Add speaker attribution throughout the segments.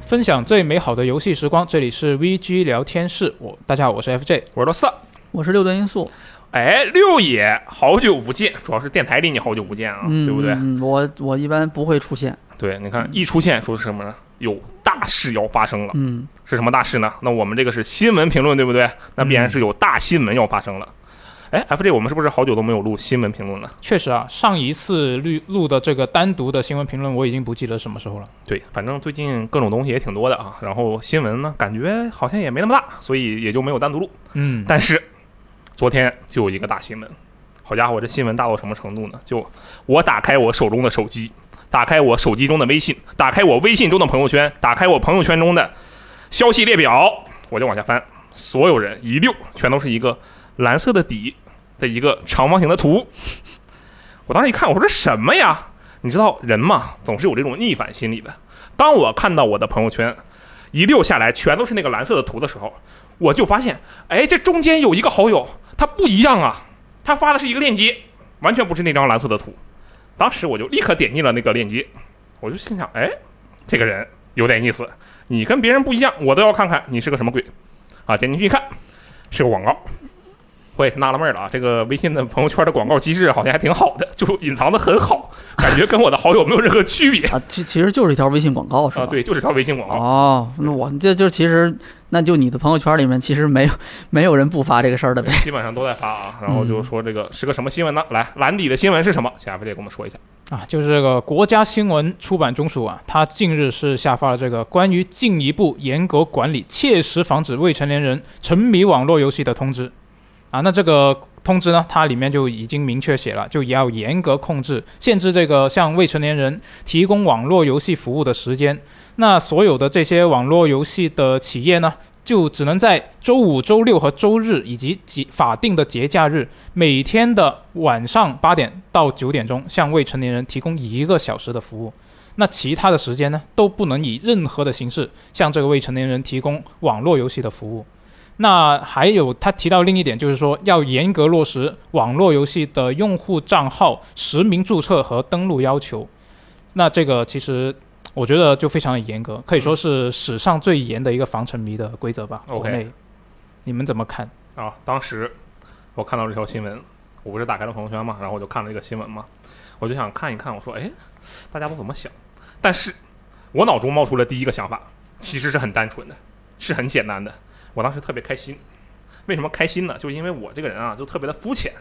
Speaker 1: 分享最美好的游戏时光，这里是 VG 聊天室，我大家好，我是 FJ。
Speaker 2: 我是罗斯。
Speaker 3: 我是六段因素，
Speaker 2: 哎，六爷，好久不见，主要是电台里你好久不见啊，
Speaker 3: 嗯，
Speaker 2: 对不对？
Speaker 3: 嗯，我我一般不会出现，
Speaker 2: 对，你看一出现说是什么呢？有大事要发生了，
Speaker 3: 嗯，
Speaker 2: 是什么大事呢？那我们这个是新闻评论，对不对？那必然是有大新闻要发生了。哎，FJ，我们是不是好久都没有录新闻评论了？
Speaker 1: 确实啊，上一次录录的这个单独的新闻评论，我已经不记得什么时候了。
Speaker 2: 对，反正最近各种东西也挺多的啊，然后新闻呢，感觉好像也没那么大，所以也就没有单独录。
Speaker 1: 嗯，
Speaker 2: 但是昨天就有一个大新闻，好家伙，这新闻大到什么程度呢？就我打开我手中的手机，打开我手机中的微信，打开我微信中的朋友圈，打开我朋友圈中的消息列表，我就往下翻，所有人一溜全都是一个蓝色的底的一个长方形的图。我当时一看，我说这什么呀？你知道人嘛，总是有这种逆反心理的。当我看到我的朋友圈一溜下来全都是那个蓝色的图的时候，我就发现，哎，这中间有一个好友，他不一样啊，他发的是一个链接，完全不是那张蓝色的图。当时我就立刻点进了那个链接，我就心想，哎，这个人有点意思，你跟别人不一样，我都要看看你是个什么鬼啊！点进去一看，是个广告。我也是纳了闷儿了啊，这个微信的朋友圈的广告机制好像还挺好的，就隐藏的很好，感觉跟我的好友没有任何区别
Speaker 3: 啊，其其实就是一条微信广告是吧？
Speaker 2: 啊。对，就是条微信广告。
Speaker 3: 哦，那我这就其实，那就你的朋友圈里面其实没有 没有人不发这个事儿的呗。
Speaker 2: 基本上都在发啊，然后就说这个是个什么新闻呢？来，蓝底的新闻是什么？请 F J 给我们说一下。
Speaker 1: 啊，就是这个国家新闻出版中署啊，它近日是下发了这个关于进一步严格管理、切实防止未成年人沉迷网络游戏的通知。啊，那这个通知呢，它里面就已经明确写了，就也要严格控制、限制这个向未成年人提供网络游戏服务的时间。那所有的这些网络游戏的企业呢，就只能在周五、周六和周日以及节法定的节假日每天的晚上八点到九点钟，向未成年人提供一个小时的服务。那其他的时间呢，都不能以任何的形式向这个未成年人提供网络游戏的服务。那还有，他提到另一点，就是说要严格落实网络游戏的用户账号实名注册和登录要求。那这个其实我觉得就非常的严格，可以说是史上最严的一个防沉迷的规则吧。
Speaker 2: OK
Speaker 1: 国内，你们怎么看？
Speaker 2: 啊，当时我看到这条新闻，我不是打开了朋友圈嘛，然后我就看了这个新闻嘛，我就想看一看，我说，哎，大家都怎么想？但是我脑中冒出了第一个想法，其实是很单纯的，是很简单的。我当时特别开心，为什么开心呢？就因为我这个人啊，就特别的肤浅。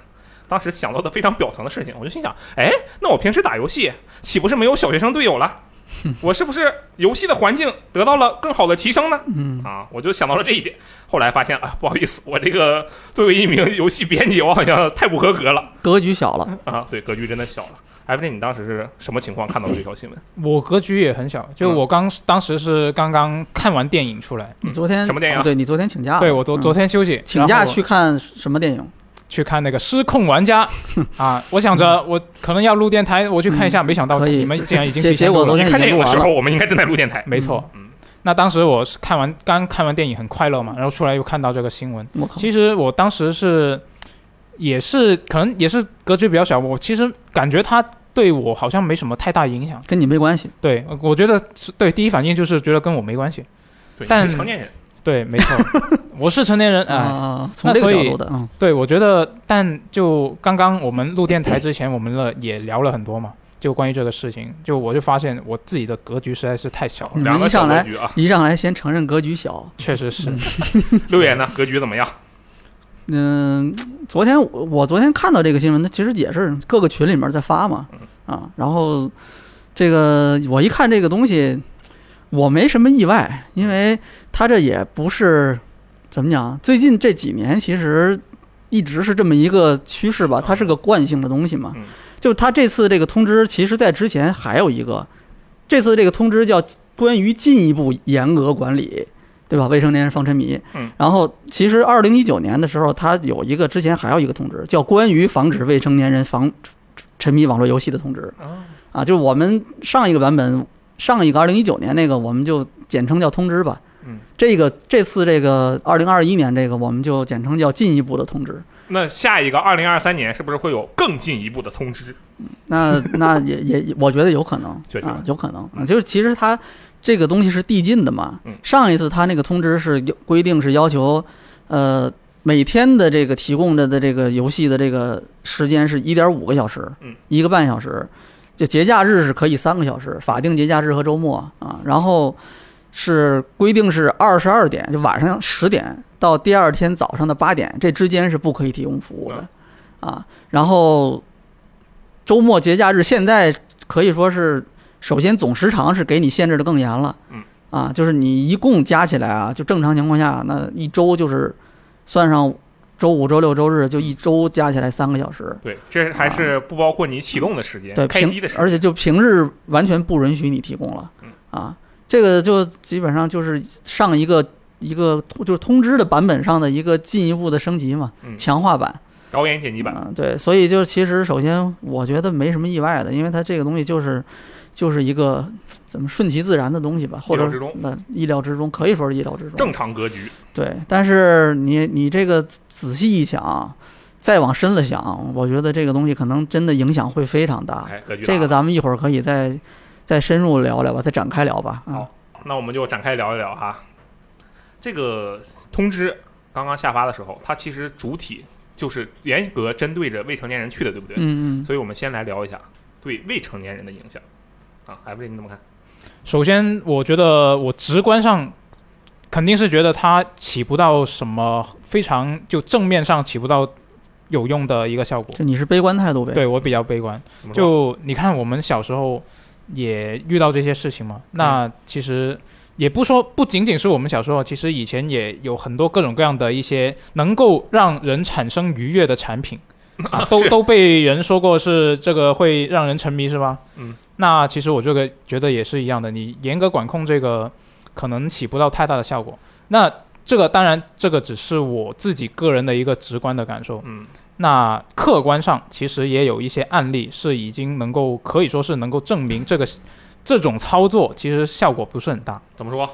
Speaker 2: 当时想到的非常表层的事情，我就心想，哎，那我平时打游戏岂不是没有小学生队友了？ 我是不是游戏的环境得到了更好的提升呢？
Speaker 3: 嗯，
Speaker 2: 啊，我就想到了这一点。后来发现啊，不好意思，我这个作为一名游戏编辑，我好像太不合格了
Speaker 3: 格局小了，
Speaker 2: 啊！对，格局真的小了。F J，你当时是什么情况看到的这条新闻？
Speaker 1: 我格局也很小，就
Speaker 2: 嗯
Speaker 1: 我刚、当时是刚刚看完电影出来，
Speaker 3: 你昨天
Speaker 2: 什么电影
Speaker 3: 哦对你昨天请假了，
Speaker 1: 对我昨
Speaker 3: 嗯
Speaker 1: 昨天休息，
Speaker 3: 请假
Speaker 1: 然后
Speaker 3: 去看什么电影？
Speaker 1: 去看那个《失控玩家》 啊，我想着我可能要录电台，我去看一下，
Speaker 3: 嗯
Speaker 1: 没想到
Speaker 3: 可以
Speaker 1: 你们竟然已经
Speaker 3: 结
Speaker 1: 提前
Speaker 3: 结
Speaker 1: 录
Speaker 3: 果
Speaker 1: 了
Speaker 3: 昨
Speaker 2: 你
Speaker 3: 天
Speaker 2: 看
Speaker 3: 已
Speaker 2: 电
Speaker 3: 经
Speaker 2: 影
Speaker 3: 录
Speaker 2: 的时
Speaker 3: 完
Speaker 2: 候，
Speaker 3: 了。
Speaker 2: 我们应该正在录电台。
Speaker 1: 没错，
Speaker 2: 嗯，
Speaker 1: 那当时我是看完刚看完电影很快乐嘛，
Speaker 3: 嗯
Speaker 1: 然后出来又看到这个新闻。
Speaker 3: 我靠，
Speaker 1: 其实我当时是也是可能也是格局比较小，我其实感觉他对我好像没什么太大影响。
Speaker 3: 跟你没关系，
Speaker 1: 对，我我觉得是对第一反应就是觉得跟我没关系。
Speaker 2: 对，
Speaker 1: 但
Speaker 2: 你是成年人，
Speaker 1: 对，没 错，我是成年人啊。哎
Speaker 3: 啊，从这个角度的，嗯
Speaker 1: 对，我觉得，但就刚刚我们录电台之前，我们了也聊了很多嘛，就关于这个事情，就我就发现我自己的格局实在是太小了，
Speaker 3: 嗯
Speaker 2: 两个
Speaker 3: 一
Speaker 2: 小
Speaker 3: 上
Speaker 2: 格
Speaker 3: 来
Speaker 2: 局啊。
Speaker 3: 一上来先承认格局小，
Speaker 1: 确实是，
Speaker 2: 六爷呢，格局怎么样？
Speaker 3: 嗯，昨天我我昨天看到这个新闻，它其实也是各个群里面在发嘛，啊，然后这个我一看这个东西，我没什么意外，因为它这也不是怎么讲，最近这几年其实一直是这么一个趋势吧，它是个惯性的东西嘛
Speaker 2: 嗯，
Speaker 3: 就它这次这个通知，其实在之前还有一个，这次这个通知叫关于进一步严格管理，对吧？未成年人防沉迷。
Speaker 2: 嗯。
Speaker 3: 然后，其实二零一九年的时候，它有一个之前还有一个通知，叫关于防止未成年人防沉迷网络游戏的通知
Speaker 2: 啊，
Speaker 3: 啊，就是我们上一个版本，上一个二零一九年那个，我们就简称叫通知吧。
Speaker 2: 嗯，
Speaker 3: 这个这次这个二零二一年这个，我们就简称叫进一步的通知。
Speaker 2: 那下一个二零二三年是不是会有更进一步的通知？
Speaker 3: 那那也也，我觉得有可能
Speaker 2: 确实
Speaker 3: 啊
Speaker 2: 吧，
Speaker 3: 有可能啊，
Speaker 2: 嗯
Speaker 3: 就是其实它这个东西是递进的嘛
Speaker 2: 嗯。
Speaker 3: 上一次他那个通知是有规定是要求，呃，每天的这个提供着的这个游戏的这个时间是一点五个小时，
Speaker 2: 嗯，
Speaker 3: 一个半小时。就节假日是可以三个小时，法定节假日和周末啊。然后是规定是二十二点，就晚上十点到第二天早上的八点，这之间是不可以提供服务的啊。然后周末节假日现在可以说是，首先总时长是给你限制的更严了，
Speaker 2: 嗯，
Speaker 3: 啊，就是你一共加起来啊，就正常情况下，那一周就是算上周五、周六、周日，就一周加起来三个小时。
Speaker 2: 对，这还是不包括你启动的时间、
Speaker 3: 啊对，
Speaker 2: 开
Speaker 3: 平
Speaker 2: 机的时
Speaker 3: 而
Speaker 2: 间。
Speaker 3: 且就平日完全不允许你提供了
Speaker 2: 嗯，
Speaker 3: 啊，这个就基本上就是上一个一个就是通知的版本上的一个进一步的升级嘛，
Speaker 2: 嗯
Speaker 3: 强化版。
Speaker 2: 导演剪辑版，
Speaker 3: 嗯，对，所以就其实首先我觉得没什么意外的，因为它这个东西就是就是一个怎么顺其自然的东西吧，或
Speaker 2: 料
Speaker 3: 者
Speaker 2: 之中
Speaker 3: 那意料之中，可以说是意料之中。
Speaker 2: 正常格局，
Speaker 3: 对，但是你你这个仔细一想，再往深了想，我觉得这个东西可能真的影响会非常大。
Speaker 2: 哎，格局大
Speaker 3: 啊这个咱们一会儿可以再再深入聊聊吧，再展开聊吧。嗯
Speaker 2: 好那我们就展开聊一聊哈。这个通知刚刚下发的时候，它其实主体就是严格针对着未成年人去的，对不对？
Speaker 3: 嗯嗯，
Speaker 2: 所以我们先来聊一下对未成年人的影响。啊，艾弗利，你怎么看？
Speaker 1: 首先，我觉得我直观上肯定是觉得它起不到什么非常就正面上起不到有用的一个效果。
Speaker 3: 这你是悲观态度呗？
Speaker 1: 对我比较悲观。
Speaker 2: 怎么说
Speaker 1: 就你看，我们小时候也遇到这些事情嘛。
Speaker 2: 嗯
Speaker 1: 那其实也不说，不仅仅是我们小时候，其实以前也有很多各种各样的一些能够让人产生愉悦的产品 啊，都
Speaker 2: 是
Speaker 1: 都被人说过是这个会让人沉迷，是吧？
Speaker 2: 嗯。
Speaker 1: 那其实我这个觉得也是一样的，你严格管控这个，可能起不到太大的效果。那这个当然，这个只是我自己个人的一个直观的感受。
Speaker 2: 嗯，
Speaker 1: 那客观上其实也有一些案例是已经能够可以说是能够证明这个这种操作其实效果不是很大。
Speaker 2: 怎么说？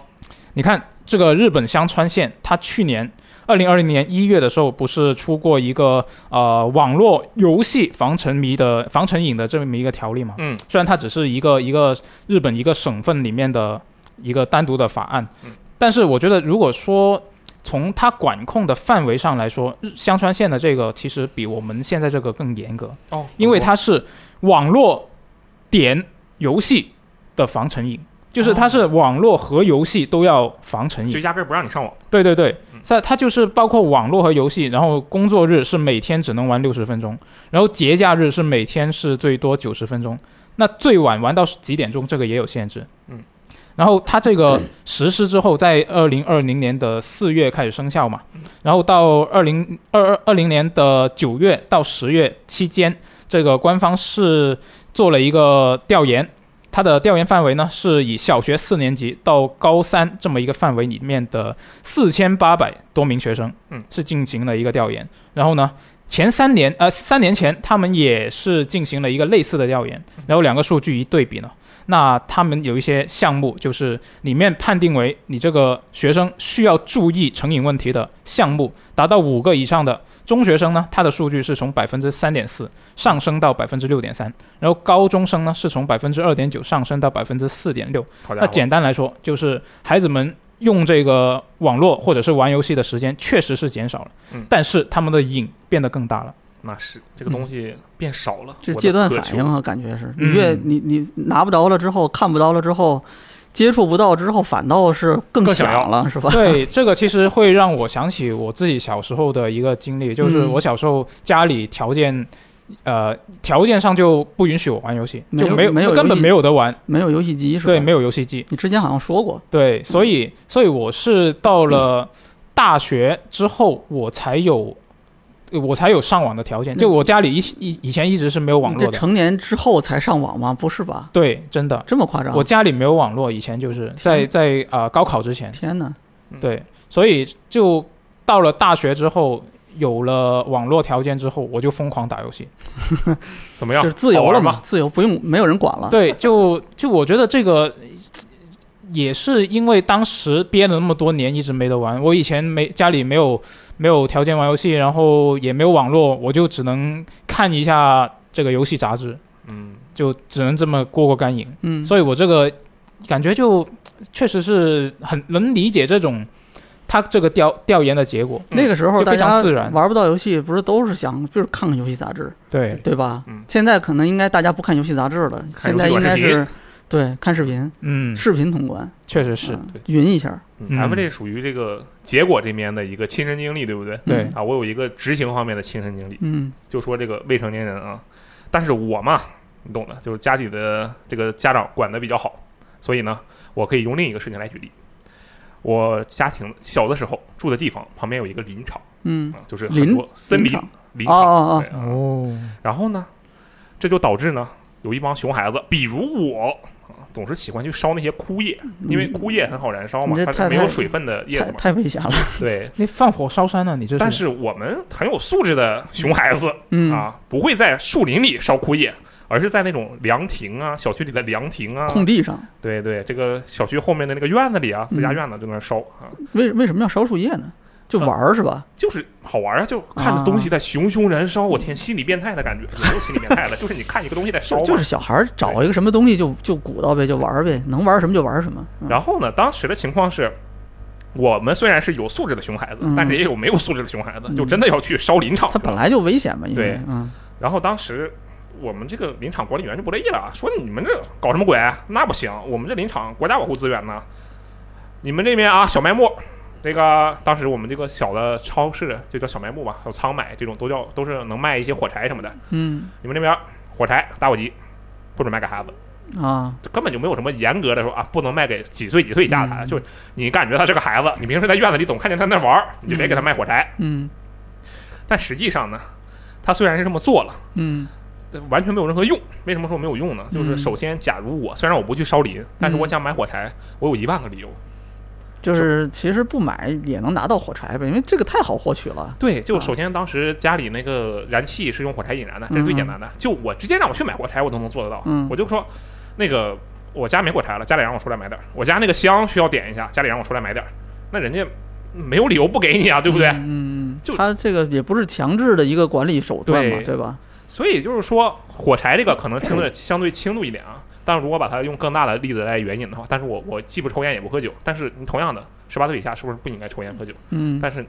Speaker 1: 你看这个日本香川县，它去年二零二零年一月的时候，不是出过一个呃网络游戏防沉迷的防成瘾的这么一个条例吗？
Speaker 2: 嗯，
Speaker 1: 虽然它只是一个一个日本一个省份里面的一个单独的法案
Speaker 2: 嗯，
Speaker 1: 但是我觉得如果说从它管控的范围上来说，日香川县的这个其实比我们现在这个更严格，
Speaker 2: 哦，
Speaker 1: 因为它是网络点游戏的防成瘾，就是它是网络和游戏都要防成
Speaker 2: 就
Speaker 1: 瘾。
Speaker 2: 压根儿不让你上网。
Speaker 1: 对对对
Speaker 2: 嗯，
Speaker 1: 在它就是包括网络和游戏，然后工作日是每天只能玩六十分钟，然后节假日是每天是最多九十分钟，那最晚玩到几点钟这个也有限制。
Speaker 2: 嗯，
Speaker 1: 然后它这个实施之后，在二零二零年的四月开始生效嘛，
Speaker 2: 嗯
Speaker 1: 然后到二零二二二零年的九月到十月期间，这个官方是做了一个调研。它的调研范围呢，是以小学四年级到高三这么一个范围里面的四千八百多名学生，
Speaker 2: 嗯，
Speaker 1: 是进行了一个调研。然后呢，前三年，呃，三年前他们也是进行了一个类似的调研，然后两个数据一对比呢，那他们有一些项目就是里面判定为你这个学生需要注意成瘾问题的项目，达到五个以上的中学生呢，他的数据是从百分之三点四上升到百分之六点三，然后高中生呢是从百分之二点九上升到百分之四点六。
Speaker 2: 好家
Speaker 1: 那
Speaker 2: 伙，
Speaker 1: 简单来说，就是孩子们用这个网络或者是玩游戏的时间确实是减少了，
Speaker 2: 嗯
Speaker 1: 但是他们的瘾变得更大了。
Speaker 2: 那是这个东西变少了，
Speaker 3: 嗯这
Speaker 2: 我的
Speaker 3: 戒断
Speaker 2: 渴
Speaker 3: 反
Speaker 2: 求
Speaker 3: 应啊，感觉是，你
Speaker 1: 嗯
Speaker 3: 越你你拿不着了之后，看不着了之后，接触不到之后，反倒是更
Speaker 2: 更想要
Speaker 3: 想了，是吧？
Speaker 1: 对，这个其实会让我想起我自己小时候的一个经历，就是
Speaker 3: 嗯
Speaker 1: 我小时候家里条件，呃，条件上就不允许我玩游戏，
Speaker 3: 没有
Speaker 1: 就没
Speaker 3: 没有
Speaker 1: 根
Speaker 3: 游
Speaker 1: 本
Speaker 3: 戏
Speaker 1: 没有得玩，
Speaker 3: 没有游戏机是吧？嗯
Speaker 1: 对，没有游戏机，
Speaker 3: 你之前好像说过，
Speaker 1: 对，所以所以我是到了大学之后，我才有。我才有上网的条
Speaker 3: 嗯
Speaker 1: 件，就我家里以以以前一直是没有网
Speaker 3: 你
Speaker 1: 络
Speaker 3: 这
Speaker 1: 的，
Speaker 3: 成年之后才上网吗？不是吧？
Speaker 1: 对，真的，
Speaker 3: 这么夸张？
Speaker 1: 我家里没有网络，以前就是在在呃高考之前，
Speaker 3: 天哪！
Speaker 1: 对，所以就到了大学之后，有了网络条件之后，我就疯狂打游戏。
Speaker 2: 怎么样？
Speaker 3: 就是自由了
Speaker 2: 好玩
Speaker 3: 嘛
Speaker 2: 吗？，
Speaker 3: 自由不用没有人管了。
Speaker 1: 对，就就我觉得这个呃也是因为当时憋了那么多年，一直没得玩。我以前没家里没有没有条件玩游戏，然后也没有网络，我就只能看一下这个游戏杂志，
Speaker 2: 嗯，
Speaker 1: 就只能这么过过干瘾。
Speaker 3: 嗯，
Speaker 1: 所以我这个感觉就确实是很能理解这种他这个调调研的结果。
Speaker 3: 那个时候
Speaker 1: 就
Speaker 3: 大
Speaker 1: 非常
Speaker 3: 家
Speaker 1: 自然
Speaker 3: 玩不到游戏，不是都是想就是看看游戏杂志，
Speaker 1: 对，
Speaker 3: 对吧？
Speaker 2: 嗯
Speaker 3: 现在可能应该大家不看游戏杂志了，
Speaker 2: 看
Speaker 3: 现
Speaker 2: 游戏
Speaker 3: 在应该
Speaker 2: 短视
Speaker 3: 是对看视频，
Speaker 1: 嗯，
Speaker 3: 视频通关
Speaker 1: 确实是，
Speaker 3: 嗯
Speaker 2: 对
Speaker 3: 云一下，
Speaker 1: 嗯
Speaker 2: 咱们这属于这个结果这边的一个亲身经历，对不对？
Speaker 1: 对
Speaker 2: 啊，我有一个执行方面的亲身经历，
Speaker 3: 嗯
Speaker 2: 就说这个未成年人啊，但是我嘛，你懂的，就是家里的这个家长管的比较好，所以呢，我可以用另一个事情来举例。我家庭小的时候住的地方旁边有一个林场
Speaker 3: 嗯，
Speaker 2: 啊，就是很
Speaker 3: 林
Speaker 2: 多森林
Speaker 3: 林场
Speaker 2: 林
Speaker 3: 哦
Speaker 2: 场。
Speaker 3: 哦哦，
Speaker 2: 对啊
Speaker 1: 哦，
Speaker 2: 然后呢，这就导致呢，有一帮熊孩子，比如我，啊总是喜欢去烧那些枯叶，因为
Speaker 3: 你
Speaker 2: 枯叶很好燃烧嘛
Speaker 3: 嗯你这，
Speaker 2: 它
Speaker 3: 太
Speaker 2: 没有
Speaker 3: 太
Speaker 2: 水分的叶
Speaker 3: 太
Speaker 2: 子嘛，
Speaker 3: 太危险了，
Speaker 2: 对。
Speaker 1: 你放火烧山呢、你这
Speaker 2: 但是我们很有素质的熊孩子
Speaker 3: 嗯，
Speaker 2: 啊，不会在树林里烧枯叶，而是在那种凉亭啊，小区里的凉亭啊，
Speaker 3: 空地上
Speaker 2: 对对，这个小区后面的那个院子里啊，
Speaker 3: 嗯
Speaker 2: 自家院子就在那烧啊，
Speaker 3: 为为什么要烧树叶呢？就
Speaker 2: 嗯
Speaker 3: 玩儿是吧？
Speaker 2: 就是好玩啊，就看着东西在熊熊燃烧，我天，心理变态的感觉，没有心理变态了，就是你看一个东西在烧
Speaker 3: 就
Speaker 2: 嘛，
Speaker 3: 就是小孩儿找一个什么东西就就鼓捣呗，就玩儿呗，能玩儿什么就玩儿什么。嗯
Speaker 2: 然后呢，当时的情况是，我们虽然是有素质的熊孩子，
Speaker 3: 嗯
Speaker 2: 但是也有没有素质的熊孩子，
Speaker 3: 嗯
Speaker 2: 就真的要去烧林场
Speaker 3: 他
Speaker 2: 去了。
Speaker 3: 本来就危险嘛，因为
Speaker 2: 对
Speaker 3: 嗯，
Speaker 2: 然后当时我们这个林场管理员就不乐意了，说你们这搞什么鬼？那不行，我们这林场国家保护资源呢。你们这边啊，小卖部，这个当时我们这个小的超市就叫小卖部吧，小仓买这种都叫都是能卖一些火柴什么的。
Speaker 3: 嗯
Speaker 2: 你们那边火柴、打火机不准卖给孩子。
Speaker 3: 啊，
Speaker 2: 根本就没有什么严格的说啊，不能卖给几岁几岁以下的，
Speaker 3: 嗯
Speaker 2: 就是你感觉他是个孩子，你平时在院子里总看见他那玩儿，你就别给他卖火柴。
Speaker 3: 嗯
Speaker 2: 但实际上呢，他虽然是这么做了，
Speaker 3: 嗯
Speaker 2: 但完全没有任何用。为什么说没有用呢？就是
Speaker 3: 嗯
Speaker 2: 首先，假如我虽然我不去烧林，但是我想买火柴，我有一万个理由。
Speaker 3: 就是其实不买也能拿到火柴呗，因为这个太好获取了。
Speaker 2: 对，就
Speaker 3: 啊
Speaker 2: 首先当时家里那个燃气是用火柴引燃的，这是最
Speaker 3: 嗯
Speaker 2: 简单的。就我直接让我去买火柴，我都能做得到。
Speaker 3: 嗯
Speaker 2: 我就说，那个我家没火柴了，家里让我出来买点儿。我家那个香需要点一下，家里让我出来买点儿。那人家没有理由不给你啊，对不对？
Speaker 3: 嗯，
Speaker 2: 就
Speaker 3: 他这个也不是强制的一个管理手段嘛，
Speaker 2: 对
Speaker 3: 对吧？
Speaker 2: 所以就是说，火柴这个可能轻的相对轻度一点啊。但如果把它用更大的例子来援引的话，但是我我既不抽烟也不喝酒，但是你同样的，十八岁以下是不是不应该抽烟喝酒？
Speaker 3: 嗯，
Speaker 2: 但是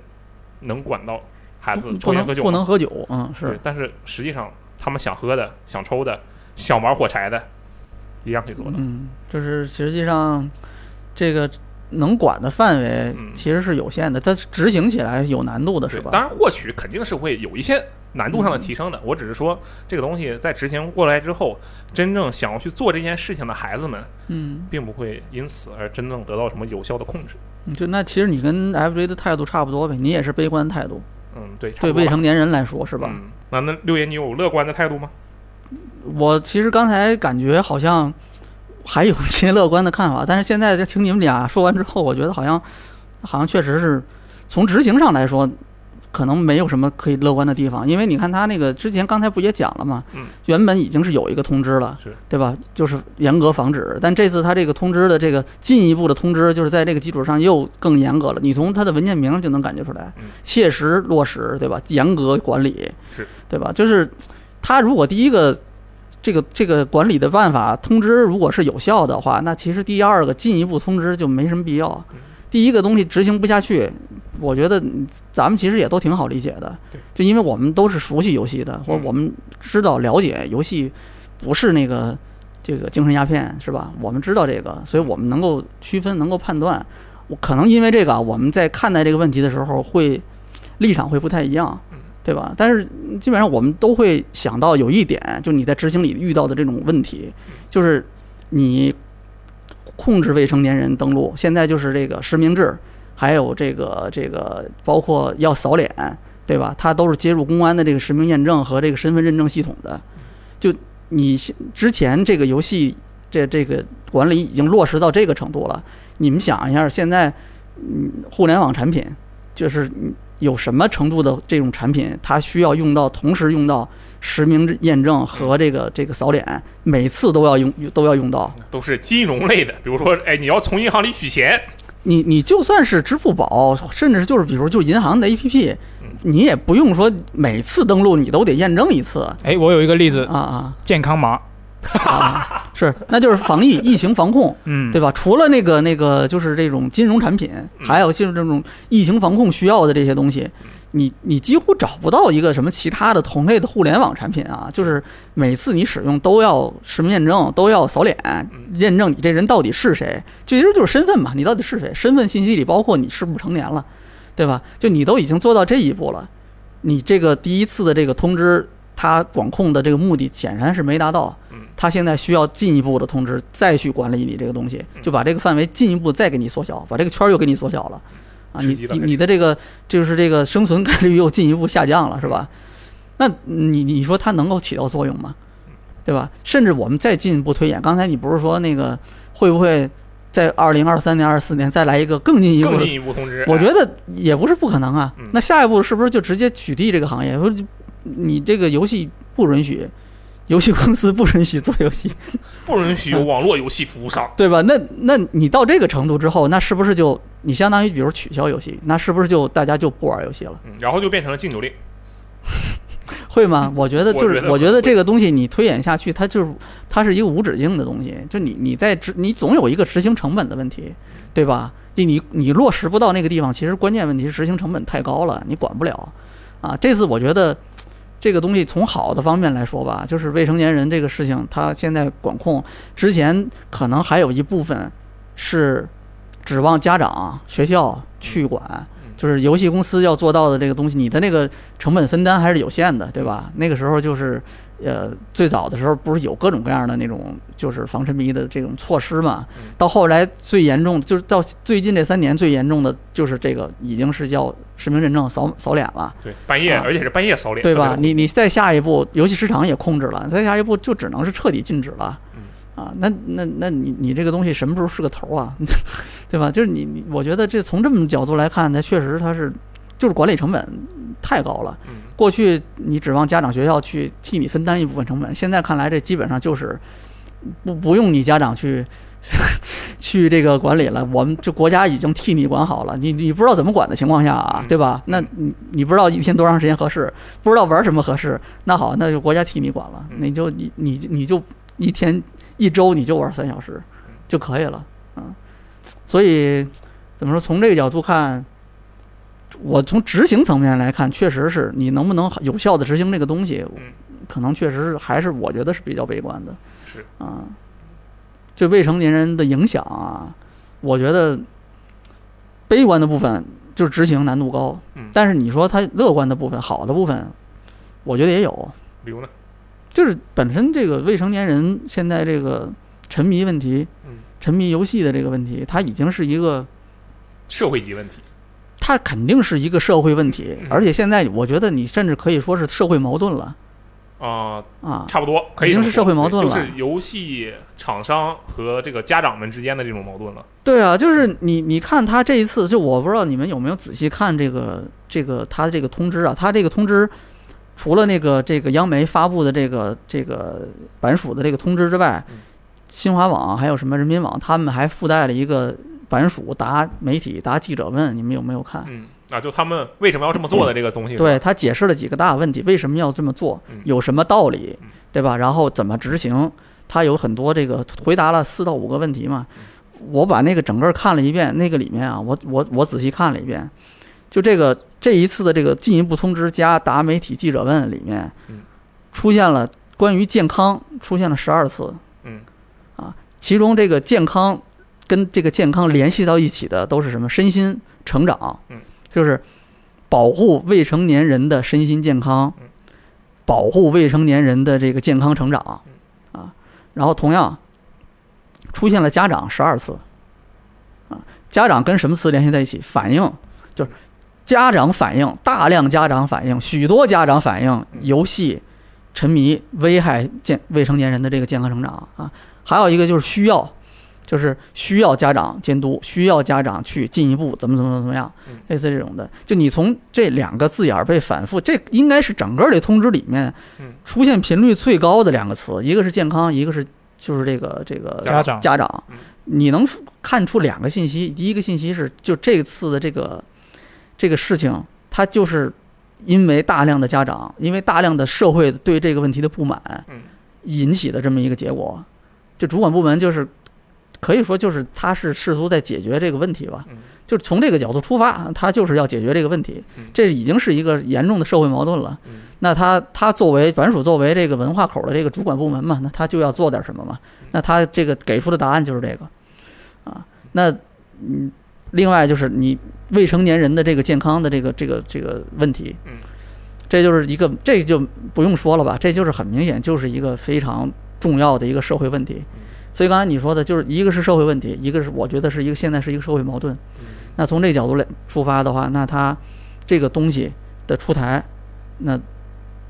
Speaker 2: 能管到孩子
Speaker 3: 不
Speaker 2: 抽
Speaker 3: 不
Speaker 2: 烟
Speaker 3: 能
Speaker 2: 喝酒吗
Speaker 3: 不能喝酒，嗯，
Speaker 2: 对
Speaker 3: 是，
Speaker 2: 但是实际上他们想喝的、想抽的、想玩火柴的，一样可以做到。
Speaker 3: 嗯，就是实际上这个能管的范围
Speaker 2: 嗯
Speaker 3: 其实是有限的，它执行起来有难度的，是
Speaker 2: 对
Speaker 3: 吧？嗯
Speaker 2: 当然获取肯定是会有一些难度上的提升的。我只是说，这个东西在执行过来之后，真正想要去做这件事情的孩子们，
Speaker 3: 嗯，
Speaker 2: 并不会因此而真正得到什么有效的控制。
Speaker 3: 就那其实你跟 FJ 的态度差不多呗，你也是悲观态度，
Speaker 2: 嗯，对，差
Speaker 3: 对
Speaker 2: 不多
Speaker 3: 未
Speaker 2: 吧
Speaker 3: 成年人来说是吧？
Speaker 2: 嗯，那那六爷，你有乐观的态度吗？
Speaker 3: 我其实刚才感觉好像还有一些乐观的看法，但是现在这听你们俩说完之后，我觉得好像好像确实是从执行上来说，可能没有什么可以乐观的地方，因为你看他那个之前刚才不也讲了嘛，
Speaker 2: 嗯
Speaker 3: 原本已经是有一个通知了，
Speaker 2: 是
Speaker 3: 对吧？就是严格防止，但这次他这个通知的这个进一步的通知，就是在这个基础上又更严格了。你从它的文件名就能感觉出来
Speaker 2: 嗯，
Speaker 3: 切实落实，对吧？严格管理，
Speaker 2: 是
Speaker 3: 对吧？就是他如果第一个这个这个管理的办法通知如果是有效的话，那其实第二个进一步通知就没什么必要
Speaker 2: 嗯。
Speaker 3: 第一个东西执行不下去，我觉得嗯咱们其实也都挺好理解的
Speaker 2: 对，
Speaker 3: 就因为我们都是熟悉游戏的，或者
Speaker 2: 嗯
Speaker 3: 我们知道了解游戏不是那个这个精神鸦片是吧？我们知道这个，所以我们能够区分，能够判断。我可能因为这个啊，我们在看待这个问题的时候会立场会不太一样
Speaker 2: 嗯，
Speaker 3: 对吧？但是嗯基本上我们都会想到有一点，就你在执行里遇到的这种问题，就是你控制未成年人登录，现在就是这个实名制，还有这个这个包括要扫脸，对吧？它都是接入公安的这个实名验证和这个身份认证系统的。就你现之前这个游戏这这个管理已经落实到这个程度了，你们想一下，现在嗯，互联网产品就是嗯有什么程度的这种产品，它需要用到同时用到实名验证和这个这个扫脸，每次都要用都要用到。
Speaker 2: 都是金融类的，比如说，哎，你要从银行里取钱，
Speaker 3: 你你就算是支付宝，甚至就是比如就银行的 APP，
Speaker 2: 嗯
Speaker 3: 你也不用说每次登录你都得验证一次啊
Speaker 1: 哎，我有一个例子，
Speaker 3: 啊
Speaker 1: 健康码，
Speaker 3: 啊，是，那就是防疫、疫情防控，
Speaker 1: 嗯，
Speaker 3: 对吧？除了那个那个，就是这种金融产品，还有就是这种疫情防控需要的这些东西，你你几乎找不到一个什么其他的同类的互联网产品啊。就是每次你使用都要实名验证，都要扫脸验证你这人到底是谁，就其实就是身份嘛，你到底是谁？身份信息里包括你是不是成年了，对吧？就你都已经做到这一步了，你这个第一次的这个通知。它管控的这个目的显然是没达到，他现在需要进一步的通知，再去管理你这个东西，就把这个范围进一步再给你缩小，把这个圈儿又给你缩小了，啊，
Speaker 2: 刺
Speaker 3: 你
Speaker 2: 激了
Speaker 3: 你
Speaker 2: 还是
Speaker 3: 你的这个就是这个生存概率又进一步下降了，是吧？那你你说它能够起到作用吗？对吧？甚至我们再进一步推演，刚才你不是说那个会不会在二零二三年、二四年再来一个更进一步
Speaker 2: 更
Speaker 3: 的
Speaker 2: 进一步通知。
Speaker 3: 我觉
Speaker 2: 哎
Speaker 3: 得也不是不可能啊
Speaker 2: 嗯。
Speaker 3: 那下一步是不是就直接取缔这个行业？说你这个游戏不允许，游戏公司不允许做游戏，
Speaker 2: 哎不允许有网络游戏服务商。
Speaker 3: 对吧？那那你到这个程度之后，那是不是就你相当于比如取消游戏，那是不是就大家就不玩游戏了？
Speaker 2: 嗯，然后就变成了禁酒令。
Speaker 3: 会吗？我觉得就
Speaker 2: 我觉
Speaker 3: 是
Speaker 2: 得，
Speaker 3: 我觉
Speaker 2: 会
Speaker 3: 得这个东西你推演下去，它就是它是一个无止境的东西。就你你在执，你总有一个执行成本的问题，对吧？就你你落实不到那个地方，其实关键问题是执行成本太高了，你管不了啊。这次我觉得这个东西从好的方面来说吧，就是未成年人这个事情，它现在管控之前可能还有一部分是指望家长、学校去管。就是游戏公司要做到的这个东西，你的那个成本分担还是有限的，对吧？那个时候就是，呃，最早的时候不是有各种各样的那种就是防沉迷的这种措施嘛
Speaker 2: 嗯？
Speaker 3: 到后来最严重的就是到最近这三年最严重的就是这个已经是要实名认证扫扫脸了。
Speaker 2: 对，半夜，
Speaker 3: 啊
Speaker 2: 而且是半夜扫脸，
Speaker 3: 对
Speaker 2: 特
Speaker 3: 吧
Speaker 2: 别？恐怖
Speaker 3: 你你再下一步，游戏市场也控制了，再下一步就只能是彻底禁止了。
Speaker 2: 嗯
Speaker 3: 啊，那那那你你这个东西什么时候是个头啊？ 对吧？就是你你，我觉得这从这么角度来看，它确实它是就是管理成本太高了。
Speaker 2: 嗯
Speaker 3: 过去你指望家长学校去替你分担一部分成本，现在看来这基本上就是不不用你家长去 去这个管理了，我们这国家已经替你管好了，你你不知道怎么管的情况下啊
Speaker 2: 嗯，
Speaker 3: 对吧？那你你不知道一天多长时间合适，不知道玩什么合适，那好，那就国家替你管了，
Speaker 2: 嗯
Speaker 3: 你就你你你就一天一周你就玩三小时就可以了，嗯，所以怎么说？从这个角度看，我从执行层面来看，确实是你能不能有效的执行这个东西
Speaker 2: 嗯，
Speaker 3: 可能确实是还是我觉得是比较悲观的。
Speaker 2: 是
Speaker 3: 啊，对未成年人的影响啊，我觉得悲观的部分就是执行难度高
Speaker 2: 嗯，
Speaker 3: 但是你说它乐观的部分、好的部分，我觉得也有。
Speaker 2: 比如呢，
Speaker 3: 就是本身这个未成年人现在这个沉迷问题
Speaker 2: 嗯，
Speaker 3: 沉迷游戏的这个问题，它已经是一个。
Speaker 2: 社会级问题，
Speaker 3: 它肯定是一个社会问题
Speaker 2: 嗯，
Speaker 3: 而且现在我觉得你甚至可以说是社会矛盾了
Speaker 2: 啊，
Speaker 3: 啊。
Speaker 2: 差不多可以
Speaker 3: 已经
Speaker 2: 这么
Speaker 3: 是
Speaker 2: 说
Speaker 3: 社会矛盾
Speaker 2: 对
Speaker 3: 了
Speaker 2: 就是游戏厂商和这个家长们之间的这种矛盾了。
Speaker 3: 对啊，就是你你看他这一次，就我不知道你们有没有仔细看这个这个他这个通知啊，他这个通知除了那个这个央媒发布的这个这个版属的这个通知之外
Speaker 2: 嗯，
Speaker 3: 新华网还有什么人民网，他们还附带了一个版属答媒体答记者问，你们有没有看？
Speaker 2: 嗯，啊，就他们为什么要这么做的这个东西，
Speaker 3: 对他解释了几个大问题，为什么要这么做
Speaker 2: 嗯，
Speaker 3: 有什么道理
Speaker 2: 嗯，
Speaker 3: 对吧？然后怎么执行？他有很多这个回答了四到五个问题嘛。
Speaker 2: 嗯
Speaker 3: 我把那个整个看了一遍，那个里面啊，我我我仔细看了一遍，就这个这一次的这个进一步通知加答媒体记者问里面
Speaker 2: 嗯，
Speaker 3: 出现了关于健康出现了十二次，
Speaker 2: 嗯，
Speaker 3: 啊，其中这个健康跟这个健康联系到一起的都是什么？身心成长，
Speaker 2: 嗯，
Speaker 3: 就是保护未成年人的身心健康
Speaker 2: 嗯，
Speaker 3: 保护未成年人的这个健康成长
Speaker 2: 嗯
Speaker 3: 啊。然后同样出现了家长十二次啊，家长跟什么词联系在一起？反应就是
Speaker 2: 嗯
Speaker 3: 家长反应，大量家长反应，许多家长反应
Speaker 2: 嗯
Speaker 3: 游戏。沉迷危害健未成年人的这个健康成长啊，还有一个就是需要，就是需要家长监督，需要家长去进一步怎么怎么怎么样
Speaker 2: 嗯，
Speaker 3: 类似这种的。就你从这两个字眼儿被反复，这应该是整个这通知里面
Speaker 2: 嗯
Speaker 3: 出现频率最高的两个词，一个是健康，一个是就是这个这个
Speaker 1: 家长
Speaker 3: 家长
Speaker 2: 嗯，
Speaker 3: 你能看出两个信息，第一个信息是就这次的这个这个事情，它就是因为大量的家长，因为大量的社会对这个问题的不满
Speaker 2: 嗯，
Speaker 3: 引起的这么一个结果。就主管部门就是可以说就是他是试图在解决这个问题吧，
Speaker 2: 嗯
Speaker 3: 就是从这个角度出发，他就是要解决这个问题
Speaker 2: 嗯，
Speaker 3: 这已经是一个严重的社会矛盾了
Speaker 2: 嗯。
Speaker 3: 那他他作为管署作为这个文化口的这个主管部门嘛，那他就要做点什么嘛。那他这个给出的答案就是这个啊。那嗯，另外就是你未成年人的这个健康的这个这个这个问题
Speaker 2: 嗯，
Speaker 3: 这就是一个这就不用说了吧，这就是很明显就是一个非常重要的一个社会问题。所以刚才你说的就是一个是社会问题，一个是我觉得是一个现在是一个社会矛盾。
Speaker 2: 嗯
Speaker 3: 那从这角度来出发的话，那它这个东西的出台，那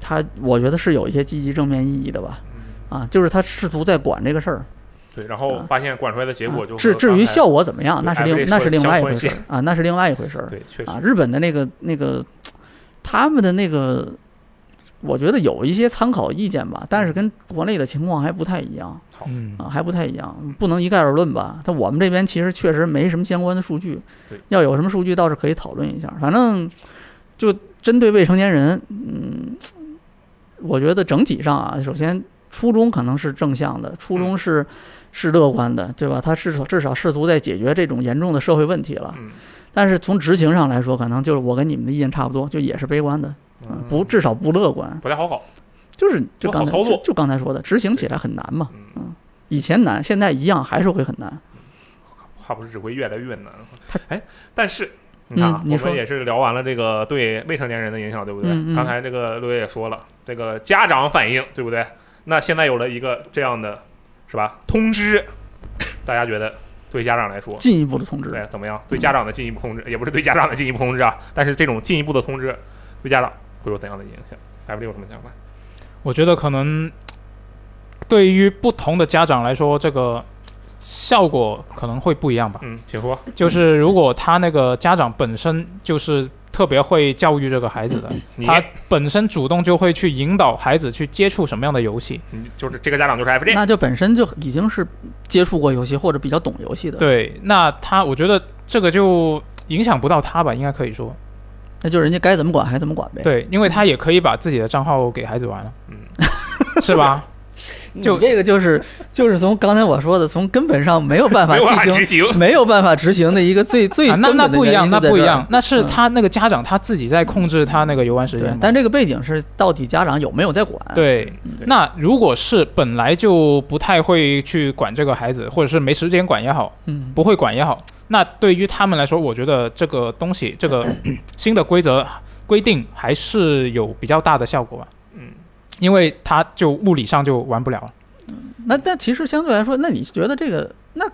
Speaker 3: 它我觉得是有一些积极正面意义的吧。啊，就是他试图在管这个事儿，
Speaker 2: 对，然后发现管出来的结果就和
Speaker 3: 啊至至于
Speaker 2: 刚才
Speaker 3: 效果怎么样，啊那是
Speaker 2: 对
Speaker 3: 另
Speaker 2: Everett
Speaker 3: 那
Speaker 2: 说
Speaker 3: 是
Speaker 2: 的
Speaker 3: 另
Speaker 2: 相
Speaker 3: 外一
Speaker 2: 关
Speaker 3: 回事儿
Speaker 2: 性
Speaker 3: 啊，那是另外一回事儿
Speaker 2: 对，确实
Speaker 3: 啊。日本的那个那个他们的那个，我觉得有一些参考意见吧，但是跟国内的情况还不太一样
Speaker 2: 好
Speaker 1: 嗯
Speaker 3: 啊，还不太一样，不能一概而论吧。但我们这边其实确实没什么相关的数据
Speaker 2: 对，
Speaker 3: 要有什么数据倒是可以讨论一下。反正就针对未成年人，嗯，我觉得整体上啊，首先初衷可能是正向的，
Speaker 2: 嗯
Speaker 3: 初衷是、是乐观的，对吧？他至少至少试图在解决这种严重的社会问题了。
Speaker 2: 嗯
Speaker 3: 但是从执行上来说，可能就是我跟你们的意见差不多，就也是悲观的，嗯
Speaker 2: 嗯
Speaker 3: 不至少不乐观，
Speaker 2: 不太好搞，
Speaker 3: 就是就
Speaker 2: 不好
Speaker 3: 刚才
Speaker 2: 操作
Speaker 3: 就就刚才说的，执行起来很难嘛，
Speaker 2: 嗯，
Speaker 3: 以前难，现在一样还是会很难。
Speaker 2: 话不是只会越来越难
Speaker 3: 他。
Speaker 2: 哎，但是你看啊，
Speaker 3: 嗯你
Speaker 2: 我
Speaker 3: 说
Speaker 2: 们也是聊完了这个对未成年人的影响，对不对？
Speaker 3: 嗯嗯
Speaker 2: 刚才这个六月也说了，这个家长反应，对不对？那现在有了一个这样的，是吧？通知，大家觉得对家长来说，
Speaker 3: 进一步的通知，
Speaker 2: 对怎么样？对家长的进一步通知，也不是对家长的进一步通知啊，但是这种进一步的通知对家长会有怎样的影响？艾弗有什么想
Speaker 3: 啊
Speaker 2: 法？
Speaker 1: 我觉得可能对于不同的家长来说，这个效果可能会不一样吧。
Speaker 2: 嗯，请说。
Speaker 1: 就是如果他那个家长本身就是特别会教育这个孩子的，
Speaker 2: 你
Speaker 1: 他本身主动就会去引导孩子去接触什么样的游戏。
Speaker 2: 你就是这个家长就是 F J，
Speaker 3: 那就本身就已经是接触过游戏或者比较懂游戏的，，
Speaker 1: 对，那他我觉得这个就影响不到他吧，应该可以说。
Speaker 3: 那就是人家该怎么管还怎么管呗。，
Speaker 1: 对，因为他也可以把自己的账号给孩子玩了，
Speaker 2: 嗯，
Speaker 1: 是 吧？就
Speaker 3: 这个就是就是从刚才我说的，从根本上没有办法
Speaker 2: 没有办法
Speaker 3: 进
Speaker 2: 执
Speaker 3: 行。
Speaker 2: 行。
Speaker 3: 没有办法执行的一 个最最
Speaker 1: 啊，那
Speaker 3: 根
Speaker 1: 那
Speaker 3: 本的
Speaker 1: 不一
Speaker 3: 原
Speaker 1: 样，
Speaker 3: 因
Speaker 1: 那
Speaker 3: 就在
Speaker 1: 不一
Speaker 3: 这儿
Speaker 1: 样，那是
Speaker 3: 嗯
Speaker 1: 他那个家长他自己在控制他那个游玩时间
Speaker 3: 对
Speaker 1: 嘛。，
Speaker 3: 但这个背景是到底家长有没有在管？，
Speaker 1: 对，
Speaker 2: 对
Speaker 1: 那如果是本来就不太会去管这个孩子，或者是没时间管也好，
Speaker 3: 嗯，
Speaker 1: 不会管也好，那对于他们来说，我觉得这个东西，这 个新的规则规定还是有比较大的效果吧，
Speaker 2: 嗯，
Speaker 1: 因为他就物理上就玩不了了。
Speaker 3: 那那其实相对来说，那你觉得这个那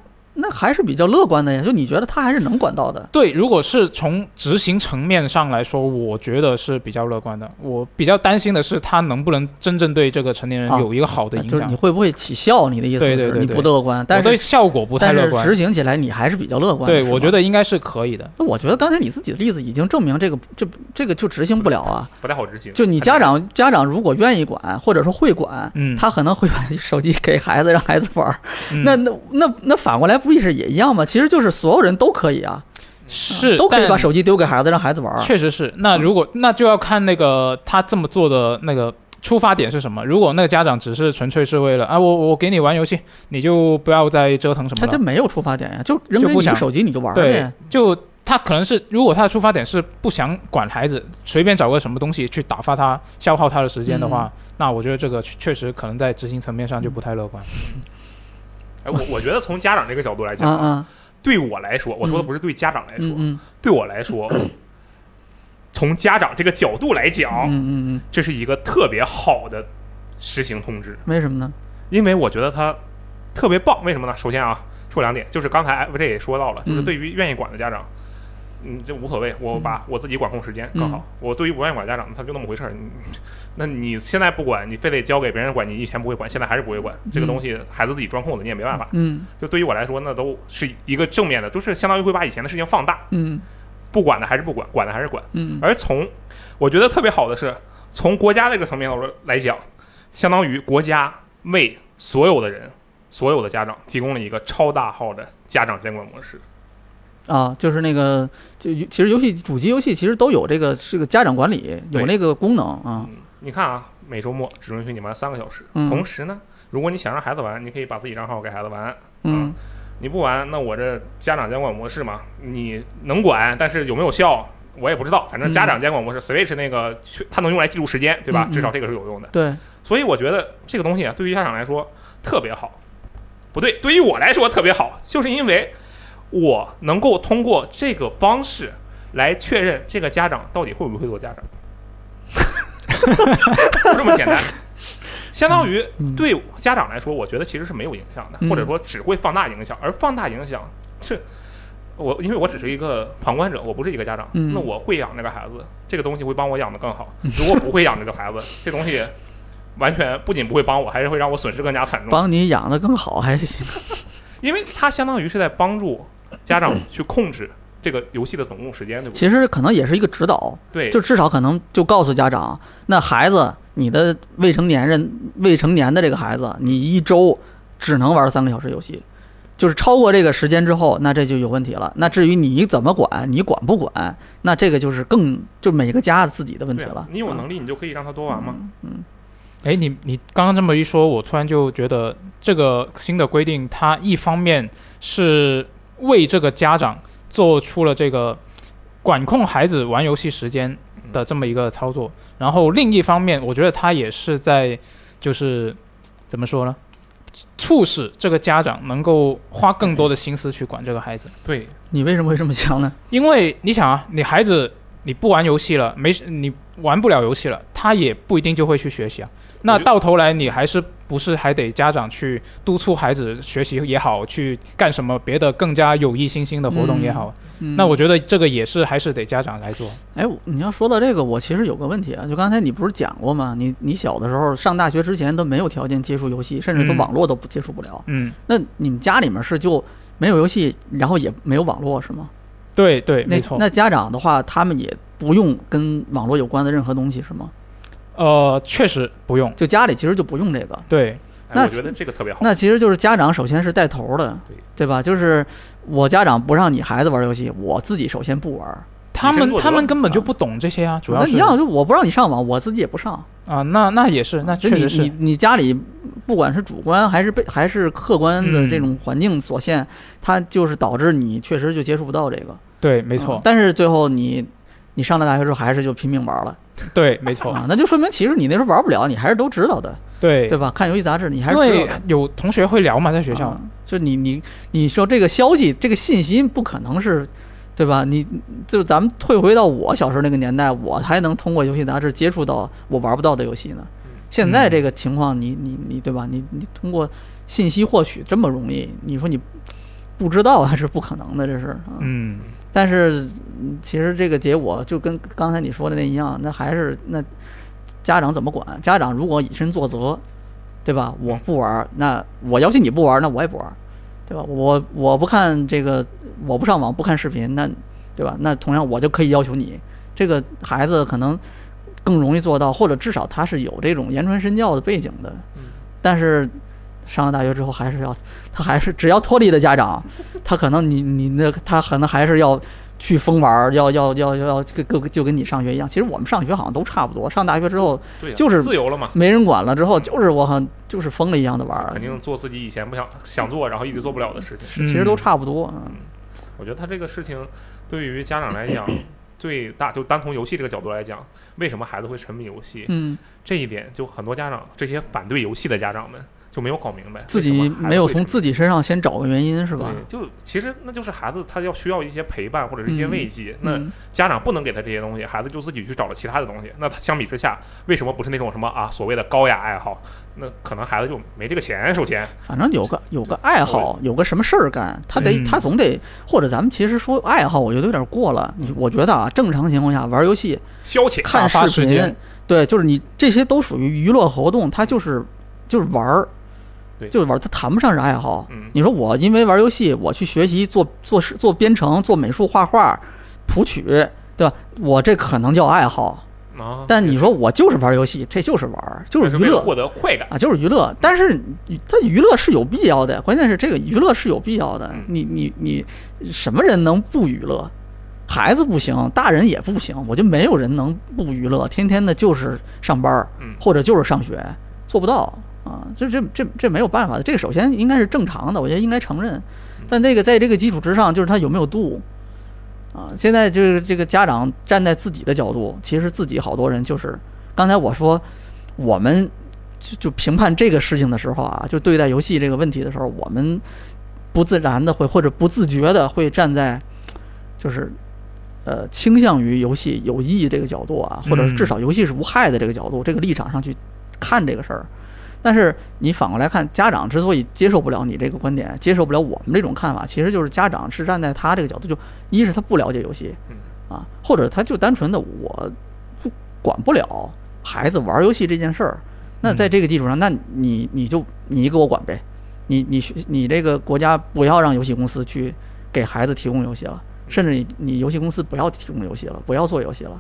Speaker 3: 那还是比较乐观的呀？就你觉得他还是能管到的？
Speaker 1: 对，如果是从执行层面上来说，我觉得是比较乐观的。我比较担心的是，他能不能真正对这个成年人
Speaker 3: 啊
Speaker 1: 有一个好的
Speaker 3: 啊
Speaker 1: 影
Speaker 3: 就是
Speaker 1: 响？
Speaker 3: 你会不会起效？你的意思
Speaker 1: 对对
Speaker 3: 是
Speaker 1: 对
Speaker 3: 你
Speaker 1: 对
Speaker 3: 不乐观，但
Speaker 1: 我对
Speaker 3: 是
Speaker 1: 效果不太
Speaker 3: 但
Speaker 1: 乐
Speaker 3: 是
Speaker 1: 观
Speaker 3: 执。行起来你还是比较乐观的。
Speaker 1: 对，
Speaker 3: 是
Speaker 1: 我
Speaker 3: 吗
Speaker 1: 觉。得应该是可以的。
Speaker 3: 那我觉得刚才你自己的例子已经证明这个这这个就执行不了
Speaker 1: 嗯
Speaker 3: 啊！
Speaker 2: 不太好执行。
Speaker 3: 就你家长家长如果愿意管，或者说会管，
Speaker 1: 嗯，
Speaker 3: 他可能会把手机给孩子让孩子玩儿。
Speaker 1: 嗯
Speaker 3: 那那那那反过来不亦是也一样吗？其实就是所有人都可以啊，
Speaker 1: 是
Speaker 3: 都可以
Speaker 1: 但
Speaker 3: 把手机丢给孩子让孩子玩儿。
Speaker 1: 确实是。那
Speaker 3: 嗯
Speaker 1: 如果那就要看那个他这么做的那个出发点是什么。如果那个家长只是纯粹是为了啊，我我给你玩游戏，你就不要再折腾什
Speaker 3: 他
Speaker 1: 么
Speaker 3: 就
Speaker 1: 了。
Speaker 3: 没有出发点呀，就扔给
Speaker 1: 就不
Speaker 3: 你
Speaker 1: 想
Speaker 3: 个手机你就玩儿
Speaker 1: 对
Speaker 3: 呗。，
Speaker 1: 就他可能是，如果他的出发点是不想管孩子，随便找个什么东西去打发他、消耗他的时间的话，
Speaker 3: 嗯
Speaker 1: 那我觉得这个确确实可能在执行层面上就不太乐观。
Speaker 2: 哎，我我觉得从家长这个角度来
Speaker 3: 啊
Speaker 2: 讲，
Speaker 3: 啊，
Speaker 2: 对我来说，我说的
Speaker 3: 嗯
Speaker 2: 不是对家长来说，
Speaker 3: 嗯嗯
Speaker 2: 对我来说，从家长这个角度来讲，
Speaker 3: 嗯嗯嗯，
Speaker 2: 这是一个特别好的实行通知，
Speaker 3: 为什么呢？
Speaker 2: 因为我觉得它特别棒。为什么呢？首先啊，说两点，就是刚才 FJ 也说到了，就是
Speaker 3: 嗯
Speaker 2: 对于愿意管的家长。嗯，这无所谓，我把我自己管控时间
Speaker 3: 嗯
Speaker 2: 更好。我对于不愿意管的家长，他就那么回事儿。你那你现在不管，你非得交给别人管，你以前不会管，现在还是不会管。这个
Speaker 3: 嗯
Speaker 2: 东西孩子自己钻空子，你也没办法。
Speaker 3: 嗯
Speaker 2: 就对于我来说，那都是一个正面的，就是相当于会把以前的事情放大，
Speaker 3: 嗯
Speaker 2: 不管的还是不管，管的还是管。
Speaker 3: 嗯，
Speaker 2: 而从我觉得特别好的是，从国家这个层面来讲，相当于国家为所有的人、所有的家长提供了一个超大号的家长监管模式。
Speaker 3: 啊，就是那个，就其实游戏主机游戏其实都有这个这个家长管理有
Speaker 2: 对
Speaker 3: 那个功能啊，
Speaker 2: 嗯你看啊，每周末只允许你玩三个小时，
Speaker 3: 嗯
Speaker 2: 同时呢，如果你想让孩子玩，你可以把自己账号给孩子玩。
Speaker 3: 嗯，
Speaker 2: 你不玩，那我这家长监管模式嘛，你能管，但是有没有效，我也不知道。反正家长监管模式、s w i t c h 那个去它能用来记录时间，对吧？
Speaker 3: 嗯嗯嗯
Speaker 2: 至少这个是有用的。
Speaker 3: 对，
Speaker 2: 所以我觉得这个东西啊，对于家长来说特别好，不对，对于我来说特别好，就是因为我能够通过这个方式来确认这个家长到底会不会做家长， 就这么简单。相当于
Speaker 3: 嗯
Speaker 2: 对家长来说，我觉得其实是没有影响的，
Speaker 3: 嗯
Speaker 2: 或者说只会放大影响，而放大影响是。我因为我只是一个旁观者，我不是一个家长，
Speaker 3: 嗯
Speaker 2: 那我会养这个孩子，这个东西会帮我养的更好。如果不会养这个孩子，这东西完全不仅不会帮我，还是会让我损失更加惨重。
Speaker 3: 帮你养的更好还行。
Speaker 2: 因为它相当于是在帮助家长去控制这个游戏的总共时间，对不对？
Speaker 3: 其实可能也是一个指导，
Speaker 2: 对，啊
Speaker 3: 就至少可能就告诉家长，那孩子，你的未成年人、未成年的这个孩子，你一周只能玩三个小时游戏，就是超过这个时间之后，那这就有问题了。那至于你怎么管，你管不管，那这个就是更就每个家自己的问题
Speaker 2: 对啊
Speaker 3: 了。嗯
Speaker 2: 你有能力，你就可以让他多玩嘛。
Speaker 1: 哎，你你刚刚这么一说，我突然就觉得这个新的规定，它一方面是为这个家长做出了这个管控孩子玩游戏时间的这么一个操作，然后另一方面，我觉得它也是在就是怎么说呢，促使这个家长能够花更多的心思去管这个孩子。
Speaker 2: 对，
Speaker 3: 你为什么会这么想呢？
Speaker 1: 因为你想啊，你孩子你不玩游戏了，没你玩不了游戏了，他也不一定就会去学习啊。那到头来，你还是不是还得家长去督促孩子学习也好，去干什么别的更加有益新兴的活动也好？
Speaker 3: 嗯
Speaker 1: 那我觉得这个也是还是得家长来做。
Speaker 3: 哎，我你要说到这个，我其实有个问题啊，就刚才你不是讲过吗？你你小的时候上大学之前都没有条件接触游戏，甚至都
Speaker 1: 嗯
Speaker 3: 网络都不接触不了。
Speaker 1: 嗯，
Speaker 3: 那你们家里面是就没有游戏，然后也没有网络是吗？
Speaker 1: 对对，
Speaker 3: 那
Speaker 1: 没错。
Speaker 3: 那家长的话，他们也不用跟网络有关的任何东西是吗？
Speaker 1: 呃，确实不用。
Speaker 3: 就家里其实就不用这个。
Speaker 1: 对，
Speaker 2: 哎，
Speaker 3: 那
Speaker 2: 我觉得这个特别好。
Speaker 3: 那其实就是家长首先是带头的
Speaker 2: 对，
Speaker 3: 对吧？就是我家长不让你孩子玩游戏，我自己首先不玩。
Speaker 1: 他
Speaker 2: 以身
Speaker 1: 们
Speaker 2: 作则
Speaker 1: 他们根本就不懂这些啊，主要
Speaker 3: 那
Speaker 1: 是
Speaker 3: 一样，就我不让你上网，我自己也不上。
Speaker 1: 啊，那那也是，那
Speaker 3: 就
Speaker 1: 确实
Speaker 3: 你
Speaker 1: 是
Speaker 3: 你你家里不管是主观还是被还是客观的
Speaker 1: 嗯
Speaker 3: 这种环境所限，它就是导致你确实就接触不到这个。
Speaker 1: 对，没错
Speaker 3: 嗯，但是最后你你上了大学之后，还是就拼命玩了
Speaker 1: 对，没错，
Speaker 3: 啊，那就说明其实你那时候玩不了，你还是都知道的，
Speaker 1: 哦对
Speaker 3: 对，吧？看游戏杂志，你还
Speaker 1: 因
Speaker 3: 是知道
Speaker 1: 为
Speaker 3: 的。
Speaker 1: 有同学会聊嘛，在学校
Speaker 3: 啊，就你你你说这个消息，这个信息不可能是。对吧？你就咱们退回到我小时候那个年代，我还能通过游戏杂志接触到我玩不到的游戏呢。现在这个情况你，你你对吧？你你通过信息获取这么容易，你说你不知道还是不可能的，这是。啊
Speaker 1: 嗯，
Speaker 3: 但是嗯其实这个结果就跟刚才你说的那一样，那还是那家长怎么管？家长如果以身作则，对吧？我不玩儿，那我要求你不玩儿，那我也不玩儿，对吧？我我不看这个，我不上网，不看视频，那对吧？那同样我就可以要求你，这个孩子可能更容易做到，或者至少他是有这种言传身教的背景的
Speaker 2: 嗯。
Speaker 3: 但是上了大学之后，还是要他还是只要脱离了家长，他可能你你那他可能还是要去疯玩儿，要要要要跟跟就跟你上学一样。其实我们上学好像都差不多，上大学之后
Speaker 2: 对啊
Speaker 3: 就是
Speaker 2: 自由了嘛，
Speaker 3: 没人管了之后，就是我好像就是疯了一样的玩儿
Speaker 2: 肯，定做自己以前不想想做，然后一直做不了的事情。
Speaker 3: 是其实都差不多。嗯
Speaker 2: 我觉得他这个事情对于家长来讲，最大就单从游戏这个角度来讲，为什么孩子会沉迷游戏？
Speaker 3: 嗯，
Speaker 2: 这一点就很多家长，这些反对游戏的家长们就没有搞明白，
Speaker 3: 自己没有从自
Speaker 2: 己
Speaker 3: 己身上先找个原因是吧？
Speaker 2: 对，就其实那就是孩子他要需要一些陪伴或者是一些
Speaker 3: 嗯
Speaker 2: 慰藉，那
Speaker 3: 嗯，
Speaker 2: 家长不能给他这些东西，孩子就自己去找了其他的东西。那他相比之下，为什么不是那种什么啊所谓的高雅爱好？那可能孩子就没这个钱，首先，
Speaker 3: 反正有个有个爱好，有个什么事儿干，他得
Speaker 1: 嗯
Speaker 3: 他总得，或者咱们其实说爱好，我觉得有点过了。你我觉得啊，正常情况下玩游戏、
Speaker 2: 消遣
Speaker 3: 看
Speaker 1: 打发
Speaker 3: 视
Speaker 1: 时
Speaker 3: 频
Speaker 1: 间，
Speaker 3: 对，就是你这些都属于娱乐活动，它就是就是玩儿，
Speaker 2: 对
Speaker 3: 就是玩儿，它谈不上是爱好。
Speaker 2: 嗯
Speaker 3: 你说我因为玩游戏，我去学习做做事、做编程、做美术、画画、谱曲，对吧？我这可能叫爱好。
Speaker 2: 啊，
Speaker 3: 但你说我就是玩游戏，这就是玩儿，就
Speaker 2: 但
Speaker 3: 是
Speaker 2: 是
Speaker 3: 娱
Speaker 2: 为了
Speaker 3: 乐
Speaker 2: 获得快感。
Speaker 3: 啊，就是娱乐。但是你它娱乐是有必要的，关键是这个娱乐是有必要的
Speaker 2: 嗯。
Speaker 3: 你你你，什么人能不娱乐？孩子不行，大人也不行，我就没有人能不娱乐，天天的就是上班儿
Speaker 2: 嗯
Speaker 3: 或者就是上学，做不到啊、啊，这这这这没有办法的，这个首先应该是正常的，我觉得应该承认，但这个在这个基础之上，就是它有没有度啊？现在就是这个家长站在自己的角度，其实自己好多人就是刚才我说，我们就就评判这个事情的时候啊，就对待游戏这个问题的时候，我们不自然的会或者不自觉的会站在就是。呃，倾向于游戏有益这个角度啊，或者是至少游戏是无害的这个角度，这个立场上去看这个事儿，但是你反过来看，家长之所以接受不了你这个观点，接受不了我们这种看法，其实就是家长是站在他这个角度，就一是他不了解游戏
Speaker 2: 嗯，
Speaker 3: 啊，或者他就单纯的我不管不了孩子玩游戏这件事儿。那在这个基础上，那你你就你给我管呗，你你学你这个国家不要让游戏公司去给孩子提供游戏了，甚至你你游戏公司不要提供游戏了，不要做游戏了，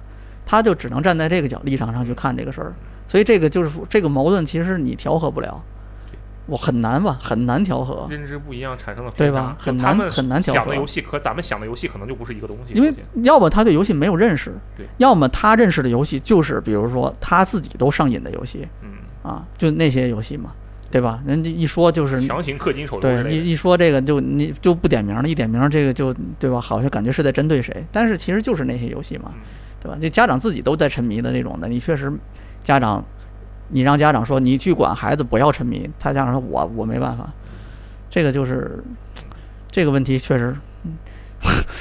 Speaker 3: 他就只能站在这个角立场上去看这个事儿。所以这个就是这个矛盾，其实你调和不了，我很难吧，很难调和，
Speaker 2: 认知不一样产生的
Speaker 3: 对
Speaker 2: 偏
Speaker 3: 吧
Speaker 2: 差
Speaker 3: 很
Speaker 2: 就他
Speaker 3: 难
Speaker 2: 们
Speaker 3: 很难调
Speaker 2: 想
Speaker 3: 和
Speaker 2: 的游戏和咱们想的游戏可能就不是一个东西，
Speaker 3: 因为
Speaker 2: 首先
Speaker 3: 要么他对游戏没有认识
Speaker 2: 对，
Speaker 3: 要么他认识的游戏就是比如说他自己都上瘾的游戏
Speaker 2: 嗯，
Speaker 3: 啊，就那些游戏嘛，对吧？人家一说就是
Speaker 2: 强行氪金手游之
Speaker 3: 对，
Speaker 2: 类的，
Speaker 3: 一一说这个就你就不点名了，一点名这个就对吧？好像感觉是在针对谁，但是其实就是那些游戏嘛
Speaker 2: 嗯，
Speaker 3: 对吧？就家长自己都在沉迷的那种的，你确实家长，你让家长说你去管孩子不要沉迷，他家长说我我没办法，这个就是这个问题确实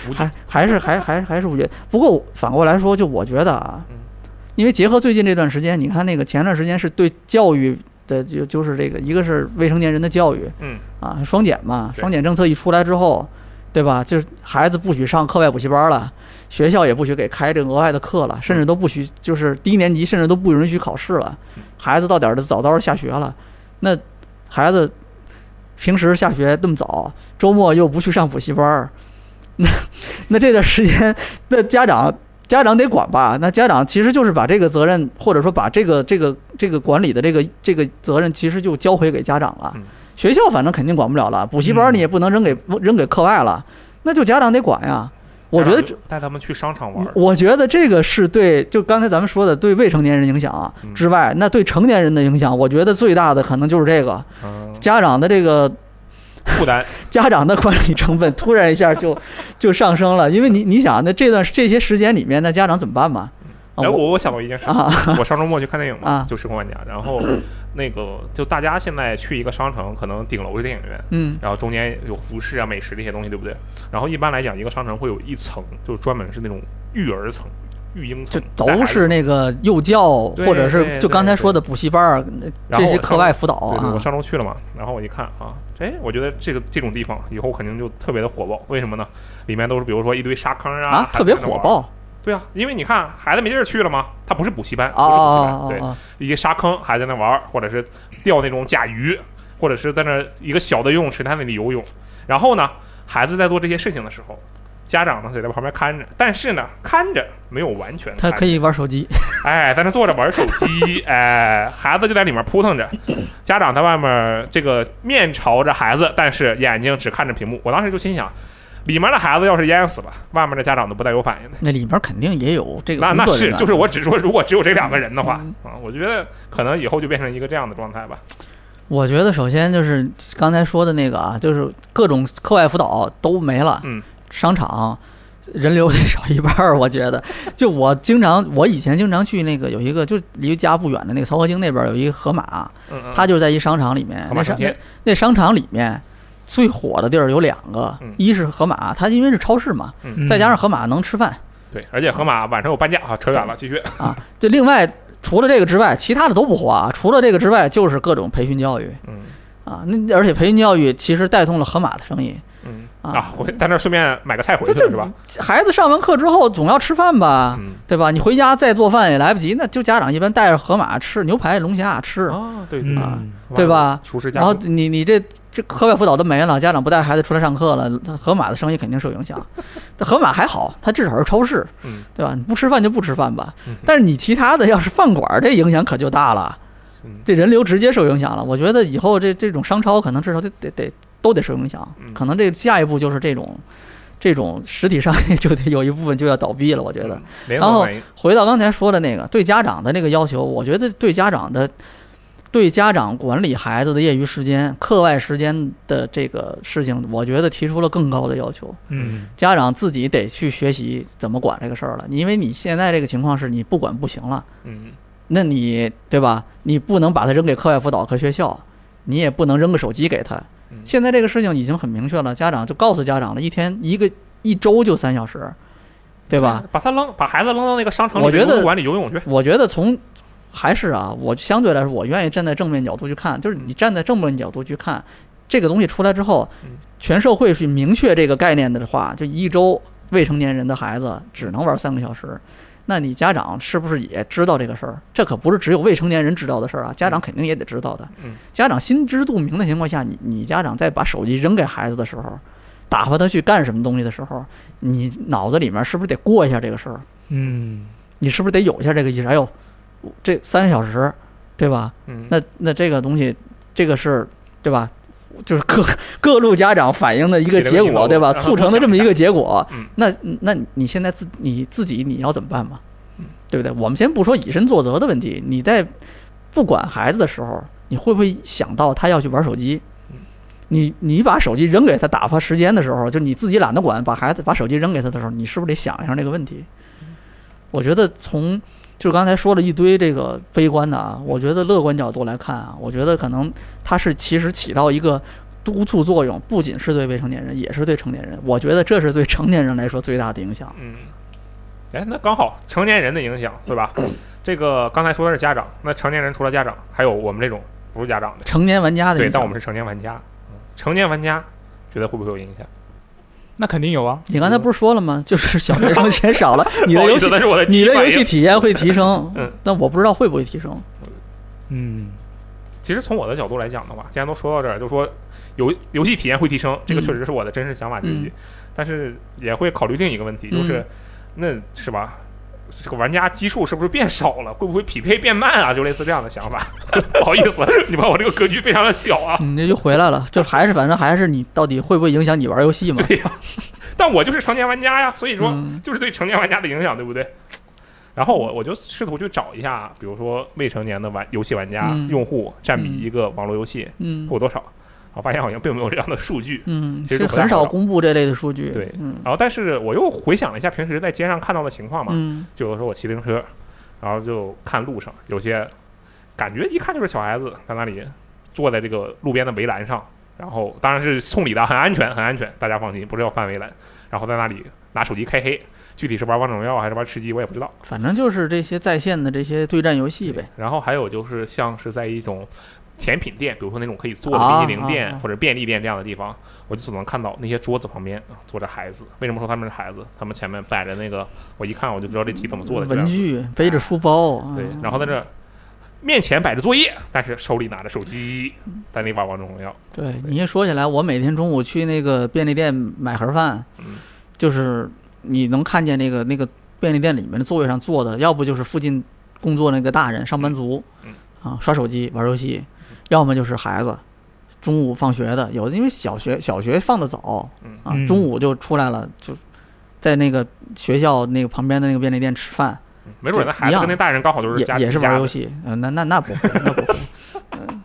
Speaker 2: 无
Speaker 3: 还还是还还还是不觉，不过反过来说，就我觉得啊
Speaker 2: 嗯，
Speaker 3: 因为结合最近这段时间，你看那个前段时间是对教育的就就是这个一个是未成年人的教育，
Speaker 2: 嗯
Speaker 3: 啊，双减嘛，
Speaker 2: 对
Speaker 3: 双减政策一出来之后，对吧？就是孩子不许上课外补习班了，学校也不许给开这个额外的课了，甚至都不许，就是低年级甚至都不允许考试了
Speaker 2: 嗯，
Speaker 3: 孩子到点儿就早早下学了，那孩子平时下学那么早，周末又不去上补习班儿，那那这段时间，那家长。家长得管吧？那家长其实就是把这个责任，或者说把这个这个这个管理的这个这个责任，其实就交回给家长了。
Speaker 2: 嗯
Speaker 3: 学校反正肯定管不了了，补习班你也不能扔给、扔给课外了，那就家长得管呀。我觉得
Speaker 2: 家长就带他们去商场玩儿，
Speaker 3: 我觉得这个是对，就刚才咱们说的，对未成年人影响啊
Speaker 2: 嗯
Speaker 3: 之外，那对成年人的影响，我觉得最大的可能就是这个
Speaker 2: 嗯，
Speaker 3: 家长的这个
Speaker 2: 负
Speaker 3: 啊
Speaker 2: 担
Speaker 3: 家长的管理成本突然一下就 就上升了，因为你你想，那这段这些时间里面，那家长怎么办嘛？啊
Speaker 2: 哎，我我想到一件事，
Speaker 3: 啊
Speaker 2: 我上周末去看电影嘛，
Speaker 3: 啊
Speaker 2: 就《时空玩家》，然 后那个就大家现在去一个商场，可能顶楼是电影院，
Speaker 3: 嗯
Speaker 2: 然后中间有服饰啊、美食这些东西，对不对？然后一般来讲，一个商城会有一层，就是专门是那种育儿层、育婴
Speaker 3: 就
Speaker 2: 层，
Speaker 3: 都是那个幼教，
Speaker 2: 对
Speaker 3: 或者是
Speaker 2: 对
Speaker 3: 就刚才
Speaker 2: 对
Speaker 3: 说的补习班儿
Speaker 2: 然
Speaker 3: 这
Speaker 2: 后
Speaker 3: 些
Speaker 2: 我
Speaker 3: 课
Speaker 2: 上
Speaker 3: 外辅导
Speaker 2: 对对，
Speaker 3: 啊
Speaker 2: 我，上周去了嘛，然后我一看啊，哎，我觉得这个这种地方以后肯定就特别的火爆，为什么呢？里面都是比如说一堆沙坑啊，
Speaker 3: 啊
Speaker 2: 孩子
Speaker 3: 特别
Speaker 2: 在那
Speaker 3: 火
Speaker 2: 玩。
Speaker 3: 爆
Speaker 2: 对啊，因为你看孩子没地儿去了吗？他不是补习班，
Speaker 3: 啊
Speaker 2: 不是补习班，
Speaker 3: 啊
Speaker 2: 对
Speaker 3: 啊，啊！
Speaker 2: 一些沙坑还在那玩儿，或者是钓那种甲鱼，或者是在那一个小的游泳池在那里游泳。然后呢，孩子在做这些事情的时候，家长呢就在旁边看着，但是呢看着没有完全
Speaker 3: 他
Speaker 2: 看着，
Speaker 3: 可以玩手机，
Speaker 2: 哎在那坐着玩手机，哎孩子就在里面扑腾着，家长在外面这个面朝着孩子，但是眼睛只看着屏幕。我当时就心想，里面的孩子要是淹死了，外面的家长都不带有反应的。
Speaker 3: 那里面肯定也有这个
Speaker 2: 那
Speaker 3: 工
Speaker 2: 那
Speaker 3: 作人
Speaker 2: 是，
Speaker 3: 员啊嗯
Speaker 2: 就是我只说，如果只有这两个人的话，啊，我觉得可能以后就变成一个这样的状态吧。
Speaker 3: 我觉得首先就是刚才说的那个啊，就是各种课外辅导都没了，
Speaker 2: 嗯，
Speaker 3: 商场人流得少一半儿，我觉得。就我经常，我以前经常去那个有一个就离家不远的那个漕河泾那边儿有一个河马，
Speaker 2: 嗯嗯，
Speaker 3: 它就是在一商场里面，
Speaker 2: 河马
Speaker 3: 那
Speaker 2: 商
Speaker 3: 商
Speaker 2: 天
Speaker 3: 那那商场里面。最火的地儿有两个
Speaker 2: 嗯，
Speaker 3: 一是河马，它因为是超市嘛，
Speaker 1: 嗯
Speaker 3: 再加上河马能吃饭，
Speaker 2: 对，而且河马晚上有半价啊，扯远了，继续。
Speaker 3: 啊，这另外除了这个之外，其他的都不花、啊。除了这个之外，就是各种培训教育
Speaker 2: 嗯
Speaker 3: 啊。那而且培训教育其实带动了河马的生意。
Speaker 2: 嗯
Speaker 3: 啊
Speaker 2: 啊，回在那儿顺便买个菜回
Speaker 3: 就啊
Speaker 2: 去了是吧？
Speaker 3: 这孩子上完课之后总要吃饭吧，
Speaker 2: 嗯
Speaker 3: 对吧？你回家再做饭也来不及，那就家长一般带着河马吃牛排、龙虾吃，
Speaker 2: 啊，对对
Speaker 3: 啊
Speaker 1: 嗯，
Speaker 3: 对吧？
Speaker 2: 厨师加
Speaker 3: 然后
Speaker 2: 工，
Speaker 3: 你你这这课外辅导都没了，家长不带孩子出来上课了，那河马的生意肯定受影响。这河马还好，它至少是超市，
Speaker 2: 嗯
Speaker 3: 对吧？你不吃饭就不吃饭吧
Speaker 2: 嗯。
Speaker 3: 但是你其他的要是饭馆儿，这影响可就大了。
Speaker 2: 嗯
Speaker 3: 这人流直接受影响了。我觉得以后这这种商超可能至少得得得都得受影响
Speaker 2: 嗯，
Speaker 3: 可能这下一步就是这种这种实体商业就得有一部分就要倒闭了。我觉得
Speaker 2: 嗯，联
Speaker 3: 然
Speaker 2: 合
Speaker 3: 后
Speaker 2: 反应，
Speaker 3: 回到刚才说的那个对家长的那个要求，我觉得对家长的对家长管理孩子的业余时间、课外时间的这个事情，我觉得提出了更高的要求。
Speaker 1: 嗯，
Speaker 3: 家长自己得去学习怎么管这个事儿了，因为你现在这个情况是你不管不行了，
Speaker 2: 嗯，
Speaker 3: 那你对吧？你不能把他扔给课外辅导和学校，你也不能扔个手机给他
Speaker 2: 嗯。
Speaker 3: 现在这个事情已经很明确了，家长就告诉家长了，一天一个一周就三小时，对吧？？
Speaker 2: 哎把他扔，把孩子扔到那个商场里，
Speaker 3: 我觉得
Speaker 2: 管理游泳去。
Speaker 3: 我觉得从还是啊，我相对来说，我愿意站在正面角度去看，就是你站在正面角度去看这个东西出来之后
Speaker 2: 嗯，
Speaker 3: 全社会去明确这个概念的话，就一周未成年人的孩子只能玩三个小时。那你家长是不是也知道这个事儿？这可不是只有未成年人知道的事儿啊，家长肯定也得知道的
Speaker 2: 嗯。
Speaker 3: 家长心知肚明的情况下，你你家长在把手机扔给孩子的时候，打发他去干什么东西的时候，你脑子里面是不是得过一下这个事儿？
Speaker 1: 嗯，
Speaker 3: 你是不是得有一下这个意识？哎呦，我这三小时，对吧？
Speaker 2: 嗯，
Speaker 3: 那那这个东西，这个是，对吧？就是各各路家长反映的一个结
Speaker 2: 起了个
Speaker 3: 果，
Speaker 2: 疑
Speaker 3: 对吧？
Speaker 2: 问
Speaker 3: 促成的这么一个结果
Speaker 2: 嗯。
Speaker 3: 那那你现在自你自己你要怎么办嘛
Speaker 2: 嗯？
Speaker 3: 对不对？我们先不说以身作则的问题，你在不管孩子的时候，你会不会想到他要去玩手机
Speaker 2: 嗯？
Speaker 3: 你你把手机扔给他打发时间的时候，就你自己懒得管，把孩子把手机扔给他的时候，你是不是得想一下这个问题？
Speaker 2: 嗯
Speaker 3: 我觉得从就是刚才说了一堆这个悲观的啊，我觉得乐观角度来看啊，我觉得可能它是其实起到一个督促作用，不仅是对未成年人，也是对成年人。我觉得这是对成年人来说最大的影响。
Speaker 2: 嗯，哎，那刚好成年人的影响，对 吧？这个刚才说的是家长，那成年人除了家长，还有我们这种不是家长的，
Speaker 3: 成年玩家的
Speaker 2: 对，
Speaker 3: 影响，
Speaker 2: 但我们是成年玩家，嗯成年玩家觉得会不会有影响？
Speaker 1: 那肯定有啊。
Speaker 3: 你刚才不是说了吗？就是小 学生减少了，你的
Speaker 2: 不好
Speaker 3: 游
Speaker 2: 意思
Speaker 3: 戏
Speaker 2: 那是哦我的第
Speaker 3: 你
Speaker 2: 一
Speaker 3: 的
Speaker 2: 反
Speaker 3: 游戏
Speaker 2: 应，
Speaker 3: 体验会提升
Speaker 2: 嗯
Speaker 3: 但我不知道会不会提升。
Speaker 1: 嗯
Speaker 2: 其实从我的角度来讲的话，既然都说到这儿，就说游游戏体验会提升，这个
Speaker 3: 嗯
Speaker 2: 确实是我的真实想法之一，但是也会考虑另一个问题，
Speaker 3: 嗯
Speaker 2: 就是、那是吧？这个玩家基数是不是变少了？会不会匹配变慢啊？就类似这样的想法。 不好意思，你把我这个格局非常的小啊。
Speaker 3: 你这就回来了，就还是反正还是你到底会不会影响你玩游戏嘛？
Speaker 2: 对呀、但我就是成年玩家呀，所以说
Speaker 3: 嗯
Speaker 2: 就是对成年玩家的影响，对不对？然后我我就试图去找一下，比如说未成年的玩游戏玩家、
Speaker 3: 嗯
Speaker 2: 用户占比
Speaker 3: 嗯
Speaker 2: 一个网络游戏
Speaker 3: 嗯
Speaker 2: 会有多少，我发现好像并没有这样的数据。
Speaker 3: 嗯，
Speaker 2: 其
Speaker 3: 其
Speaker 2: 实
Speaker 3: 实
Speaker 2: 不太
Speaker 3: 很
Speaker 2: 好
Speaker 3: 少
Speaker 2: 找
Speaker 3: 公布这类的数据。
Speaker 2: 对
Speaker 3: 嗯
Speaker 2: 然后，但是我又回想了一下平时在街上看到的情况嘛，
Speaker 3: 嗯。
Speaker 2: 就比如说我骑自行车，然后就看路上有些感觉一看就是小孩子在那里坐在这个路边的围栏上，然后当然是送礼的，很安全，很安全，大家放心，不是要翻围栏，然后在那里拿手机开黑，具体是玩王者荣耀还是玩吃鸡我也不知道。
Speaker 3: 反正就是这些在线的这些对战游戏呗。
Speaker 2: 然后还有就是像是在一种甜品店，比如说那种可以坐
Speaker 3: 啊
Speaker 2: 的冰淇淋
Speaker 3: 啊
Speaker 2: 店
Speaker 3: 啊
Speaker 2: 或者便利店这样的地方，我就总能看到那些桌子旁边啊坐着孩子。为什么说他们是孩子？他们前面摆着那个，我一看我就知道这题怎么做的。这
Speaker 3: 文
Speaker 2: 样
Speaker 3: 具，背着书包，啊
Speaker 2: 哎对，然后在这面前摆着作业，但是手里拿着手机，在那玩王者荣耀。
Speaker 3: 对，你一说起来，我每天中午去那个便利店买盒饭
Speaker 2: 嗯，
Speaker 3: 就是你能看见那个那个便利店里面的座位上坐的，要不就是附近工作那个大人上班族
Speaker 2: 嗯，
Speaker 3: 啊，刷手机玩游戏，要么就是孩子。中午放学的有的，因为小学小学放的早
Speaker 2: 嗯
Speaker 3: 啊
Speaker 1: 嗯，
Speaker 3: 中午就出来了，就在那个学校那个旁边的那个便利店吃饭，
Speaker 2: 嗯没准那
Speaker 3: 一
Speaker 2: 孩子
Speaker 3: 样
Speaker 2: 跟那大人刚好都是
Speaker 3: 也
Speaker 2: 家
Speaker 3: 也是玩游
Speaker 2: 戏。
Speaker 3: 戏，呃，那那那不会，那不会，嗯，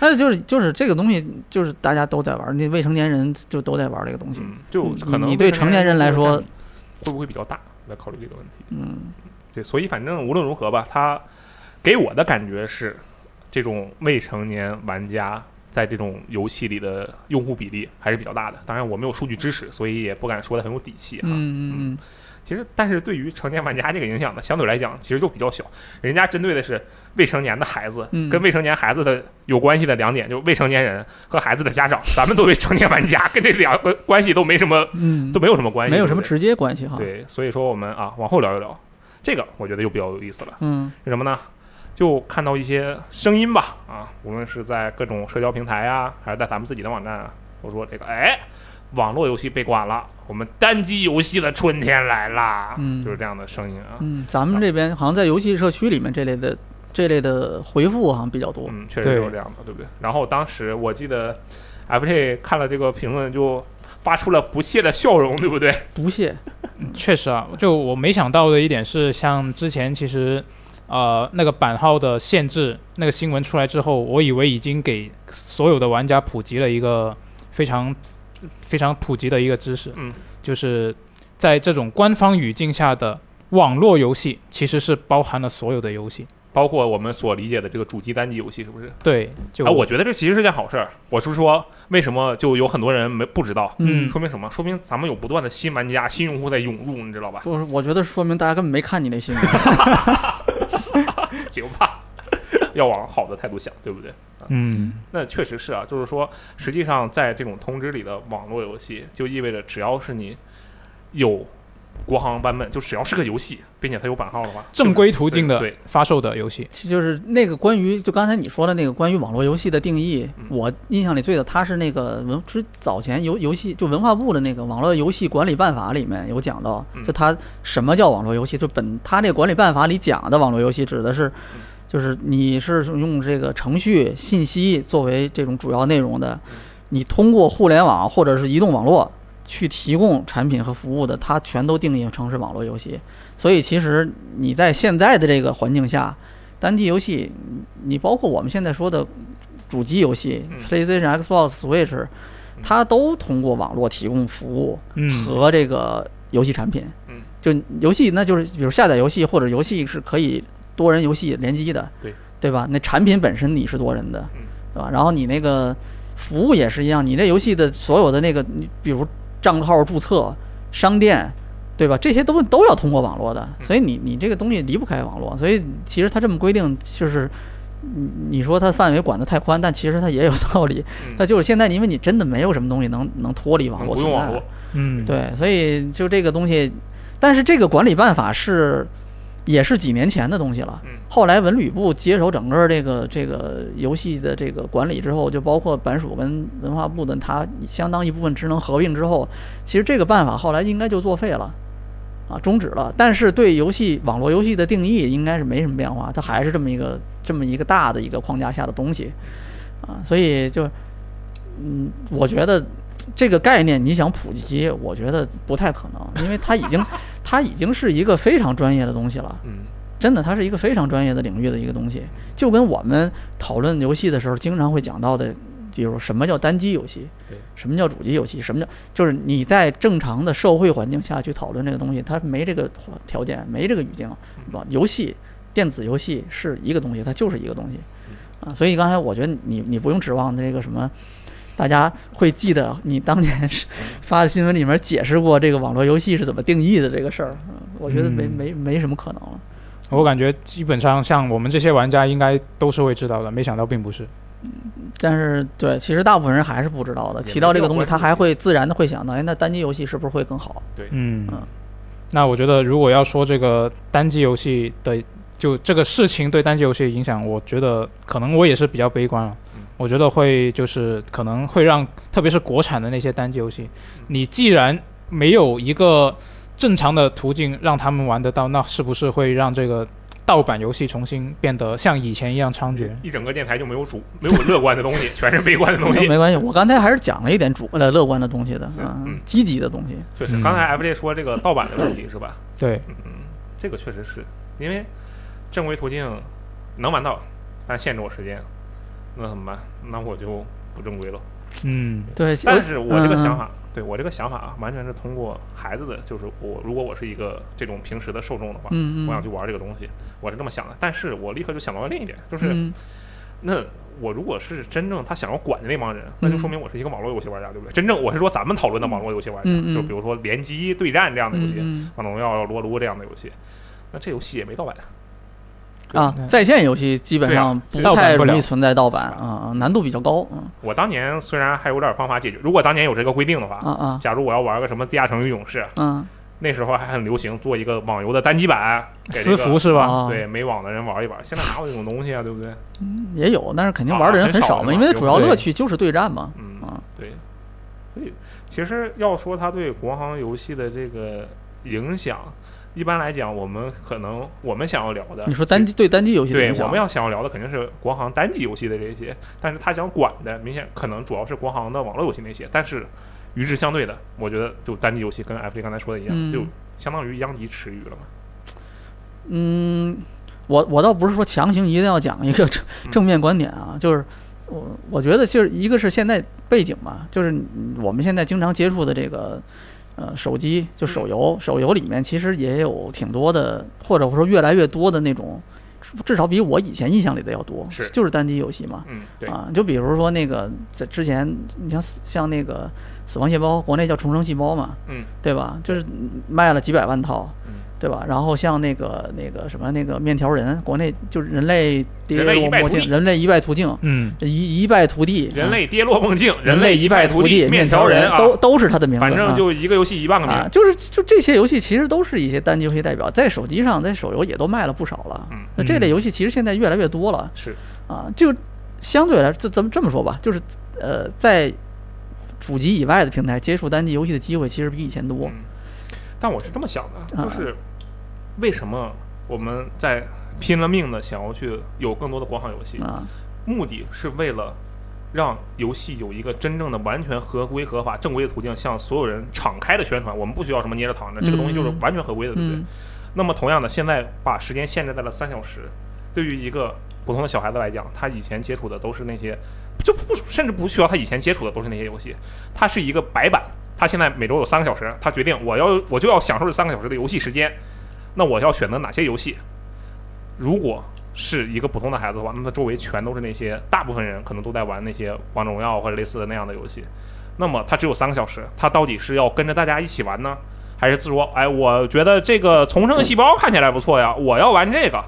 Speaker 3: 但是就是就是这个东西，就是大家都在玩儿，那未成年人就都在玩儿这个东西，
Speaker 2: 嗯，就
Speaker 3: 你
Speaker 2: 可能
Speaker 3: 你对成年人来说
Speaker 2: 会不会比较大？我在考虑这个问题。
Speaker 3: 嗯
Speaker 2: 对，所以反正无论如何吧，他给我的感觉是，这种未成年玩家在这种游戏里的用户比例还是比较大的。当然，我没有数据支持，所以也不敢说的很有底气啊哈。
Speaker 3: 嗯嗯
Speaker 2: 其实，但是对于成年玩家这个影响呢，相对来讲其实就比较小。人家针对的是未成年的孩子，
Speaker 3: 嗯
Speaker 2: 跟未成年孩子的有关系的两点，就是未成年人和孩子的家长。咱们作为成年玩家，跟这两个关系都没什么，
Speaker 3: 嗯
Speaker 2: 都
Speaker 3: 嗯，
Speaker 2: 没有什么关系，
Speaker 3: 没有什么
Speaker 2: 对
Speaker 3: 直接关系哈
Speaker 2: 不，对对，所以说我们啊，往后聊一聊，这个我觉得就比较有意思了。
Speaker 3: 嗯
Speaker 2: 是什么呢？就看到一些声音吧，啊，无论是在各种社交平台啊，还是在咱们自己的网站啊，都说这个，哎，网络游戏被管了，我们单机游戏的春天来啦，
Speaker 3: 嗯
Speaker 2: 就是这样的声音啊，
Speaker 3: 嗯，咱们这边好像在游戏社区里面这类的这类的回复好像比较多，
Speaker 2: 嗯，确实是有这样的，对不对？然后当时我记得 FJ 看了这个评论，就发出了不屑的笑容，对不对？
Speaker 3: 不屑，
Speaker 1: 确实啊，就我没想到的一点是，像之前其实呃那个版号的限制，那个新闻出来之后，我以为已经给所有的玩家普及了一个非常非常普及的一个知识，
Speaker 2: 嗯，
Speaker 1: 就是在这种官方语境下的网络游戏其实是包含了所有的游戏。
Speaker 2: 包括我们所理解的这个主机单机游戏，是不是？
Speaker 1: 对，就
Speaker 3: 啊
Speaker 2: 哎，我觉得这其实是件好事儿。我是说，为什么就有很多人没不知道？
Speaker 1: 嗯
Speaker 2: 说明什么？说明咱们有不断的新玩家、新用户在涌入，你知道吧？
Speaker 3: 就是我觉得说明大家根本没看你那新闻。
Speaker 2: 行吧，要往好的态度想，对不对？
Speaker 1: 嗯
Speaker 2: 那确实是啊，就是说，实际上在这种通知里的网络游戏，就意味着只要是你有国行版本，就只要是个游戏，并且它有版号的话，
Speaker 1: 正规途径的
Speaker 2: 对对
Speaker 1: 发售的游戏，
Speaker 3: 就是那个关于就刚才你说的那个关于网络游戏的定义，
Speaker 2: 嗯
Speaker 3: 我印象里最的它是那个文之早前游游戏就文化部的那个网络游戏管理办法里面有讲到
Speaker 2: 嗯，
Speaker 3: 就它什么叫网络游戏，就本它那个管理办法里讲的网络游戏指的是
Speaker 2: 嗯。
Speaker 3: 就是你是用这个程序信息作为这种主要内容
Speaker 2: 嗯
Speaker 3: 的，你通过互联网或者是移动网络去提供产品和服务的，它全都定义成是网络游戏。所以其实你在现在的这个环境下，单机游戏，你包括我们现在说的主机游戏、
Speaker 2: 嗯
Speaker 3: PlayStation、Xbox、Switch，它都通过网络提供服务
Speaker 1: 嗯
Speaker 3: 和这个游戏产品。
Speaker 2: 嗯，
Speaker 3: 就游戏那就是比如下载游戏或者游戏是可以多人游戏联机的，
Speaker 2: 对
Speaker 3: 对吧？那产品本身你是多人的，
Speaker 2: 嗯
Speaker 3: 对吧？然后你那个服务也是一样，你这游戏的所有的那个，你比如账号注册、商店。对吧？这些都都要通过网络的，
Speaker 2: 嗯
Speaker 3: 所以你你这个东西离不开网络，所以其实它这么规定，就是你你说它范围管得太宽，但其实它也有道理。
Speaker 2: 嗯
Speaker 3: 那就是现在，因为你真的没有什么东西能能脱离网
Speaker 2: 能
Speaker 3: 络
Speaker 2: 不
Speaker 3: 存
Speaker 2: 用
Speaker 3: 在
Speaker 2: 网络，
Speaker 1: 嗯，
Speaker 3: 对，所以就这个东西，但是这个管理办法是也是几年前的东西了。
Speaker 2: 嗯
Speaker 3: 后来文旅部接手整个这个这个游戏的这个管理之后，就包括版署跟文化部的它相当一部分职能合并之后，其实这个办法后来应该就作废了。啊，终止了，但是对游戏网络游戏的定义应该是没什么变化，它还是这么一个这么一个大的一个框架下的东西，啊，所以就，嗯，我觉得这个概念你想普及，我觉得不太可能，因为它已经 它已经是一个非常专业的东西了，
Speaker 2: 嗯
Speaker 3: 真的，它是一个非常专业的领域的一个东西，就跟我们讨论游戏的时候经常会讲到的，比如什么叫单机游戏
Speaker 2: 对，
Speaker 3: 什么叫主机游戏，什么叫就是你在正常的社会环境下去讨论这个东西，它没这个条件，没这个语境，是吧？游戏，电子游戏是一个东西，它就是一个东西，啊，所以刚才我觉得你你不用指望这个什么。大家会记得你当年是发的新闻里面解释过这个网络游戏是怎么定义的这个事儿，嗯我觉得没
Speaker 1: 嗯
Speaker 3: 没没什么可能了。
Speaker 1: 我感觉基本上像我们这些玩家应该都是会知道的，没想到并不是。
Speaker 3: 但是对，其实大部分人还是不知道的。
Speaker 2: 也
Speaker 3: 提到
Speaker 2: 没
Speaker 3: 这个
Speaker 2: 有
Speaker 3: 东西，
Speaker 2: 关
Speaker 3: 他
Speaker 2: 注
Speaker 3: 还会自然的会想到，哎，那单机游戏是不是会更好？
Speaker 1: 嗯
Speaker 3: 嗯，
Speaker 1: 那我觉得如果要说这个单机游戏的，就这个事情对单机游戏的影响，我觉得可能我也是比较悲观了
Speaker 2: 嗯。
Speaker 1: 我觉得会就是可能会让，特别是国产的那些单机游戏，
Speaker 2: 嗯
Speaker 1: 你既然没有一个正常的途径让他们玩得到，那是不是会让这个盗版游戏重新变得像以前一样猖獗？
Speaker 2: 一整个电台就没有主，没有乐观的东西，全是悲观的东西。
Speaker 3: 没关系，我刚才还是讲了一点主呃乐观的东西的，
Speaker 2: 嗯
Speaker 3: 嗯，积极的东西。
Speaker 2: 确实，刚才 F J 说这个盗版的问题是吧？
Speaker 1: 对，
Speaker 2: 嗯，嗯，这个确实是因为正规途径能玩到，但限制我时间，那怎么办？那我就不正规了。
Speaker 1: 嗯
Speaker 3: 对，
Speaker 2: 但是我这个想
Speaker 3: 法，
Speaker 2: 法，对我这个想法啊，完全是通过孩子的，就是我如果我是一个这种平时的受众的话，
Speaker 3: 嗯嗯
Speaker 2: 我想去玩这个东西，我是这么想的。但是我立刻就想到了另一点，就是、
Speaker 3: 嗯，
Speaker 2: 那我如果是真正他想要管的那帮人，那
Speaker 3: 嗯
Speaker 2: 就说明我是一个网络游戏玩家，对不对？真正我是说咱们讨论的网络游戏玩家，
Speaker 3: 嗯嗯
Speaker 2: 就比如说联机对战这样的游戏，
Speaker 3: 嗯嗯
Speaker 2: 王者荣耀、撸啊撸这样的游戏，那这游戏也没盗版。
Speaker 3: 啊
Speaker 1: 对，
Speaker 3: 在线游戏基本
Speaker 2: 对啊
Speaker 3: 上不
Speaker 1: 盗版
Speaker 3: 太
Speaker 1: 不
Speaker 3: 容易
Speaker 1: 了
Speaker 3: 存在盗版啊，难度比较高，嗯
Speaker 2: 我当年虽然还有点方法解决，如果当年有这个规定的话，
Speaker 3: 啊啊
Speaker 2: 假如我要玩个什么《地下城与勇士》，
Speaker 3: 嗯，
Speaker 2: 那时候还很流行做一个网游的单机版，给
Speaker 1: 私
Speaker 2: 这个
Speaker 1: 服是吧？
Speaker 3: 啊
Speaker 2: 对，没网的人玩一玩。现在哪有这种东西啊，对不对？
Speaker 3: 也有，但是肯定玩的
Speaker 2: 啊
Speaker 3: 人
Speaker 2: 很
Speaker 3: 很
Speaker 2: 少
Speaker 3: 少
Speaker 2: 嘛
Speaker 3: 嘛，因为它主要
Speaker 1: 对
Speaker 3: 乐趣就是对战嘛。
Speaker 2: 嗯，
Speaker 3: 啊，
Speaker 2: 对。所以其实要说它对国行游戏的这个影响，一般来讲，我们可能我们想要聊的，
Speaker 3: 你说单机对单机游戏的
Speaker 2: 对
Speaker 3: 影，
Speaker 2: 我
Speaker 3: 响
Speaker 2: 们，要想要聊的肯定是国行单机游戏的这些，但是他想管的明显可能主要是国行的网络游戏那些，但是与之相对的，我觉得就单机游戏跟 F J 刚才说的一样，
Speaker 3: 嗯
Speaker 2: 就相当于殃及池鱼了嘛。
Speaker 3: 嗯，我我倒不是说强行一定要讲一个正
Speaker 2: 嗯
Speaker 3: 正面观点啊，就是我我觉得就是一个是现在背景嘛，就是你我们现在经常接触的这个呃手机，就
Speaker 2: 嗯
Speaker 3: 手游，手游里面其实也有挺多的，或者说越来越多的那种，至少比我以前印象里的要多，
Speaker 2: 是
Speaker 3: 就是单机游戏嘛。
Speaker 2: 嗯，对，
Speaker 3: 啊，就比如说那个在之前，你像像那个死亡细胞，国内叫重生细胞嘛，
Speaker 2: 嗯，
Speaker 3: 对吧？就是卖了几百万套，
Speaker 2: 嗯
Speaker 3: 对吧？然后像那个那个什么那个面条人，国内就是人类跌
Speaker 2: 人类一
Speaker 3: 落
Speaker 2: 败
Speaker 3: 墨
Speaker 2: 涂地
Speaker 3: 镜，人类一败涂地，
Speaker 1: 嗯，
Speaker 3: 这一一败涂地，
Speaker 2: 人
Speaker 3: 啊
Speaker 2: 类跌落梦境，
Speaker 3: 人
Speaker 2: 类
Speaker 3: 一
Speaker 2: 败
Speaker 3: 涂
Speaker 2: 地，面
Speaker 3: 面
Speaker 2: 条
Speaker 3: 人
Speaker 2: 啊，
Speaker 3: 都都是他的名字，
Speaker 2: 反正就一个游戏一万个
Speaker 3: 啊
Speaker 2: 名
Speaker 3: 啊，，就是就这些游戏其实都是一些单机游戏代表，在手机上在手游也都卖了不少了。
Speaker 2: 嗯
Speaker 3: 那这类游戏其实现在越来越多了。
Speaker 2: 是
Speaker 3: 啊，就相对来这咱们这么说吧，就是呃，在主机以外的平台接触单机游戏的机会其实比以前多。
Speaker 2: 嗯，但我是这么想的，
Speaker 3: 啊
Speaker 2: 就是为什么我们在拼了命的想要去有更多的国行游戏，
Speaker 3: 啊，
Speaker 2: 目的是为了让游戏有一个真正的完全合规、合法、正规的途径向所有人敞开的宣传。我们不需要什么捏着躺着，这个东西就是
Speaker 3: 嗯
Speaker 2: 完全合规的，对不对？
Speaker 3: 嗯，
Speaker 2: 那么同样的，现在把时间限制在了三小时，对于一个普通的小孩子来讲，他以前接触的都是那些，就不甚至不需要他以前接触的都是那些游戏，他是一个白板，他现在每周有三个小时，他决定我要我就要享受这三个小时的游戏时间，那我要选择哪些游戏？如果是一个普通的孩子的话，那他周围全都是那些大部分人可能都在玩那些王者荣耀或者类似的那样的游戏，那么他只有三个小时，他到底是要跟着大家一起玩呢，还是自说，哎，我觉得这个重生细胞看起来不错呀，我要玩这个。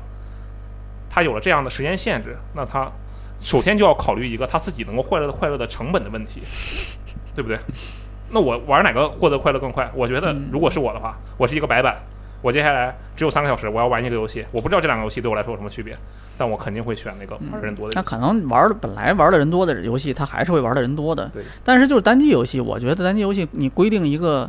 Speaker 2: 他有了这样的时间限制，那他首先就要考虑一个他自己能够获得快乐的成本的问题，对不对？那我玩哪个获得快乐更快？我觉得如果是我的话，我是一个白板，我接下来只有三个小时，我要玩一个游戏，我不知道这两个游戏对我来说有什么区别，但我肯定会选那个玩人多的
Speaker 3: 那
Speaker 2: 游戏。
Speaker 3: 可能玩的本来玩的人多的游戏，他还是会玩的人多的。
Speaker 2: 对，
Speaker 3: 但是就是单机游戏，我觉得单机游戏你规定一个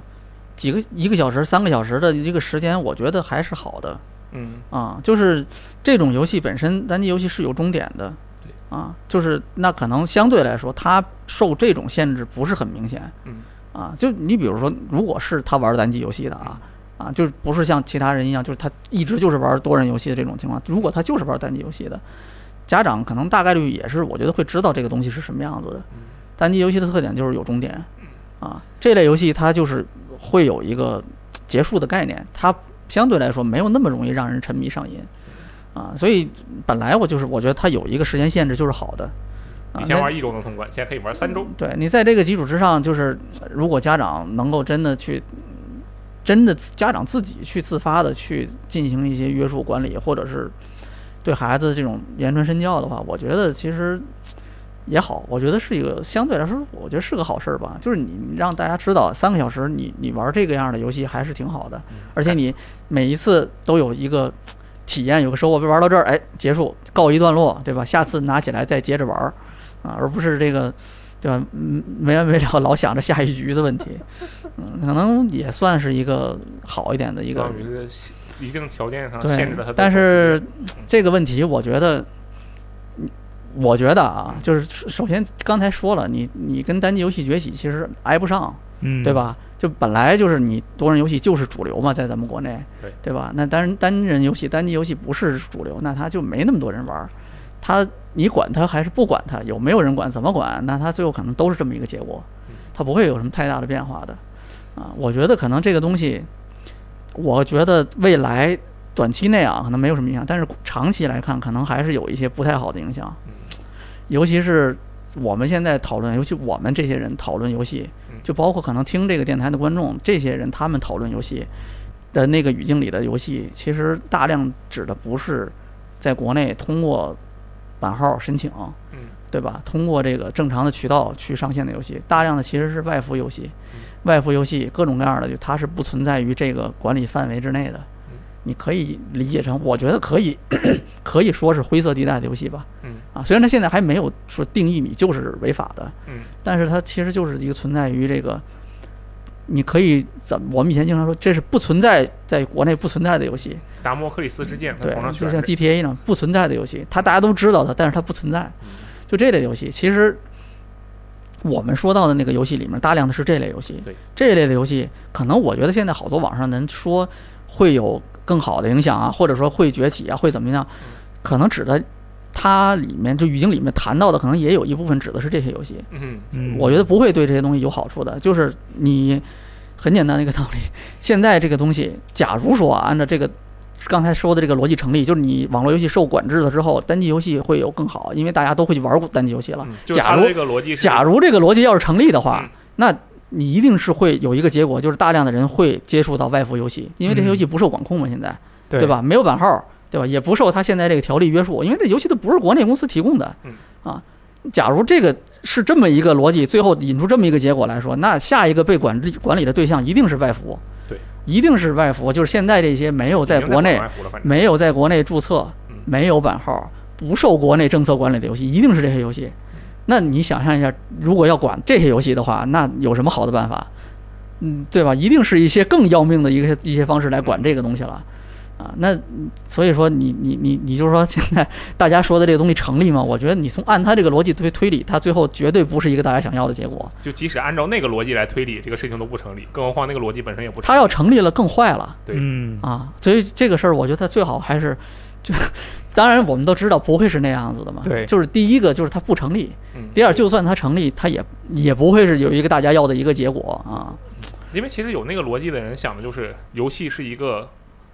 Speaker 3: 几个一个小时、三个小时的一个时间，我觉得还是好的。
Speaker 2: 嗯，
Speaker 3: 啊，就是这种游戏本身，单机游戏是有终点的
Speaker 2: 对，
Speaker 3: 啊，就是那可能相对来说，它受这种限制不是很明显，
Speaker 2: 嗯，
Speaker 3: 啊，就你比如说，如果是他玩单机游戏的啊，啊，就是不是像其他人一样，就是他一直就是玩多人游戏的这种情况，如果他就是玩单机游戏的，家长可能大概率也是，我觉得会知道这个东西是什么样子的。
Speaker 2: 嗯
Speaker 3: 单机游戏的特点就是有终点，啊，这类游戏它就是会有一个结束的概念，它相对来说没有那么容易让人沉迷上瘾，
Speaker 2: 嗯
Speaker 3: 啊，所以本来我就是我觉得它有一个时间限制就是好的，
Speaker 2: 嗯
Speaker 3: 啊，
Speaker 2: 以
Speaker 3: 那
Speaker 2: 前玩一周能通关，现在可以玩三周。
Speaker 3: 对你在这个基础之上，就是呃如果家长能够真的去，真的自家长自己去自发的去进行一些约束管理，或者是对孩子这种言传身教的话，我觉得其实也好，我觉得是一个相对来说，我觉得是个好事儿吧。就是你让大家知道，三个小时你你玩这个样的游戏还是挺好的，嗯而
Speaker 2: 哎
Speaker 3: 且你每一次都有一个。体验有个收获，玩到这儿，哎，结束，告一段落，对吧？下次拿起来再接着玩儿，啊，而不是这个对吧？嗯，没完没了，老想着下一局的问题，嗯，可能也算是一个好一点的一
Speaker 2: 一
Speaker 3: 个
Speaker 2: 于是一定条件上限
Speaker 3: 对
Speaker 2: 制了他的手机。，
Speaker 3: 但是嗯这个问题，我觉得，嗯我觉得啊，就是首先刚才说了，你你跟单机游戏崛起其实挨不上，
Speaker 1: 嗯，
Speaker 3: 对？吧？就本来就是你多人游戏就是主流嘛，在咱们国内，
Speaker 2: 对
Speaker 3: 吧？那单单人游戏、单机游戏不是主流，那它就没那么多人玩儿。它你管它还是不管它，有没有人管，怎么管？那它最后可能都是这么一个结果，它不会有什么太大的变化的。啊，我觉得可能这个东西，我觉得未来短期内啊，可能没有什么影响，但是长期来看，可能还是有一些不太好的影响，尤其是我们现在讨论，尤其我们这些人讨论游戏
Speaker 2: 嗯，
Speaker 3: 就包括可能听这个电台的观众，这些人他们讨论游戏的那个语境里的游戏，其实大量指的不是在国内通过版号申请，
Speaker 2: 嗯
Speaker 3: 对吧？通过这个正常的渠道去上线的游戏，大量的其实是外服游戏，外服游戏各种各样的，就它是不存在于这个管理范围之内的
Speaker 2: 嗯。
Speaker 3: 你可以理解成，我觉得可以， 可以说是灰色地带的游戏吧。
Speaker 2: 嗯
Speaker 3: 啊，虽然它现在还没有说定义你就是违法的，
Speaker 2: 嗯
Speaker 3: 但是它其实就是一个存在于这个，你可以怎么我们以前经常说这是不存在在国内不存在的游戏，
Speaker 2: 达摩克里斯之剑，他
Speaker 3: 对嗯
Speaker 2: 头上，
Speaker 3: 就
Speaker 2: 选
Speaker 3: 像
Speaker 2: 着
Speaker 3: GTA 一样不存在的游戏，它大家都知道它，但是它不存在。就这类游戏，其实我们说到的那个游戏里面，大量的是这类游戏。
Speaker 2: 对
Speaker 3: 这类的游戏，可能我觉得现在好多网上人说会有更好的影响啊，或者说会崛起啊，会怎么样，可能指的它里面就语境里面谈到的，可能也有一部分指的是这些游戏。
Speaker 2: 嗯
Speaker 1: 嗯，
Speaker 3: 我觉得不会对这些东西有好处的，就是你很简单的一个道理。现在这个东西，假如说啊，按照这个刚才说的这个逻辑成立，就是你网络游戏受管制了之后，单机游戏会有更好，因为大家都会去玩单机游戏了。
Speaker 2: 嗯，就是他
Speaker 3: 假如
Speaker 2: 这个逻辑是，
Speaker 3: 假如这个逻辑要是成立的话，
Speaker 2: 嗯
Speaker 3: 那你一定是会有一个结果，就是大量的人会接触到外服游戏，因为这些游戏不受管控嘛，现在、
Speaker 1: 对
Speaker 3: 对？吧？没有版号，对吧？也不受它现在这个条例约束，因为这游戏它不是国内公司提供的
Speaker 2: 嗯，
Speaker 3: 啊。假如这个是这么一个逻辑，最后引出这么一个结果来说，那下一个被管理管理的对象一定是外服，
Speaker 2: 对，
Speaker 3: 一定是外服，就是现在这些没有在
Speaker 2: 已经
Speaker 3: 国内
Speaker 2: 往外糊了反正
Speaker 3: 没有在国内注册
Speaker 2: 嗯，
Speaker 3: 没有版号，不受国内政策管理的游戏，一定是这些游戏。那你想象一下，如果要管这些游戏的话，那有什么好的办法？嗯，对吧？一定是一些更要命的一个一些方式来管这个东西了。啊，那嗯所以说你你你你就是说现在大家说的这个东西成立吗？我觉得你从按他这个逻辑推推理，他最后绝对不是一个大家想要的结果。
Speaker 2: 就即使按照那个逻辑来推理，这个事情都不成立，更何况那个逻辑本身也不成立。
Speaker 3: 他要成立了更坏了。
Speaker 2: 对
Speaker 1: 嗯
Speaker 3: 啊，所以这个事儿，我觉得最好还是就，当然我们都知道不会是那样子的嘛。
Speaker 1: 对
Speaker 3: 就是第一个就是它不成立，
Speaker 2: 嗯
Speaker 3: 第二就算它成立，它也也不会是有一个大家要的一个结果啊。
Speaker 2: 因为其实有那个逻辑的人想的就是，游戏是一个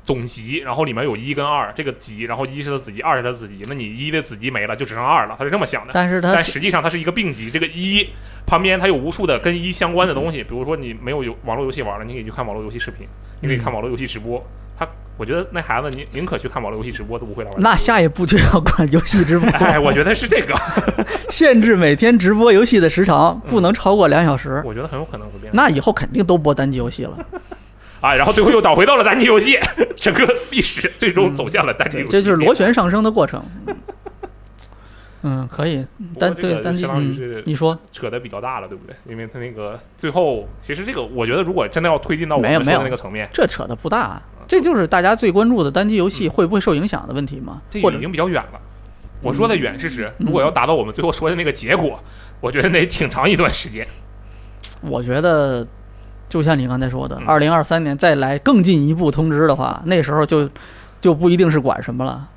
Speaker 2: 总集，然后里面有一跟二这个集，然后一是它子集，二是它子集，那你一的子集没了，就只剩二了，他是这么想的。
Speaker 3: 但是它
Speaker 2: 但实际上它是一个并集，这个一旁边它有无数的跟一相关的东西，比如说你没有游网络游戏玩了，你可以去看网络游戏视频，你可以看网络游戏直播。他我觉得那孩子宁宁可去看网络游戏直播都不会来玩。，
Speaker 3: 那下一步就要管游戏直播
Speaker 2: 哎，我觉得是这个，
Speaker 3: 限制每天直播游戏的时长不能超过两小时。
Speaker 2: 嗯我觉得很有可能会变。
Speaker 3: 那以后肯定都播单机游戏了，
Speaker 2: 啊，然后最后又倒回到了单机游戏， 整个历史最终走向了 单机游
Speaker 3: 对
Speaker 2: 戏。
Speaker 3: 嗯这就是螺旋上升的 过程。嗯嗯，可以，单对单机，
Speaker 2: 相当于
Speaker 3: 嗯
Speaker 2: 是，
Speaker 3: 你说
Speaker 2: 扯得比较大了，对不对？因为他那个最后，其实这个我觉得，如果真的要推进到我
Speaker 3: 没有
Speaker 2: 们说
Speaker 3: 没
Speaker 2: 的
Speaker 3: 有
Speaker 2: 那个层面，
Speaker 3: 这扯的不大，啊这就是大家最关注的单机游戏会不会受影响的问题
Speaker 2: 嗯
Speaker 3: 嘛
Speaker 2: 这？
Speaker 3: 或
Speaker 2: 已
Speaker 3: 者嗯
Speaker 2: 经比较远了。我说的远是指，如果要达到我们最后说的那个结果，我觉得得挺长一段时间。
Speaker 3: 我觉得，就像你刚才说的，
Speaker 2: 嗯
Speaker 3: 二零二三年再来更进一步通知的话，那时候就就不一定是管什么了。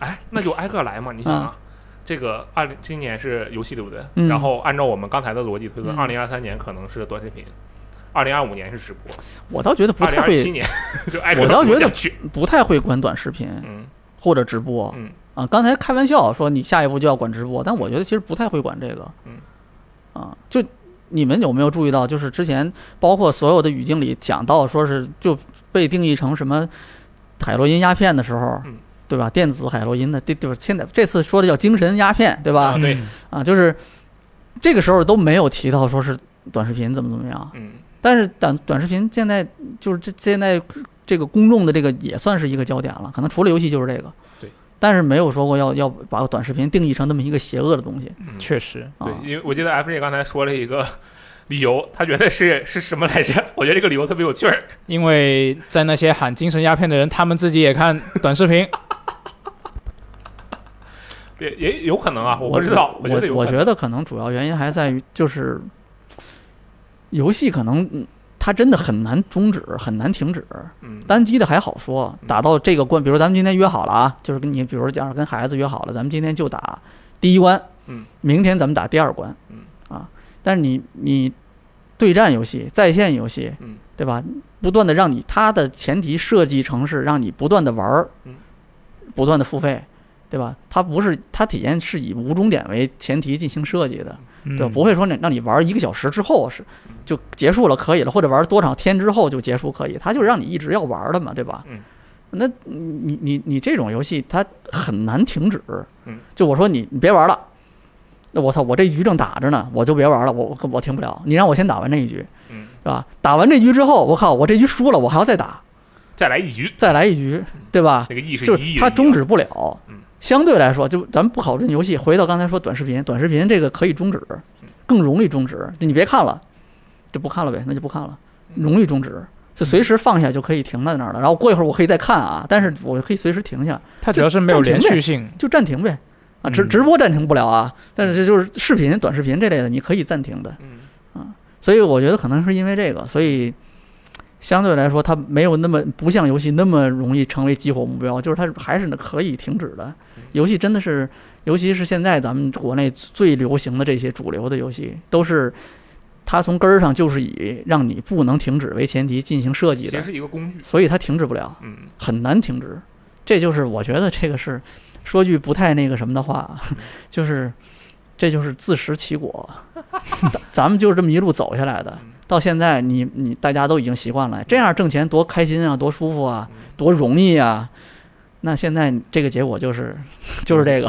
Speaker 2: 哎，那就挨个来嘛。你想啊，这个二零今年是游戏，对不对？
Speaker 3: 嗯
Speaker 2: 然后按照我们刚才的逻辑推算，
Speaker 3: 嗯
Speaker 2: 二零二三年可能是短视频，二零二五年是直播，
Speaker 3: 我倒觉得不
Speaker 2: 二零
Speaker 3: 太
Speaker 2: 二七
Speaker 3: 会，
Speaker 2: 年 就挨个
Speaker 3: 我倒觉得
Speaker 2: 下去。
Speaker 3: 不太会管短视频
Speaker 2: 嗯
Speaker 3: 或者直播
Speaker 2: 嗯，
Speaker 3: 啊。刚才开玩笑说你下一步就要管直播，但我觉得其实不太会管这个
Speaker 2: 嗯。
Speaker 3: 啊，就你们有没有注意到，就是之前包括所有的语境里讲到，说是就被定义成什么海洛因鸦片的时候
Speaker 2: 嗯，
Speaker 3: 对吧？电子海洛因的，这就是现在这次说的叫精神鸦片，对吧？
Speaker 2: 啊对
Speaker 1: 嗯
Speaker 3: 啊，就是这个时候都没有提到说是短视频怎么怎么样，
Speaker 2: 嗯，
Speaker 3: 但是短短视频现在就是这现在这个公众的这个也算是一个焦点了，可能除了游戏就是这个，
Speaker 2: 对，
Speaker 3: 但是没有说过要要把短视频定义成那么一个邪恶的东西
Speaker 2: 嗯
Speaker 1: 确实，
Speaker 3: 啊
Speaker 2: 对，，因为我记得 F J 刚才说了一个理由，他觉得是是什么来着？我觉得这个理由特别有趣儿。
Speaker 1: 因为在那些喊精神鸦片的人，他们自己也看短视 频，
Speaker 2: 也也有可能啊，我不
Speaker 3: 我
Speaker 2: 知道，
Speaker 3: 我
Speaker 2: 觉得有
Speaker 3: 我
Speaker 2: 可能。
Speaker 3: 觉得可能主要原因还在于就是游戏可能嗯它真的很难终止，很难停止，
Speaker 2: 嗯，
Speaker 3: 单机的还好说，
Speaker 2: 嗯
Speaker 3: 打到这个关，比如咱们今天约好了啊，就是跟你，比如讲跟孩子约好了，咱们今天就打第一关，
Speaker 2: 嗯，
Speaker 3: 明天咱们打第二关，
Speaker 2: 嗯，
Speaker 3: 啊，但是你你对战游戏、在线游戏，
Speaker 2: 嗯，
Speaker 3: 对吧？不断的让你，它的前提设计成是让你不断的玩儿，
Speaker 2: 嗯，
Speaker 3: 不断的付费，对吧？它不是它体验是以无终点为前提进行设计的，对吧，
Speaker 1: 嗯
Speaker 3: 不会说你让你玩一个小时之后是
Speaker 2: 嗯
Speaker 3: 就结束了可以了，或者玩多少天之后就结束可以，它就是让你一直要玩的嘛，对吧？
Speaker 2: 嗯。
Speaker 3: 那你你你你这种游戏它很难停止。
Speaker 2: 嗯。
Speaker 3: 就我说你你别玩了，那我操，我这局正打着呢，我就别玩了，我我我停不了。你让我先打完这一局，
Speaker 2: 嗯，
Speaker 3: 对吧？打完这局之后，我靠，我这局输了，我还要再打，
Speaker 2: 再来一局，
Speaker 3: 再来一局，对吧？
Speaker 2: 那个意识
Speaker 3: 就
Speaker 2: 一
Speaker 3: 是它终止不了
Speaker 2: 嗯。
Speaker 3: 相对来说，就咱们不讨论游戏，回到刚才说短视频，短视频这个可以终止，
Speaker 2: 嗯
Speaker 3: 更容易终止。就你别看了，就不看了呗，那就不看了，
Speaker 2: 嗯
Speaker 3: 容易终止，就随时放下就可以停在那儿了。然后过一会儿我可以再看啊，但是我可以随时停下，
Speaker 1: 它主要是没有
Speaker 3: 就暂
Speaker 1: 连
Speaker 3: 停呗
Speaker 1: 续性。
Speaker 3: 就暂停呗。啊，直
Speaker 1: 嗯
Speaker 3: 直播暂停不了啊，但
Speaker 2: 嗯
Speaker 3: 是这就是视频、短视频这类的，你可以暂停的。
Speaker 2: 嗯
Speaker 3: 所以我觉得可能是因为这个，所以相对来说，它没有那么不像游戏那么容易成为激活目标，就是它还是可以停止的。游戏真的是，尤其是现在咱们国内最流行的这些主流的游戏，都是它从根儿上就是以让你不能停止为前提进行设计
Speaker 2: 其
Speaker 3: 的
Speaker 2: 实，是一个工具。
Speaker 3: 所以它停止不了，
Speaker 2: 嗯，
Speaker 3: 很难停止。这就是我觉得这个是说句不太那个什么的话，
Speaker 2: 嗯
Speaker 3: 就是这就是自食其果。咱咱们就是这么一路走下来的
Speaker 2: 嗯，
Speaker 3: 到现在你你大家都已经习惯了，这样挣钱多开心啊，多舒服啊，
Speaker 2: 嗯
Speaker 3: 多容易啊。那现在这个结果就是
Speaker 2: 嗯
Speaker 3: 就是这个，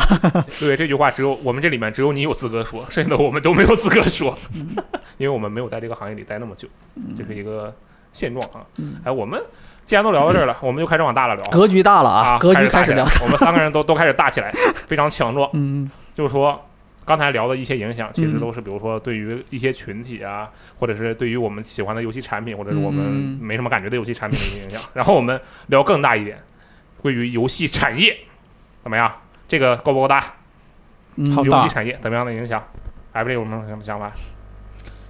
Speaker 2: 对这句话，只有我们这里面只有你有资格说，剩下的我们都没有资格说，
Speaker 3: 嗯
Speaker 2: 因为我们没有在这个行业里待那么久，这是一个现状啊
Speaker 3: 嗯。
Speaker 2: 哎，我们既然都聊到这儿了，我们就开始往大了聊。
Speaker 3: 格局大了
Speaker 2: 啊，
Speaker 3: 格局
Speaker 2: 开
Speaker 3: 开始聊
Speaker 2: 大。起来，我们三个人都都开始大起来，非常强壮。
Speaker 3: 嗯
Speaker 2: 就是说，刚才聊的一些影响，其实
Speaker 1: 嗯
Speaker 2: 都是比如说对于一些群体啊，或者是对于我们喜欢的游戏产品，或者是我们
Speaker 3: 嗯
Speaker 2: 没什么感觉的游戏产品的一些影响。然后我们聊更大一点，关于游戏产业怎么样？这个够不够大？
Speaker 3: 嗯，
Speaker 1: 好
Speaker 2: 游
Speaker 1: 大
Speaker 2: 戏产业怎么样的影响？艾弗利有没有什么想法？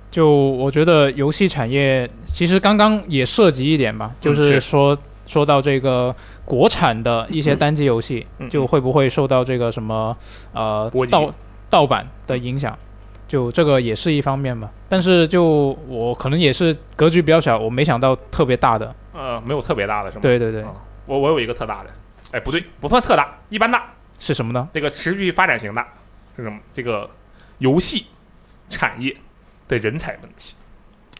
Speaker 1: 就我觉得游戏产业其实刚刚也涉及一点吧，就
Speaker 2: 嗯是
Speaker 1: 是说说到这个国产的一些单机游戏，
Speaker 2: 嗯嗯
Speaker 1: 就会不会受到这个什么呃
Speaker 2: 波及
Speaker 1: 盗盗版的影响？就这个也是一方面吧。但是就我可能也是格局比较小，我没想到特别大的。
Speaker 2: 呃，没有特别大的，是吗？，
Speaker 1: 对对对
Speaker 2: 啊，我我有一个特大的，哎，不对，不算特大，一般大。
Speaker 1: 是什么呢？
Speaker 2: 这个持续发展型的是什么？这个游戏产业的人才问题。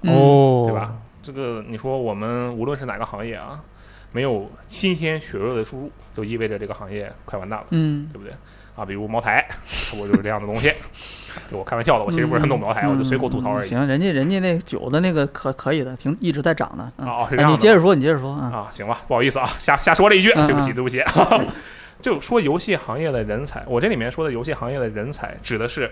Speaker 3: 嗯
Speaker 1: 哦，
Speaker 2: 对吧？这个你说我们无论是哪个行业啊，没有新鲜血肉的输入，就意味着这个行业快完蛋了，
Speaker 3: 嗯
Speaker 2: 对不对？啊，比如茅台， 我就是这样的东西。 就我开玩笑的，我其实不是很懂茅
Speaker 3: 嗯
Speaker 2: 台，我就随口吐槽而已。
Speaker 3: 行，人家人家那酒的那个可可以的，挺一直在涨的。嗯
Speaker 2: 哦，是这
Speaker 3: 哎
Speaker 2: 样的吗。
Speaker 3: 你接着说，你接着说啊。
Speaker 2: 啊，行吧，不好意思啊，瞎瞎说了一句，
Speaker 3: 嗯
Speaker 2: 对不起，
Speaker 3: 嗯
Speaker 2: 对不起。 就说游戏行业的人才，我这里面说的游戏行业的人才，指的是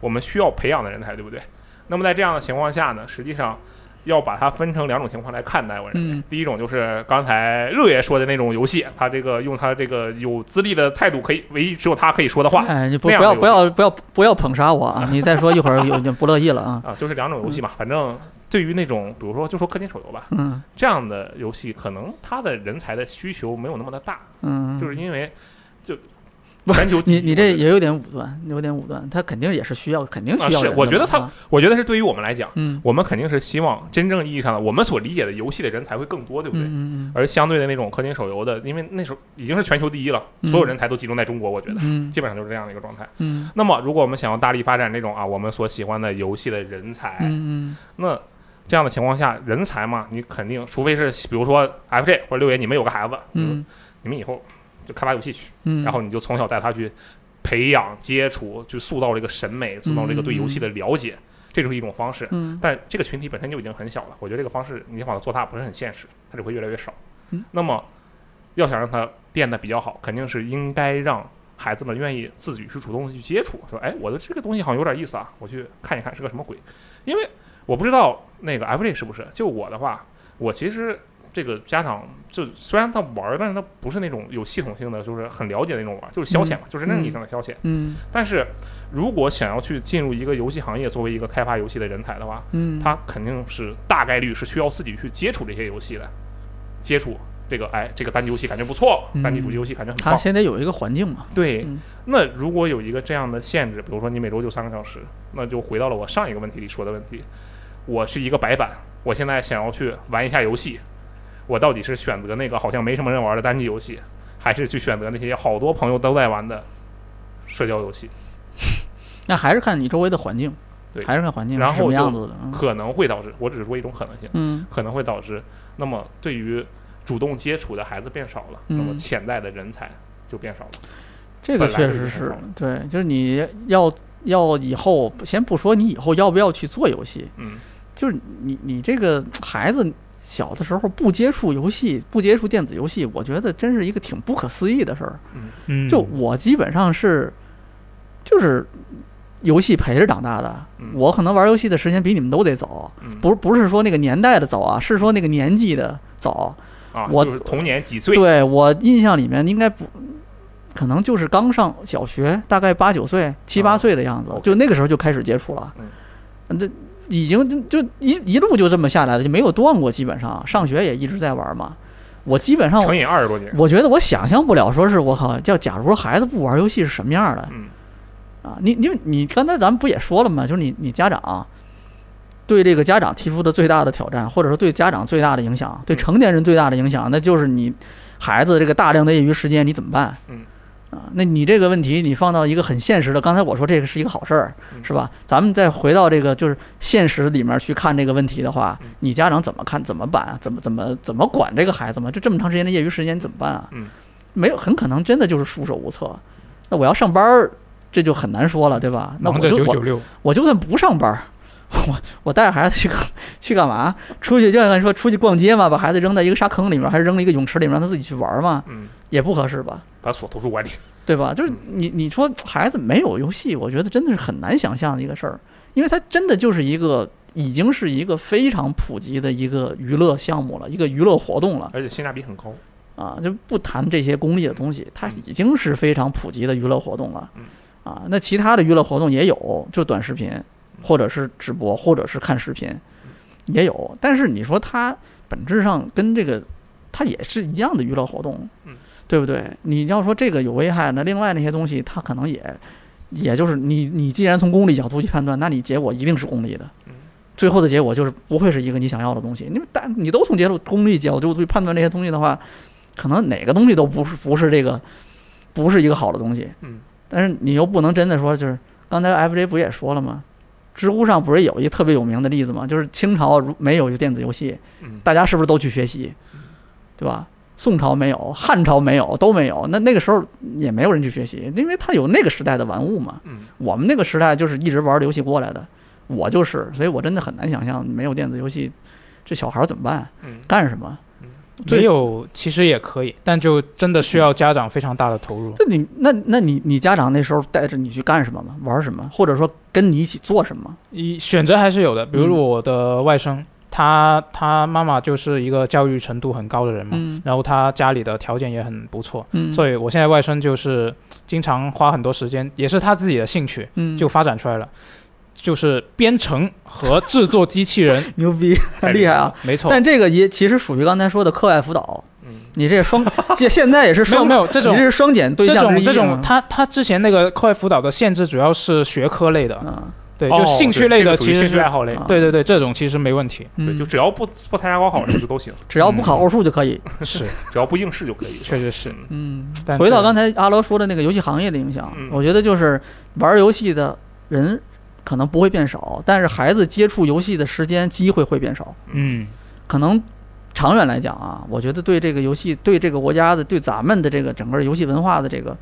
Speaker 2: 我们需要培养的人才，对不对？那么在这样的情况下呢，实际上要把它分成两种情况来看待。我认为，
Speaker 3: 嗯
Speaker 2: 第一种就是刚才六爷说的那种游戏，他这个用他这个有资历的态度，可以唯一只有他可以说的话
Speaker 3: 哎，你不
Speaker 2: 那样
Speaker 3: 不
Speaker 2: 的游
Speaker 3: 要不要不要不要捧杀我啊！你再说一会儿有就不乐意了啊。
Speaker 2: 啊，就是两种游戏吧。反正对于那种，比如说就说氪金手游吧，
Speaker 3: 嗯
Speaker 2: 这样的游戏，可能他的人才的需求没有那么的大，
Speaker 3: 嗯，
Speaker 2: 就是因为就全球经
Speaker 3: 你
Speaker 2: 济
Speaker 3: 你这
Speaker 2: 我觉得
Speaker 3: 也有点武断，有点武断，他肯定也是需要，肯定需要
Speaker 2: 啊是
Speaker 3: 人的嘛。
Speaker 2: 我觉得他
Speaker 3: 啊
Speaker 2: 我觉得是对于我们来讲，
Speaker 3: 嗯
Speaker 2: 我们肯定是希望真正意义上的我们所理解的游戏的人才会更多，对不对？
Speaker 3: 嗯嗯
Speaker 2: 而相对的那种氪金手游的，因为那时候已经是全球第一了，
Speaker 3: 嗯
Speaker 2: 所有人才都集中在中国，我觉得
Speaker 3: 嗯
Speaker 2: 基本上就是这样的一个状态。
Speaker 3: 嗯
Speaker 2: 那么，如果我们想要大力发展这种啊我们所喜欢的游戏的人才，
Speaker 3: 嗯
Speaker 2: 那这样的情况下，人才嘛，你肯定除非是比如说 FJ 或者六爷，你们有个孩子，
Speaker 3: 嗯
Speaker 2: 你们以后就开发游戏去，
Speaker 3: 嗯，
Speaker 2: 然后你就从小带他去培养、接触，去塑造这个审美，塑造这个对游戏的了解，这就是一种方式。
Speaker 3: 嗯
Speaker 2: 但这个群体本身就已经很小了，我觉得这个方式你想把它做大不是很现实，它只会越来越少。
Speaker 3: 嗯
Speaker 2: 那么要想让它变得比较好，肯定是应该让孩子们愿意自己去主动的去接触，说哎，我的这个东西好像有点意思啊，我去看一看是个什么鬼，因为我不知道那个 FJ 是不是。就我的话，我其实。这个家长就虽然他玩儿，但是他不是那种有系统性的，就是很了解的那种玩儿，就是消遣嘛，就是真正意义上的消遣。
Speaker 3: 嗯
Speaker 2: 但是如果想要去进入一个游戏行业，作为一个开发游戏的人才的话，
Speaker 3: 嗯，
Speaker 2: 他肯定是大概率是需要自己去接触这些游戏的，接触这个哎，这个单机游戏感觉不错，
Speaker 3: 嗯
Speaker 2: 单机主机游戏感觉很
Speaker 3: 他
Speaker 2: 棒。
Speaker 3: 先得有一个环境嘛。
Speaker 2: 对
Speaker 3: 嗯，
Speaker 2: 那如果有一个这样的限制，比如说你每周就三个小时，那就回到了我上一个问题里说的问题，我是一个白板，我现在想要去玩一下游戏，我到底是选择那个好像没什么人玩的单机游戏，还是去选择那些好多朋友都在玩的社交游戏？
Speaker 3: 那还是看你周围的环境，
Speaker 2: 对
Speaker 3: 还是看环境
Speaker 2: 然
Speaker 3: 是什
Speaker 2: 后
Speaker 3: 么
Speaker 2: 就
Speaker 3: 样子的。嗯
Speaker 2: 可能会导致，我只是说一种可能性。
Speaker 3: 嗯
Speaker 2: 可能会导致，那么对于主动接触的孩子变少了，
Speaker 3: 嗯
Speaker 2: 那么潜在的人才就变少了。
Speaker 3: 这个
Speaker 2: 本来
Speaker 3: 确
Speaker 2: 就
Speaker 3: 实
Speaker 2: 是这
Speaker 3: 是
Speaker 2: 种
Speaker 3: 对，就是你要要以后先不说你以后要不要去做游戏，
Speaker 2: 嗯，
Speaker 3: 就是你你这个孩子小的时候不接触游戏，不接触电子游戏，我觉得真是一个挺不可思议的事儿。
Speaker 1: 嗯，
Speaker 3: 就我基本上是，就是游戏陪着长大的
Speaker 2: 嗯，
Speaker 3: 我可能玩游戏的时间比你们都得早，
Speaker 2: 嗯
Speaker 3: 不不是说那个年代的早啊，是说那个年纪的早。
Speaker 2: 啊，
Speaker 3: 我
Speaker 2: 就是童年几岁，
Speaker 3: 对我印象里面应该不。可能就是刚上小学，大概八九岁、七
Speaker 2: 啊
Speaker 3: 八岁的样子，
Speaker 2: OK
Speaker 3: 就那个时候就开始接触了
Speaker 2: 嗯。
Speaker 3: 嗯，这已经就就一一路就这么下来了，就没有断过，基本上上学也一直在玩嘛。我基本上
Speaker 2: 成瘾二十多年，
Speaker 3: 我觉得我想象不了，说是我靠，要假如孩子不玩游戏是什么样的
Speaker 2: 嗯
Speaker 3: 啊？你你你刚才咱们不也说了吗？就是你你家长对这个家长提出的最大的挑战，或者说对家长最大的影响，对成年人最大的影响，那就是你孩子这个大量的业余时间你怎么办？
Speaker 2: 嗯
Speaker 3: 啊，那你这个问题你放到一个很现实的，刚才我说这个是一个好事儿，
Speaker 2: 嗯
Speaker 3: 是吧？咱们再回到这个就是现实里面去看这个问题的话
Speaker 2: 嗯，
Speaker 3: 你家长怎么看？怎么办啊？怎么怎么怎么管这个孩子嘛？就这么长时间的业余时间你怎么办啊？
Speaker 2: 嗯，
Speaker 3: 没有，很可能真的就是束手无策。那我要上班儿，这就很难说了，对吧？那我
Speaker 1: 忙着
Speaker 3: 就
Speaker 1: 九
Speaker 3: 我
Speaker 1: 九六，
Speaker 3: 我就算不上班儿， 我我带着孩子去干去干嘛？出去就像说出去逛街嘛，把孩子扔在一个沙坑里面，还是扔了一个泳池里面，让他自己去玩儿嘛，
Speaker 2: 嗯，
Speaker 3: 也不合适吧？
Speaker 2: 把它锁图书馆里，
Speaker 3: 对吧？就是
Speaker 2: 嗯
Speaker 3: 你你说孩子没有游戏，我觉得真的是很难想象的一个事儿，因为它真的就是一个已经是一个非常普及的一个娱乐项目了，一个娱乐活动了。
Speaker 2: 而且性价比很高。
Speaker 3: 啊，就不谈这些功利的东西，它
Speaker 2: 嗯
Speaker 3: 已经是非常普及的娱乐活动了
Speaker 2: 嗯。
Speaker 3: 啊，那其他的娱乐活动也有，就短视频，或者是直播，或者是看视频，
Speaker 2: 嗯
Speaker 3: 也有。但是你说它本质上跟这个，它也是一样的娱乐活动
Speaker 2: 嗯，
Speaker 3: 对不对？你要说这个有危害，那另外那些东西，它可能也，也就是你你既然从功利角度去判断，那你结果一定是功利的
Speaker 2: 嗯。
Speaker 3: 最后的结果就是不会是一个你想要的东西。你们但你都从结果功利角度去判断这些东西的话，可能哪个东西都不是不是这个，不是一个好的东西。
Speaker 2: 嗯，
Speaker 3: 但是你又不能真的说，就是刚才 FJ 不也说了吗？知乎上不是有一特别有名的例子吗？就是清朝如没有电子游戏，
Speaker 2: 嗯，
Speaker 3: 大家是不是都去学习，对吧？宋朝没有，汉朝没有，都没有。那那个时候也没有人去学习，因为他有那个时代的玩物嘛。
Speaker 2: 嗯，
Speaker 3: 我们那个时代就是一直玩游戏过来的，我就是，所以我真的很难想象没有电子游戏，这小孩儿怎么办？
Speaker 2: 嗯，
Speaker 3: 干什么？最
Speaker 1: 没有其实也可以，但就真的需要家长非常大的投入。
Speaker 3: 这你那那你你家长那时候带着你去干什么吗？玩什么？或者说跟你一起做什么？
Speaker 1: 一选择还是有的，比如
Speaker 3: 嗯
Speaker 1: 我的外甥，他他妈妈就是一个教育程度很高的人嘛，
Speaker 3: 嗯
Speaker 1: 然后他家里的条件也很不错，
Speaker 3: 嗯
Speaker 1: 所以我现在外甥就是经常花很多时间，也是他自己的兴趣
Speaker 3: 嗯，
Speaker 1: 就发展出来了，就是编程和制作机器人
Speaker 3: 牛逼，
Speaker 2: 太
Speaker 3: 厉
Speaker 2: 厉
Speaker 3: 害啊！
Speaker 1: 没错。
Speaker 3: 但这个也其实属于刚才说的课外辅导，
Speaker 2: 嗯，
Speaker 3: 你这 双这现在也是
Speaker 1: 没有
Speaker 3: 双
Speaker 1: 没有这种
Speaker 3: 你这是双减对
Speaker 1: 这
Speaker 3: 象之
Speaker 1: 种
Speaker 3: 一
Speaker 1: 这种，
Speaker 3: 啊
Speaker 1: 他他之前那个课外辅导的限制主要是学科类的，
Speaker 3: 嗯
Speaker 1: 对，
Speaker 2: 哦
Speaker 1: 就兴趣类的
Speaker 2: 对这个属于
Speaker 1: 其实
Speaker 2: 兴趣
Speaker 1: 是
Speaker 2: 爱好类
Speaker 3: 啊，
Speaker 1: 对对对，这种其实没问题，
Speaker 2: 对，
Speaker 3: 嗯
Speaker 2: 就只要不不参加高考什么就都行，
Speaker 3: 只要
Speaker 1: 嗯
Speaker 3: 不考奥数就可以。
Speaker 1: 是，
Speaker 2: 只要不应试就可以。
Speaker 1: 确实是。
Speaker 2: 嗯
Speaker 3: 嗯
Speaker 1: 但
Speaker 3: 回到
Speaker 1: 这
Speaker 3: 刚才阿罗说的那个游戏行业的影响
Speaker 2: 嗯，
Speaker 3: 我觉得就是玩游戏的人可能不会变少，但是孩子接触游戏的时间机会会变少。
Speaker 1: 嗯，
Speaker 3: 可能长远来讲啊，我觉得对这个游戏、对这个国家的、对咱们的这个整个游戏文化的这个，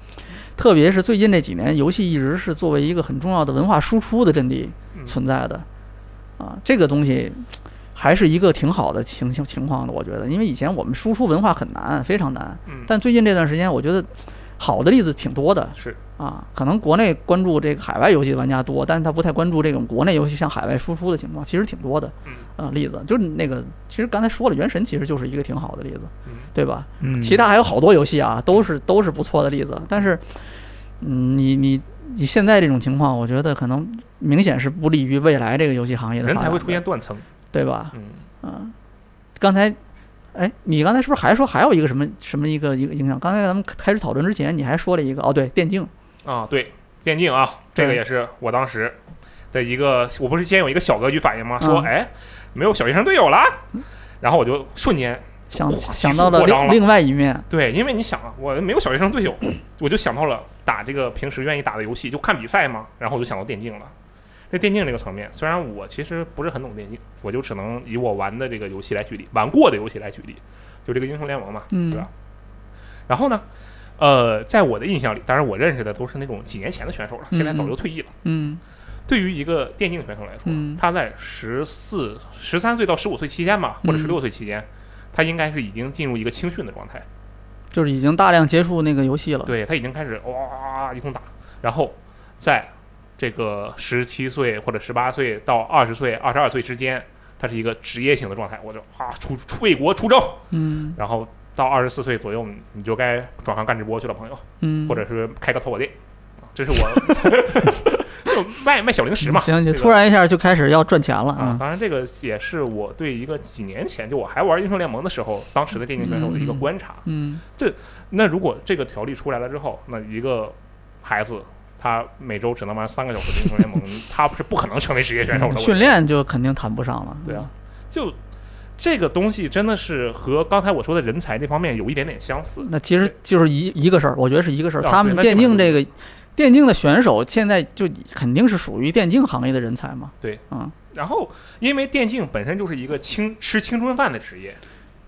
Speaker 3: 特别是最近这几年，游戏一直是作为一个很重要的文化输出的阵地
Speaker 2: 嗯
Speaker 3: 存在的，啊，这个东西还是一个挺好的情情情况的，我觉得，因为以前我们输出文化很难，非常难，
Speaker 2: 嗯，
Speaker 3: 但最近这段时间，我觉得好的例子挺多的，
Speaker 2: 是
Speaker 3: 啊，可能国内关注这个海外游戏的玩家多，但是他不太关注这种国内游戏向海外输出的情况，其实挺多的。
Speaker 2: 嗯，
Speaker 3: 呃，例子就是那个，其实刚才说了，《原神》其实就是一个挺好的例子，
Speaker 2: 嗯
Speaker 3: 对吧？
Speaker 1: 嗯
Speaker 3: 其他还有好多游戏啊，都是都是不错的例子。但是，嗯，你你你现在这种情况，我觉得可能明显是不利于未来这个游戏行业的
Speaker 2: 人
Speaker 3: 发
Speaker 2: 才会
Speaker 3: 展
Speaker 2: 出
Speaker 3: 的
Speaker 2: 现断层。
Speaker 3: 对吧？
Speaker 2: 嗯，
Speaker 3: 嗯，刚才，哎，你刚才是不是还说还有一个什么什么一个一个影响？刚才咱们开始讨论之前，你还说了一个哦，对，电竞，
Speaker 2: 啊，对，电竞啊，这个
Speaker 3: 对
Speaker 2: 也是我当时的一个，我不是先有一个小格局反应吗？说
Speaker 3: 嗯
Speaker 2: 哎，没有小学生队友了，然后我就瞬间
Speaker 3: 想
Speaker 2: 哇
Speaker 3: 想
Speaker 2: 技术
Speaker 3: 到了
Speaker 2: 扩张
Speaker 3: 另
Speaker 2: 了
Speaker 3: 另外一面，
Speaker 2: 对，因为你想啊，我没有小学生队友，我就想到了打这个平时愿意打的游戏，就看比赛嘛，然后我就想到电竞了。这电竞这个层面，虽然我其实不是很懂电竞，我就只能以我玩的这个游戏来举例，玩过的游戏来举例，就这个英雄联盟嘛，
Speaker 3: 嗯
Speaker 2: 对啊吧？然后呢，呃，在我的印象里，当然我认识的都是那种几年前的选手了，现在早就退役了。
Speaker 3: 嗯
Speaker 2: 对于一个电竞选手来说，
Speaker 3: 嗯
Speaker 2: 他在十四、十三岁到十五岁期间
Speaker 3: 嗯
Speaker 2: 吧，或者十六岁期间，他应该是已经进入一个青训的状态。，
Speaker 3: 就是已经大量接触那个游戏了。
Speaker 2: 对他已经开始哇一通打，然后在这个十七岁或者十八岁到二十岁、二十二岁之间，他是一个职业性的状态，我就啊出出为国出征，
Speaker 3: 嗯
Speaker 2: 然后到二十四岁左右，你就该转行干直播去了，朋友，
Speaker 3: 嗯，
Speaker 2: 或者是开个淘宝店，啊这是我 这是有卖卖小零食嘛。
Speaker 3: 行，
Speaker 2: 这
Speaker 3: 就
Speaker 2: 个
Speaker 3: 突然一下就开始要赚钱了
Speaker 2: 啊，
Speaker 3: 啊！
Speaker 2: 当然这个也是我对一个几年前就我还玩英雄联盟的时候，当时的电竞选手的一个观察。
Speaker 3: 嗯，
Speaker 2: 那如果这个条例出来了之后，那一个孩子他每周只能玩三个小时的英雄联盟，他是不可能成为职业选手的。
Speaker 3: 嗯训练就肯定谈不上了。
Speaker 2: 对啊，就这个东西真的是和刚才我说的人才这方面有一点点相似。
Speaker 3: 嗯那其实就是一一个事儿，我觉得是一个事儿。
Speaker 2: 啊
Speaker 3: 他
Speaker 2: 对
Speaker 3: 们
Speaker 2: 那
Speaker 3: 电
Speaker 2: 基本上
Speaker 3: 竞这个电竞的选手，现在就肯定是属于电竞行业的人才嘛。
Speaker 2: 然后，因为电竞本身就是一个青吃青春饭的职业，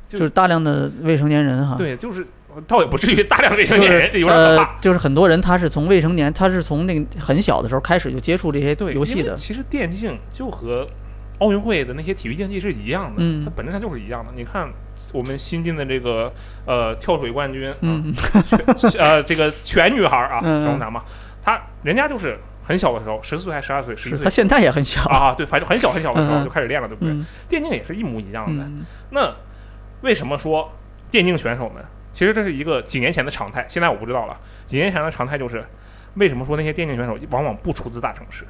Speaker 2: 就
Speaker 3: 就是大量的未成年人哈，
Speaker 2: 对，就是倒也不至于大量未成
Speaker 3: 啊就
Speaker 2: 年
Speaker 3: 是
Speaker 2: 人，这有点可
Speaker 3: 呃
Speaker 2: 怕。，
Speaker 3: 就是很多人他是从未成年，他是从那个很小的时候开始就接触这些
Speaker 2: 对，
Speaker 3: 游
Speaker 2: 因
Speaker 3: 戏
Speaker 2: 为
Speaker 3: 的，
Speaker 2: 其实电竞就和奥运会的那些体育竞技是一样的，
Speaker 3: 嗯
Speaker 2: 它本质上就是一样的。你看我们新进的这个呃跳水冠军，啊
Speaker 3: 嗯，
Speaker 2: 全呃这个全女孩啊，
Speaker 3: 嗯嗯
Speaker 2: 张楠嘛，她人家就是很小的时候，十四岁还是十二岁，十一
Speaker 3: 是
Speaker 2: 岁
Speaker 3: 他现在也很小，
Speaker 2: 啊，对，反正很小很小的时
Speaker 3: 嗯
Speaker 2: 候
Speaker 3: 嗯
Speaker 2: 就开始练了，对不对？
Speaker 3: 嗯
Speaker 2: 电竞也是一模一样的。
Speaker 3: 嗯，
Speaker 2: 那为什么说电竞选手们？其实这是一个几年前的常态，现在我不知道了。几年前的常态就是，为什么说那些电竞选手往往不出自大城市？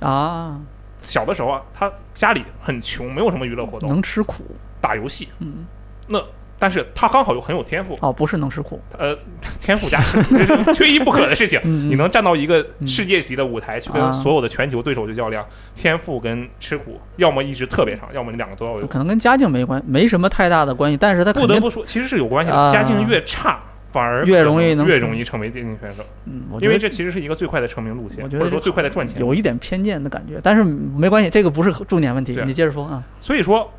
Speaker 3: 啊，
Speaker 2: 小的时候啊，他家里很穷，没有什么娱乐活动，
Speaker 3: 能吃苦，
Speaker 2: 打游戏。
Speaker 3: 嗯，
Speaker 2: 那但是他刚好又很有天赋，
Speaker 3: 哦，不是能吃苦，
Speaker 2: 呃， 天赋加持，这是缺一不可的事情。
Speaker 3: 嗯
Speaker 2: 你能站到一个
Speaker 3: 嗯
Speaker 2: 世界级的舞台去
Speaker 3: 啊
Speaker 2: 跟所有的全球对手去较量，天赋跟吃苦，要么一直特别长，要么你两个都要有。
Speaker 3: 嗯可能跟家境没关，没什么太大的关系，但是他
Speaker 2: 不
Speaker 3: 肯
Speaker 2: 得
Speaker 3: 定，
Speaker 2: 不说，其实是有关系的。
Speaker 3: 啊
Speaker 2: 家境越差，反而
Speaker 3: 越容易
Speaker 2: 可能
Speaker 3: 能
Speaker 2: 越
Speaker 3: 成
Speaker 2: 容易成为电竞选手，
Speaker 3: 嗯，我
Speaker 2: 因
Speaker 3: 觉
Speaker 2: 为
Speaker 3: 得
Speaker 2: 这其实是一个最快的成名路线，
Speaker 3: 我
Speaker 2: 或
Speaker 3: 觉得
Speaker 2: 者说
Speaker 3: 这
Speaker 2: 最快的赚钱。
Speaker 3: 有一点偏见的感觉，但是没关系，这个不是重点问题
Speaker 2: 对，
Speaker 3: 你接着说啊，
Speaker 2: 所以说，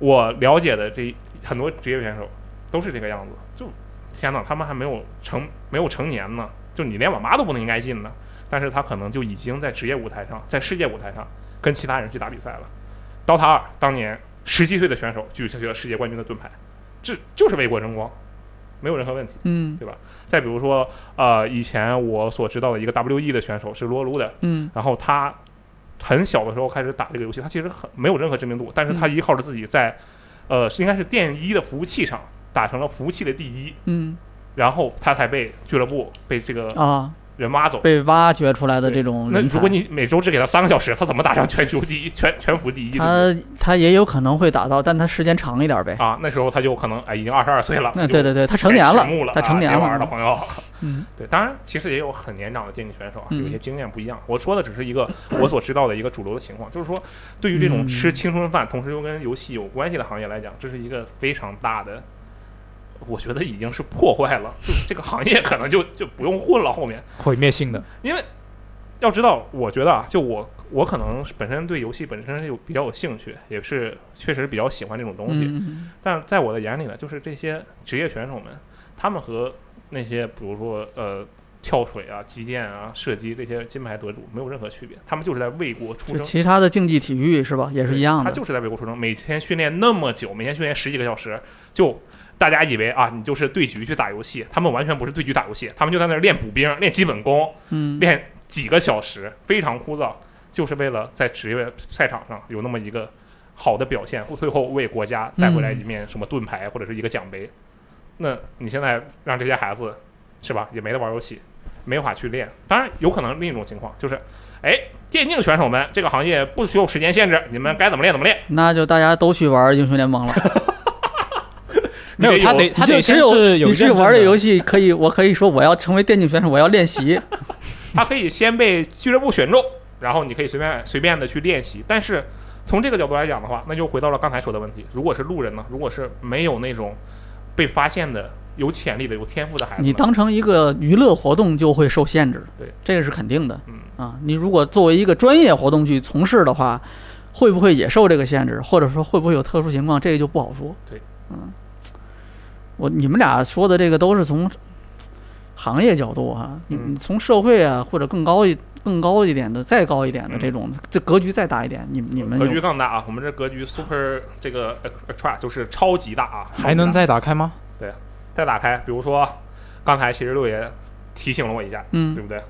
Speaker 2: 我了解的这很多职业选手都是这个样子。就天哪，他们还没有成没有成年呢，就你连网吧都不能应该进呢。但是他可能就已经在职业舞台上，在世界舞台上跟其他人去打比赛了。DOTA 二当年十七岁的选手举起了世界冠军的盾牌，这就是为国争光，没有任何问题。
Speaker 3: 嗯
Speaker 2: 再比如说，呃，以前我所知道的一个 WE 的选手是罗卢的，
Speaker 3: 嗯
Speaker 2: 然后他很小的时候开始打这个游戏，他其实很没有任何知名度，但
Speaker 3: 嗯
Speaker 2: 是他依靠着自己在，呃，是应该是电一的服务器上打成了服务器的第一，
Speaker 3: 嗯
Speaker 2: 然后他才被俱乐部被这个
Speaker 3: 啊，
Speaker 2: 人挖走。
Speaker 3: 被挖掘出来的这种
Speaker 2: 啊那
Speaker 3: 人才
Speaker 2: 如果，你每周只给他三个小时，他怎么打上全球第一、 全全服第一？对不对
Speaker 3: 他他也有可能会打到，但他时间长一点呗。
Speaker 2: 啊，那时候他就可能哎，已经二十二岁了，
Speaker 3: 那嗯对对对，他成年
Speaker 2: 了
Speaker 3: 了
Speaker 2: 该迟暮，了，
Speaker 3: 他成年
Speaker 2: 啊别玩了，
Speaker 3: 了，
Speaker 2: 朋友。
Speaker 3: 嗯
Speaker 2: 对，当然其实也有很年长的电竞选手啊，
Speaker 3: 嗯
Speaker 2: 有一些经验不一样。我说的只是一个我所知道的一个主流的情况，就是说，对于这种
Speaker 3: 嗯
Speaker 2: 吃青春饭，同时又跟游戏有关系的行业来讲，这是一个非常大的，我觉得已经是破坏了，就是这个行业可能就就不用混了。后面，
Speaker 1: 毁灭性的。
Speaker 2: 因为要知道，我觉得啊，就我我可能是本身对游戏本身是有比较有兴趣，也是确实比较喜欢这种东西。
Speaker 3: 嗯，
Speaker 2: 但在我的眼里呢，就是这些职业选手们，他们和那些比如说呃跳水啊、击剑啊、射击这些金牌得主没有任何区别，他们就是在为国出
Speaker 3: 就
Speaker 2: 征，
Speaker 3: 其他的竞技体育是吧，也是一样
Speaker 2: 他
Speaker 3: 的。
Speaker 2: 就是在为国出征，每天训练那么久，每天训练十几个小时，就。大家以为啊，你就是对局去打游戏，他们完全不是对局打游戏，他们就在那儿练补兵、练基本功，
Speaker 3: 嗯，
Speaker 2: 练几个小时，非常枯燥，就是为了在职业赛场上有那么一个好的表现，最后为国家带回来一面什么盾牌或者是一个奖杯。那你现在让这些孩子是吧，也没得玩游戏，没法去练。当然，有可能另一种情况就是，哎，电竞选手们这个行业不需要时间限制，你们该怎么练怎么练。
Speaker 3: 那就大家都去玩英雄联盟了。
Speaker 1: 没有，
Speaker 2: 你
Speaker 1: 他得他得
Speaker 3: 就只
Speaker 1: 先
Speaker 3: 有
Speaker 1: 是有
Speaker 3: 你只有玩
Speaker 1: 这
Speaker 3: 这游戏可以，我可以说我要成为电竞选手，我要 练习。
Speaker 2: 他可以先被俱乐部选中，然后你可以随便随便的去练习。但是从这个角度来讲的话，那就回到了刚才说的问题：如果是路人呢？如果是没有那种被发现的有潜力的、有天赋的孩子呢，
Speaker 3: 你当成一个娱乐活动就会受限制，
Speaker 2: 对，
Speaker 3: 这个是肯定的。
Speaker 2: 嗯
Speaker 3: 啊，你如果作为一个专业活动去从事的话，会不会也受这个限制，或者说会不会有特殊情况，这个就不好说。
Speaker 2: 对，
Speaker 3: 嗯，我你们俩说的这个都是从行业角度啊，你
Speaker 2: 嗯
Speaker 3: 你从社会啊，或者更高一更高一点的、再高一点的
Speaker 2: 嗯
Speaker 3: 这种，这格局再大一点，你们你们
Speaker 2: 格局
Speaker 3: 有
Speaker 2: 更大啊！我们这格局 super 这个呃 extra 就是超级大啊，
Speaker 1: 还能再打开吗？
Speaker 2: 再打开。比如说，刚才其实六爷提醒了我一下，
Speaker 3: 嗯
Speaker 2: 对不对？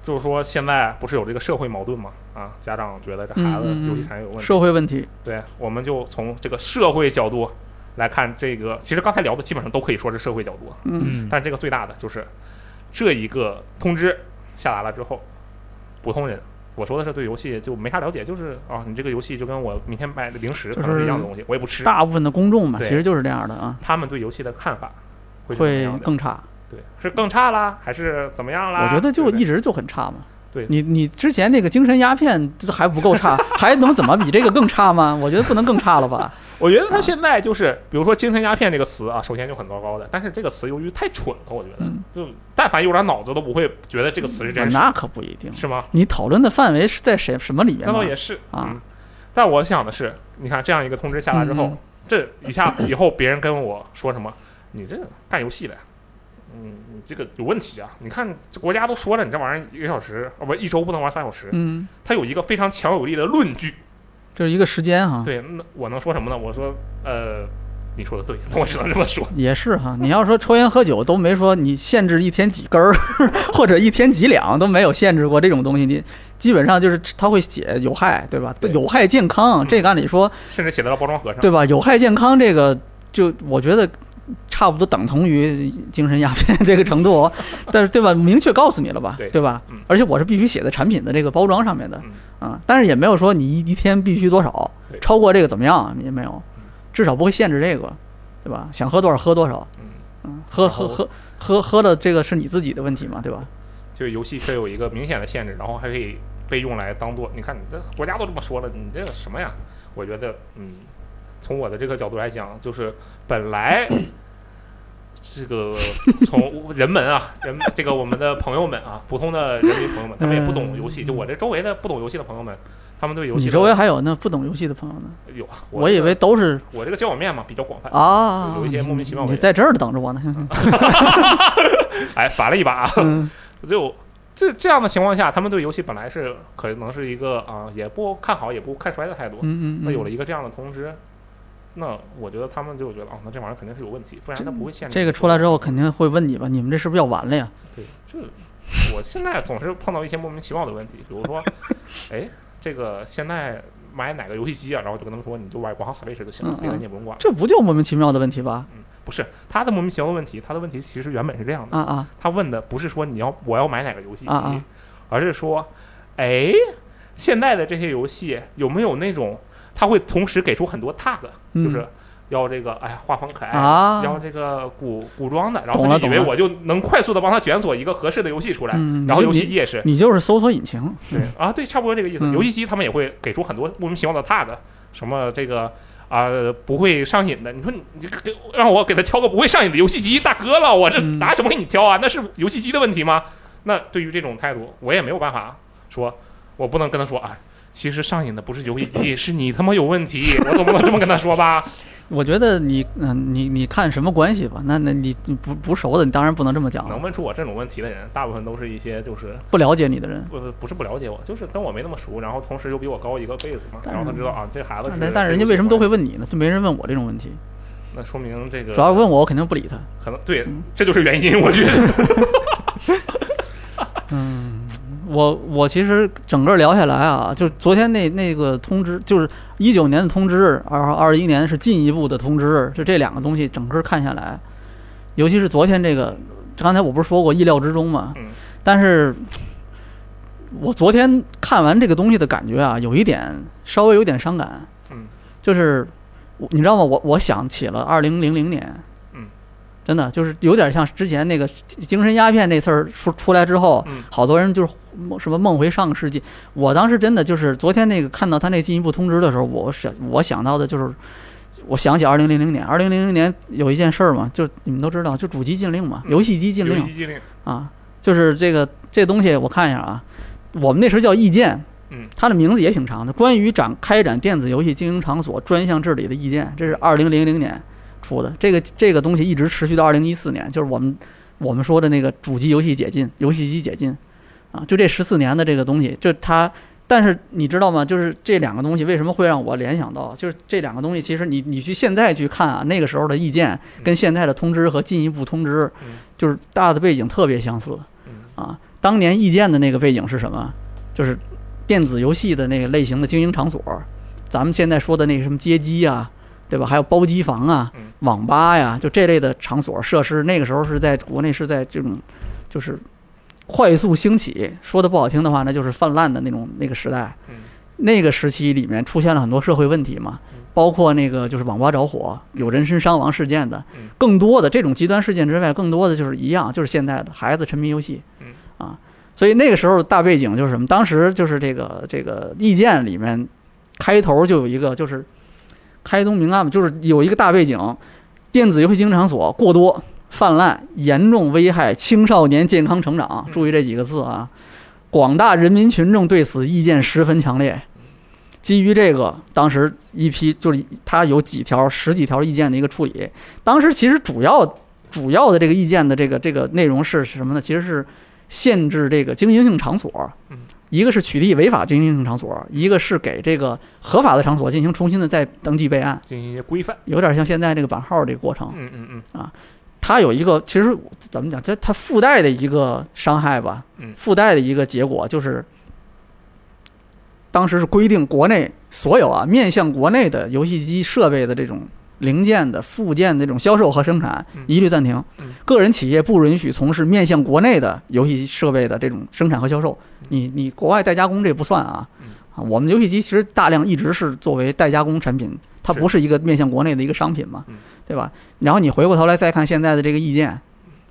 Speaker 2: 就是说，现在不是有这个社会矛盾嘛？啊，家长觉得这孩子
Speaker 3: 嗯嗯嗯
Speaker 2: 游戏产业有问题，
Speaker 3: 社会问题，
Speaker 2: 对，我们就从这个社会角度来看这个，其实刚才聊的基本上都可以说是社会角度，
Speaker 3: 嗯
Speaker 1: 嗯，
Speaker 2: 但这个最大的就是这一个通知下达了之后，普通人我说的是对游戏就没啥了解，就是啊，你这个游戏就跟我明天买的零食
Speaker 3: 就
Speaker 2: 可能是一样的
Speaker 3: 是
Speaker 2: 东西，我也不吃。
Speaker 3: 大部分的公众嘛，
Speaker 2: 对
Speaker 3: 其实就是这样的啊，
Speaker 2: 他们对游戏的看法会是怎么
Speaker 3: 会
Speaker 2: 样的？
Speaker 3: 更差。
Speaker 2: 对，是更差啦，还是怎么样啦？
Speaker 3: 我觉得就
Speaker 2: 对不对
Speaker 3: 一直就很差嘛。
Speaker 2: 对
Speaker 3: 你你之前那个精神鸦片就还不够差， 还能怎么比这个更差吗？我觉得不能更差了吧？
Speaker 2: 我觉得他现在就是，比如说“精神鸦片”这个词啊，首先就很糟糕的。但是这个词由于太蠢了，我觉得
Speaker 3: 嗯
Speaker 2: 就但凡有点脑子都不会觉得这个词 是真实，
Speaker 3: 那可不一定。
Speaker 2: 是吗？
Speaker 3: 你讨论的范围是在谁什么里面
Speaker 2: 那
Speaker 3: 吗
Speaker 2: 倒？也是
Speaker 3: 啊
Speaker 2: 嗯但我想的是，你看这样一个通知下来之后，
Speaker 3: 嗯嗯
Speaker 2: 这一下 以后别人跟我说什么，你这干游戏的呀，嗯，你这个有问题啊！你看这国家都说了，你这玩意儿一个小时，啊不一周不能玩三小时，
Speaker 3: 嗯，
Speaker 2: 它有一个非常强有力的论据。
Speaker 3: 就是一个时间哈，
Speaker 2: 对，那我能说什么呢？我说，呃，你说的对，那我只能这么说。
Speaker 3: 也是哈。你要说抽烟喝酒都没说你限制一天几根儿， 或者一天几两都没有限制过这种东西，你基本上就是它会写有害，对吧？
Speaker 2: 对
Speaker 3: 有害健康，
Speaker 2: 嗯
Speaker 3: 这个按理说
Speaker 2: 甚至写到了包装盒上。
Speaker 3: 对吧？有害健康这个，就我觉得差不多等同于精神鸦片 这个程度哦，但是对吧？明确告诉你了吧，
Speaker 2: 对
Speaker 3: 对吧
Speaker 2: 嗯？
Speaker 3: 而且我是必须写在产品的这个包装上面的
Speaker 2: 嗯，
Speaker 3: 啊，但是也没有说你一一天必须多少
Speaker 2: 对，
Speaker 3: 超过这个怎么样也没有
Speaker 2: 嗯，
Speaker 3: 至少不会限制这个，对吧？想喝多少喝多少，
Speaker 2: 嗯，
Speaker 3: 嗯，喝
Speaker 2: 然后
Speaker 3: 喝喝喝喝的这个是你自己的问题嘛，对吧？
Speaker 2: 就是游戏是有一个明显的限制，然后还可以被用来当做，你看你这国家都这么说了，你这什么呀？我觉得，嗯，从我的这个角度来讲，就是本来 这个 从人们啊，人这个我们的朋友们啊，普通的人民朋友们，他们也不懂游戏，就我这周围的不懂游戏的朋友们，他们对游戏
Speaker 3: 嗯你
Speaker 2: 的
Speaker 3: 周围还有那不懂游戏的朋友呢，
Speaker 2: 有啊，
Speaker 3: 我
Speaker 2: 这
Speaker 3: 以
Speaker 2: 个
Speaker 3: 为都是
Speaker 2: 我这个交友面嘛比较广泛，
Speaker 3: 啊，
Speaker 2: 有一些莫名其妙的
Speaker 3: 你
Speaker 2: 人啊
Speaker 3: 在这儿等着我呢，
Speaker 2: 哎，反了一把啊。
Speaker 3: 嗯
Speaker 2: 就这这样的情况下，他们对游戏本来是可能是一个啊、也不看好也不看衰的态度。
Speaker 3: 嗯嗯，
Speaker 2: 那有了
Speaker 3: 嗯
Speaker 2: 一个这样的通知，那我觉得他们就觉得啊，那这玩意儿肯定是有问题，不然他不会限制
Speaker 3: 这个出来之后肯定会问你吧，你们这是不是要完了呀？
Speaker 2: 对，就我现在总是碰到一些莫名其妙的问题，比如说，哎，这个现在买哪个游戏机啊？然后我就跟他们说，你就玩国行 Switch 就行了
Speaker 3: 嗯，嗯
Speaker 2: 别的你也不用管。
Speaker 3: 这不就莫名其妙的问题吧？
Speaker 2: 不是他的莫名其妙的问题，他的问题其实原本是这样的，
Speaker 3: 啊啊，
Speaker 2: 他问的不是说你要我要买哪个游戏机，
Speaker 3: 啊啊
Speaker 2: 而是说，哎，现在的这些游戏有没有那种他会同时给出很多 tag，、
Speaker 3: 嗯
Speaker 2: 就是要这个哎呀画风可爱，
Speaker 3: 啊
Speaker 2: 要这个古古装的，然
Speaker 3: 懂
Speaker 2: 后
Speaker 3: 了
Speaker 2: 他就以为
Speaker 3: 懂了
Speaker 2: 我就能快速的帮他卷锁一个合适的游戏出来，
Speaker 3: 嗯
Speaker 2: 然后
Speaker 3: 你
Speaker 2: 游戏机也是。
Speaker 3: 你就是搜索引擎，
Speaker 2: 对啊，对，差不多这个意思。
Speaker 3: 嗯
Speaker 2: 游戏机他们也会给出很多莫名其妙的 tag，什么这个啊、不会上瘾的。你说你你这个给让我给他挑个不会上瘾的游戏机，大哥了，我这
Speaker 3: 嗯
Speaker 2: 拿什么给你挑啊？那是游戏机的问题吗？那对于这种态度，我也没有办法说，我不能跟他说啊。其实上瘾的不是游戏机，是你他妈有问题。我总不能这么跟他说 吧？
Speaker 3: 我觉得你嗯、你你看什么关系吧？那那你你不不熟的，你当然不能这么讲
Speaker 2: 能
Speaker 3: 了。
Speaker 2: 问出我这种问题的人，大部分都是一些就是
Speaker 3: 不了解你的人，
Speaker 2: 不不是不了解我，就是跟我没那么熟，然后同时又比我高一个辈子嘛。
Speaker 3: 但
Speaker 2: 然
Speaker 3: 是
Speaker 2: 后他知道啊，这孩子是
Speaker 3: 但但人家为什么都会问你呢？就没人问我这种问题，
Speaker 2: 那说明这个
Speaker 3: 主要嗯问我我肯定不理他。
Speaker 2: 可能对，这就是原因，我觉得。
Speaker 3: 嗯，我我其实整个聊下来啊，就是昨天那那个通知，就是一九年的通知，二二一年是进一步的通知，就这两个东西整个看下来，尤其是昨天这个，刚才我不是说过意料之中嘛，
Speaker 2: 嗯
Speaker 3: 但是我昨天看完这个东西的感觉啊，有一点稍微有点伤感，
Speaker 2: 嗯，
Speaker 3: 就是我你知道吗？我我想起了二零零零年，
Speaker 2: 嗯，
Speaker 3: 真的就是有点像之前那个精神鸦片那事儿出出来之后，
Speaker 2: 嗯
Speaker 3: 好多人就是梦什么梦回上个世纪。我当时真的就是昨天那个看到他那进一步通知的时候，我想我想到的就是。我想起二零零零年，二零零零年有一件事儿嘛，就你们都知道，就主机禁令嘛，
Speaker 2: 嗯
Speaker 3: 游戏机禁
Speaker 2: 游
Speaker 3: 令
Speaker 2: 戏，机灵，
Speaker 3: 啊，就是这个这东西，我看一下啊，我们那时候叫意见，
Speaker 2: 嗯，
Speaker 3: 它的名字也挺长的，关于展开展电子游戏经营场所专项治理的意见，这是二零零零年出的，这个这个东西一直持续到二零一四年，就是我们我们说的那个主机游戏解禁、游戏机解禁啊，就这十四年的这个东西，就它。但是你知道吗？就是这两个东西为什么会让我联想到？就是这两个东西，其实你你去现在去看啊，那个时候的意见跟现在的通知和进一步通知，
Speaker 2: 嗯
Speaker 3: 就是大的背景特别相似
Speaker 2: 嗯
Speaker 3: 啊。当年意见的那个背景是什么？就是电子游戏的那个类型的经营场所，咱们现在说的那个什么街机啊，对吧？还有包机房啊
Speaker 2: 嗯、
Speaker 3: 网吧呀，就这类的场所设施，那个时候是在国内是在这种就是快速兴起，说的不好听的话，那就是泛滥的那种那个时代
Speaker 2: 嗯，
Speaker 3: 那个时期里面出现了很多社会问题嘛
Speaker 2: 嗯，
Speaker 3: 包括那个就是网吧着火、有人身伤亡事件的
Speaker 2: 嗯，
Speaker 3: 更多的这种极端事件之外，更多的就是一样，就是现在的孩子沉迷游戏
Speaker 2: 嗯，
Speaker 3: 啊，所以那个时候大背景就是什么？当时就是这个这个意见里面开头就有一个就是开宗明暗，就是有一个大背景，电子游戏经常所过多泛滥，严重危害青少年健康成长。
Speaker 2: 嗯
Speaker 3: 注意这几个字啊！广大人民群众对此意见十分强烈。基于这个，当时一批就是他有几条、十几条意见的一个处理。当时其实主要主要的这个意见的这个这个内容是什么呢？其实是限制这个经营性场所
Speaker 2: 嗯，
Speaker 3: 一个是取缔违法经营性场所，一个是给这个合法的场所进行重新的再登记备案，
Speaker 2: 进行一些规范。
Speaker 3: 有点像现在这个版号这个过程。
Speaker 2: 嗯嗯嗯，
Speaker 3: 它有一个其实怎么讲，它它附带的一个伤害吧，
Speaker 2: 嗯
Speaker 3: 附带的一个结果就是，当时是规定国内所有啊面向国内的游戏机设备的这种零件的附件的这种销售和生产
Speaker 2: 嗯
Speaker 3: 一律暂停
Speaker 2: 嗯，
Speaker 3: 个人企业不允许从事面向国内的游戏设备的这种生产和销售。你你国外代加工这不算啊
Speaker 2: 嗯。
Speaker 3: 啊，我们游戏机其实大量一直是作为代加工产品，它
Speaker 2: 是
Speaker 3: 不是一个面向国内的一个商品嘛
Speaker 2: 嗯，
Speaker 3: 对吧？然后你回过头来再看现在的这个意见，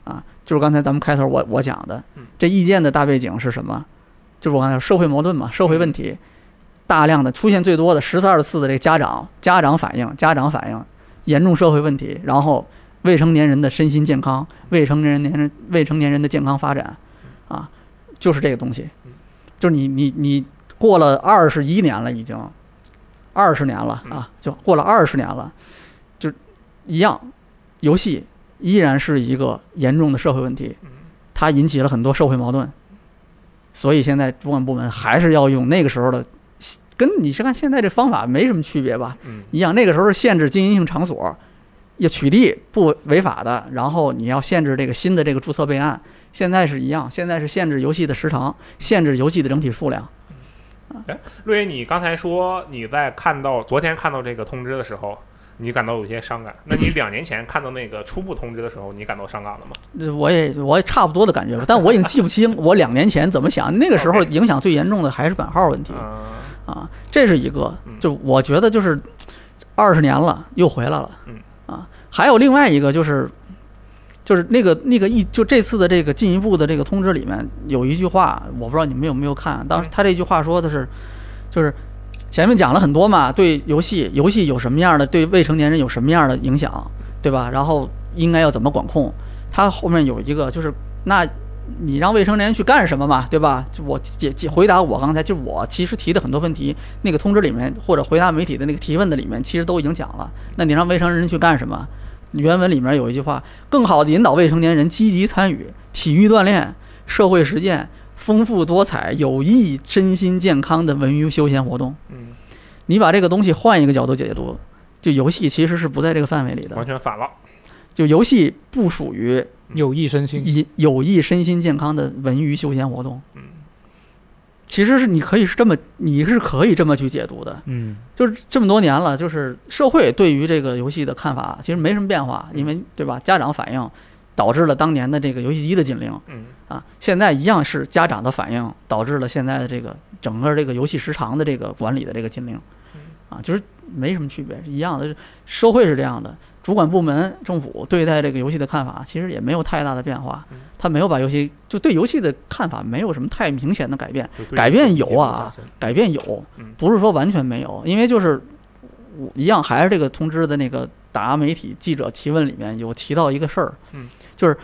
Speaker 3: 啊，就是刚才咱们开头我我讲的
Speaker 2: 嗯，
Speaker 3: 这意见的大背景是什么？就是我刚才说社会矛盾嘛，社会问
Speaker 2: 嗯
Speaker 3: 题，大量的出现最多的十次二十次的这个家长家长反映，家长反映严重社会问题，然后未成年人的身心健康，未成年人年人未成年人的健康发展，啊，就是这个东西
Speaker 2: 嗯，
Speaker 3: 就是你你你过了二十一年了，已经二十年了啊，就过了二十年了，就一样，游戏依然是一个严重的社会问题
Speaker 2: 嗯，
Speaker 3: 它引起了很多社会矛盾，所以现在主管部门还是要用那个时候的，跟你是看现在这方法没什么区别吧，
Speaker 2: 嗯
Speaker 3: 一样，那个时候是限制经营性场所，要取缔不违法的，然后你要限制这个新的这个注册备案。现在是一样，现在是限制游戏的时长，限制游戏的整体数量。
Speaker 2: 陆爷，你刚才说你在看到昨天看到这个通知的时候，你感到有些伤感。那 你两年前看到那个初步通知的时候，你感到伤感了吗？
Speaker 3: 呃我也我也差不多的感觉吧，但我已经记不清我两年前怎么想。那个时候
Speaker 2: OK
Speaker 3: 影响最严重的还是版号问题
Speaker 2: 嗯
Speaker 3: 啊，这是一个
Speaker 2: 嗯。
Speaker 3: 就我觉得就是二十年了，又回来了
Speaker 2: 嗯。
Speaker 3: 啊，还有另外一个就是。就是那个那个一就这次的这个进一步的这个通知里面有一句话，我不知道你们有没有看。当时
Speaker 2: 嗯
Speaker 3: 他这句话说的是，就是前面讲了很多嘛，对游戏游戏有什么样的，对未成年人有什么样的影响，对吧？然后应该要怎么管控？他后面有一个就是，那你让未成年人去干什么嘛，对吧？就我解解回答我刚才就我其实提的很多问题，那个通知里面或者回答媒体的那个提问的里面，其实都已经讲了。那你让未成年人去干什么？原文里面有一句话，更好的引导未成年人积极参与体育锻炼、社会实践、丰富多彩、有益身心健康的文娱休闲活动。
Speaker 2: 嗯，
Speaker 3: 你把这个东西换一个角度解读，就游戏其实是不在这个范围里
Speaker 2: 完
Speaker 3: 的，
Speaker 2: 全反了。
Speaker 3: 就游戏不属于
Speaker 1: 有益身心。
Speaker 3: 以有益身心健康的文娱休闲活动。
Speaker 2: 嗯
Speaker 3: 其实是你可以是这么，你是可以这么去解读的。
Speaker 1: 嗯，
Speaker 3: 就是这么多年了，就是社会对于这个游戏的看法其实没什么变化，
Speaker 2: 嗯
Speaker 3: 因为对吧？家长反映导致了当年的这个游戏机的禁令
Speaker 2: 嗯
Speaker 3: 啊，现在一样是家长的反应导致了现在的这个整个这个游戏时长的这个管理的这个禁令
Speaker 2: 嗯
Speaker 3: 啊，就是没什么区别，是一样的。社会是这样的，主管部门、政府对待这个游戏的看法其实也没有太大的变化
Speaker 2: 嗯，
Speaker 3: 他没有把游戏就对游戏的看法没有什么太明显的改变。
Speaker 2: 就对
Speaker 3: 改变有啊
Speaker 2: 这个加深。
Speaker 3: 改变有
Speaker 2: 嗯，
Speaker 3: 不是说完全没有，因为就是我一样还是这个通知的那个答媒体记者提问里面有提到一个事儿，
Speaker 2: 嗯，
Speaker 3: 就是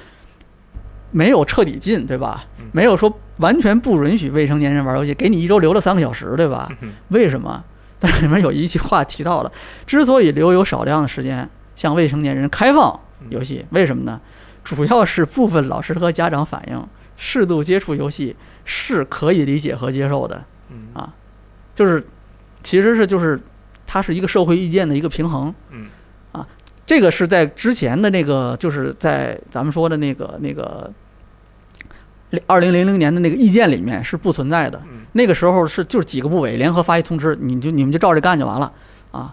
Speaker 3: 没有彻底禁，对吧
Speaker 2: 嗯？
Speaker 3: 没有说完全不允许未成年人玩游戏，给你一周留了三个小时，对吧？
Speaker 2: 嗯哼
Speaker 3: 为什么？ 但是里面有一句话提到了，之所以留有少量的时间向未成年人开放
Speaker 2: 嗯
Speaker 3: 游戏，为什么呢？主要是部分老师和家长反映，适度接触游戏是可以理解和接受的。
Speaker 2: 嗯
Speaker 3: 啊就是其实是就是它是一个社会意见的一个平衡。
Speaker 2: 嗯
Speaker 3: 啊，这个是在之前的那个就是在咱们说的那个那个二零零零年的那个意见里面是不存在的。
Speaker 2: 嗯
Speaker 3: 那个时候是就是几个部委联合发一通知，你就你们就照着干就完了啊。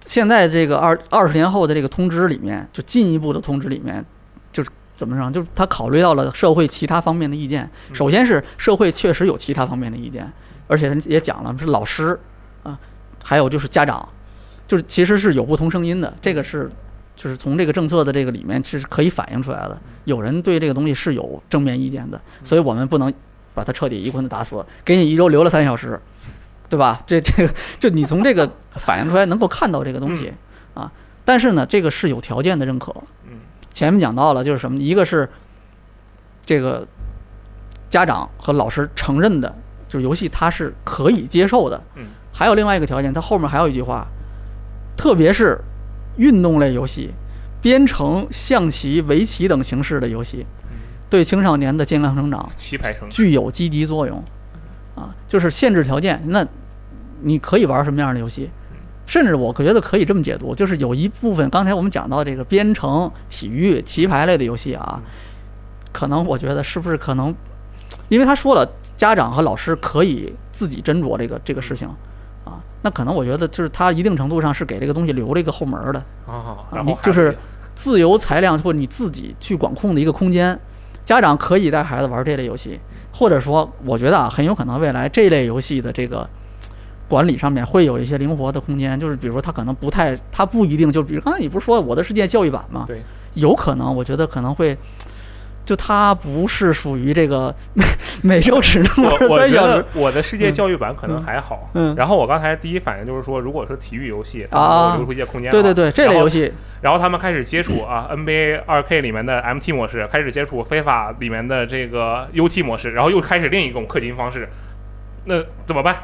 Speaker 3: 现在这个二二十年后的这个通知里面，就进一步的通知里面，就是怎么讲，就是他考虑到了社会其他方面的意见。
Speaker 2: 嗯
Speaker 3: 首先是社会确实有其他方面的意见，而且也讲了是老师啊，还有就是家长，就是其实是有不同声音的，这个是。就是从这个政策的这个里面是可以反映出来的，有人对这个东西是有正面意见的，所以我们不能把他彻底一棍子打死，给你一周留了三小时，对吧？这这个就你从这个反映出来能够看到这个东西啊，但是呢，这个是有条件的认可，
Speaker 2: 嗯
Speaker 3: 前面讲到了，就是什么？一个是这个家长和老师承认的，就是游戏它是可以接受的。
Speaker 2: 嗯，
Speaker 3: 还有另外一个条件，它后面还有一句话，特别是运动类游戏、编程、象棋、围棋等形式的游戏，对青少年的健康成长
Speaker 2: 棋牌城，
Speaker 3: 具有积极作用。啊，就是限制条件，那你可以玩什么样的游戏？甚至我觉得可以这么解读，就是有一部分刚才我们讲到这个编程、体育、棋牌类的游戏啊，可能我觉得是不是可能，因为他说了，家长和老师可以自己斟酌这个这个事情啊，那可能我觉得就是他一定程度上是给这个东西留了一个后门儿的，
Speaker 2: 哦，
Speaker 3: 啊
Speaker 2: 然
Speaker 3: 你
Speaker 2: 后还有
Speaker 3: 就是
Speaker 2: 一个
Speaker 3: 自由裁量或者你自己去管控的一个空间。家长可以带孩子玩这类游戏，或者说，我觉得啊，很有可能未来这类游戏的这个管理上面会有一些灵活的空间，就是比如说他可能不太，他不一定就比如刚才你不是说《我的世界》教育版吗？
Speaker 2: 对，
Speaker 3: 有可能，我觉得可能会。就它不是属于这个 每周只能玩
Speaker 2: 我我
Speaker 3: 三
Speaker 2: 觉
Speaker 3: 小时
Speaker 2: 得，我的世界
Speaker 3: 嗯
Speaker 2: 教育版可能
Speaker 3: 嗯
Speaker 2: 还好。
Speaker 3: 嗯
Speaker 2: 然后我刚才第一反应就是说，如果是体育游戏，它
Speaker 3: 啊
Speaker 2: 能够留出一些空间。
Speaker 3: 对对对，这类游
Speaker 2: 戏。
Speaker 3: 戏
Speaker 2: 然后他们开始接触 啊 NBA 二 K 里面的 MT 模式，开始接触非法里面的这个 UT 模式，然后又开始另一种氪金方式，那怎么办？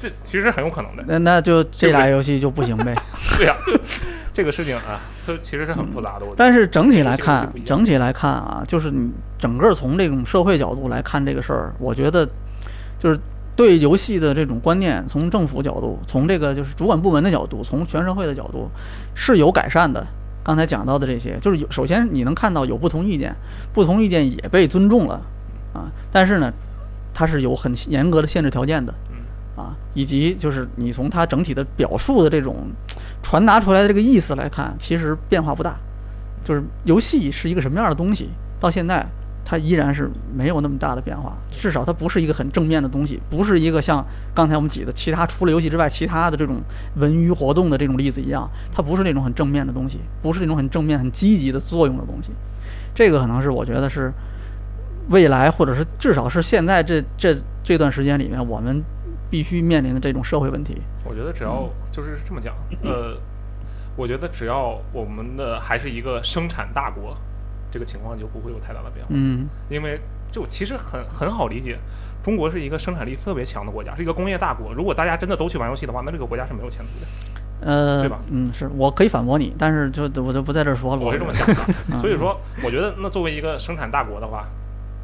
Speaker 2: 这其实很有可能的，
Speaker 3: 那那就这
Speaker 2: 对不
Speaker 3: 俩
Speaker 2: 对
Speaker 3: 游戏就不行呗。
Speaker 2: 对呀、这个事情啊，它其实是很复杂的。我觉得
Speaker 3: 但是整体来
Speaker 2: 这个
Speaker 3: 看
Speaker 2: 就不一，样
Speaker 3: 整体来看啊，就是你整个从这种社会角度来看这个事儿，我觉得就是对游戏的这种观念，从政府角度，从这个就是主管部门的角度，从全社会的角度是有改善的。刚才讲到的这些，就是有首先你能看到有不同意见，不同意见也被尊重了啊，但是呢，它是有很严格的限制条件的。
Speaker 2: 嗯
Speaker 3: 啊，以及就是你从它整体的表述的这种传达出来的这个意思来看，其实变化不大。就是游戏是一个什么样的东西，到现在它依然是没有那么大的变化，至少它不是一个很正面的东西，不是一个像刚才我们举的其他除了游戏之外其他的这种文娱活动的这种例子一样，它不是那种很正面的东西，不是那种很正面、很积极的作用的东西。这个可能是我觉得是未来，或者是至少是现在这这这段时间里面，我们必须面临的这种社会问题。
Speaker 2: 我觉得只要就是这么讲，呃，我觉得只要我们的还是一个生产大国，这个情况就不会有太大的变化。
Speaker 3: 嗯
Speaker 2: 因为就其实很很好理解，中国是一个生产力特别强的国家，是一个工业大国。如果大家真的都去玩游戏的话，那这个国家是没有前途的。
Speaker 3: 呃
Speaker 2: 对吧，
Speaker 3: 嗯，是我可以反驳你，但是就我就不在这儿说了。
Speaker 2: 我是这么想
Speaker 3: 嗯
Speaker 2: 的，所以说我觉得那作为一个生产大国的话，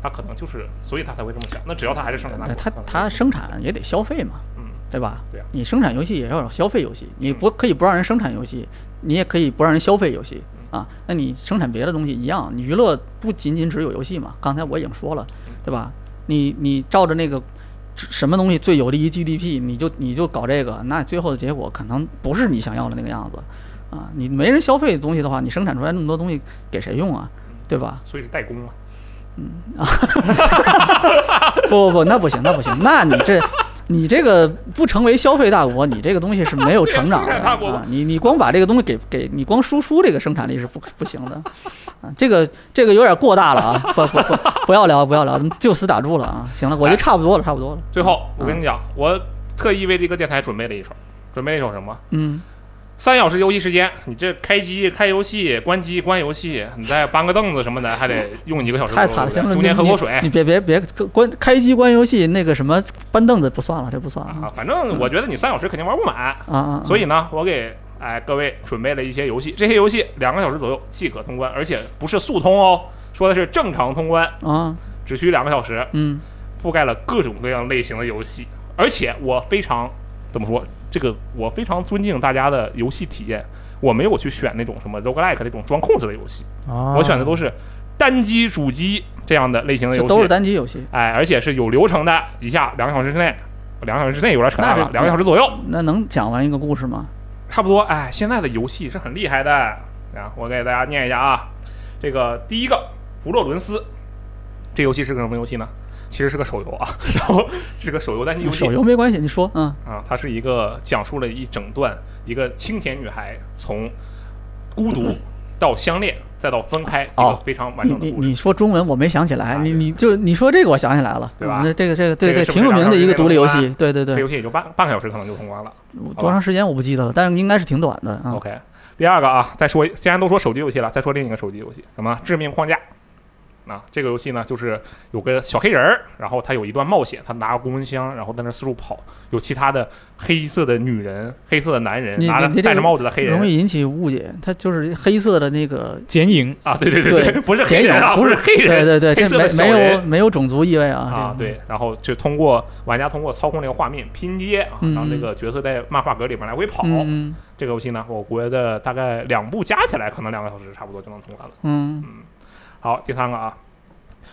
Speaker 2: 它可能就是，所以它才会这么想。那只要它还是生产大
Speaker 3: 对
Speaker 2: 国，
Speaker 3: 它
Speaker 2: 那
Speaker 3: 它生产也得消费嘛，
Speaker 2: 嗯，
Speaker 3: 对吧？
Speaker 2: 对啊
Speaker 3: 你生产游戏也要有消费游戏，你
Speaker 2: 嗯
Speaker 3: 不可以不让人生产游戏，你也可以不让人消费游戏
Speaker 2: 嗯
Speaker 3: 啊。那你生产别的东西一样，你娱乐不仅仅只有游戏嘛。刚才我已经说了
Speaker 2: 嗯，
Speaker 3: 对吧？你你照着那个什么东西最有利于 GDP，你就你就搞这个，那最后的结果可能不是你想要的那个样子啊。你没人消费的东西的话，你生产出来那么多东西给谁用啊？对吧？
Speaker 2: 所以是代工嘛。
Speaker 3: 不不不，那不行，那不行，那你这。你这个不成为消费大国，你这个东西是没有成长
Speaker 2: 对
Speaker 3: 的
Speaker 2: 生产大国
Speaker 3: 啊！你你光把这个东西给给你光输出这个生产力是不不行的啊！这个这个有点过大了啊！不不不，不要聊不要聊，咱们就此打住了啊！行了，
Speaker 2: 哎
Speaker 3: 我觉得差不多了，差不多了。
Speaker 2: 最后
Speaker 3: 嗯
Speaker 2: 我跟你讲，我特意为这个电台准备了一首，准备了一首什么？
Speaker 3: 嗯，
Speaker 2: 三小时游戏时间，你这开机开游戏，关机关游戏，你再搬个凳子什么的，还得用一个小时左
Speaker 3: 太
Speaker 2: 右。
Speaker 3: 惨了，
Speaker 2: 对
Speaker 3: 行
Speaker 2: 不
Speaker 3: 了，
Speaker 2: 对中间
Speaker 3: 你
Speaker 2: 喝口水
Speaker 3: 你。你别别别关开机关游戏那个什么搬凳子不算了，这不算了
Speaker 2: 啊，反正我觉得你三小时肯定玩不满，
Speaker 3: 啊啊！
Speaker 2: 所
Speaker 3: 以
Speaker 2: 以呢，我给哎各位准备了一些游戏，这些游戏两个小时左右即可通关，而且不是速通哦，说的是正常通关，
Speaker 3: 啊
Speaker 2: 只需两个小时，
Speaker 3: 嗯
Speaker 2: 覆盖了各种各样类型的游戏，而且我非常怎么说，这个我非常尊敬大家的游戏体验，我没有去选那种什么 roguelike 那种装控制的游戏，
Speaker 1: 啊，
Speaker 2: 我选的都是单机、主机这样的类型的游
Speaker 3: 这
Speaker 2: 戏，
Speaker 3: 都是单机游戏，
Speaker 2: 哎，而且是有流程的，一下两个小时之内，两个小时之内有点扯淡
Speaker 3: 那
Speaker 2: 了
Speaker 3: 是，
Speaker 2: 两个小时左右。
Speaker 3: 那能讲完一个故事吗？
Speaker 2: 差不多，哎，现在的游戏是很厉害的啊！我给大家念一下啊，这个第一个弗洛伦斯。这游戏是个什么游戏呢？其实是个手游啊， 然后是个手游，但是游戏
Speaker 3: 手游没关系，你说，嗯
Speaker 2: 啊，它是一个讲述了一整段一个青田女孩从孤 独到相恋再到分开一个
Speaker 3: 哦
Speaker 2: 非常完
Speaker 3: 你
Speaker 2: 整的
Speaker 3: 你
Speaker 2: 故事。
Speaker 3: 你说中文我没想起来，
Speaker 2: 啊
Speaker 3: 你
Speaker 2: 对
Speaker 3: 你就你说这个我想起来了，
Speaker 2: 对吧
Speaker 3: 嗯这个这个对
Speaker 2: 这个
Speaker 3: 对，
Speaker 2: 是不是
Speaker 3: 挺有名的一个独立游
Speaker 2: 让
Speaker 3: 戏，对对
Speaker 2: 这
Speaker 3: 对
Speaker 2: 游，戏也就半半个小时可能就通关了。
Speaker 3: 多长时间我不记得了，但是应该是挺短的啊。
Speaker 2: OK，第二个啊，再说，既然都说手机游戏了，再说另一个手机游戏，什么《致命框架》啊，这个游戏呢，就是有个小黑人儿，然后他有一段冒险，他拿个公文箱，然后在那四处跑，有其他的黑色的女人、黑色的男人，
Speaker 3: 你
Speaker 2: 拿
Speaker 3: 你你
Speaker 2: 着
Speaker 3: 这
Speaker 2: 戴着
Speaker 3: 个
Speaker 2: 帽子的黑
Speaker 3: 容
Speaker 2: 人。
Speaker 3: 易引起误解，它就是黑色的那个
Speaker 1: 剪影
Speaker 2: 啊，对对对
Speaker 3: 对
Speaker 2: 不是黑
Speaker 3: 剪影
Speaker 2: 人啊，，
Speaker 3: 不
Speaker 2: 是黑人，
Speaker 3: 对对对，
Speaker 2: 黑色
Speaker 3: 这
Speaker 2: 的
Speaker 3: 没
Speaker 2: 小
Speaker 3: 没有
Speaker 2: 人
Speaker 3: 没有种族意味啊
Speaker 2: 啊，
Speaker 3: 这个
Speaker 2: 对，然后就通过玩家通过操控那个画面拼接啊，
Speaker 3: 嗯
Speaker 2: 让这个角色在漫画格里面来回跑。
Speaker 3: 嗯
Speaker 2: 这个游戏呢，我觉得大概两部加起来可能两个小时差不多就能通关了。
Speaker 3: 嗯
Speaker 2: 好，第三个啊，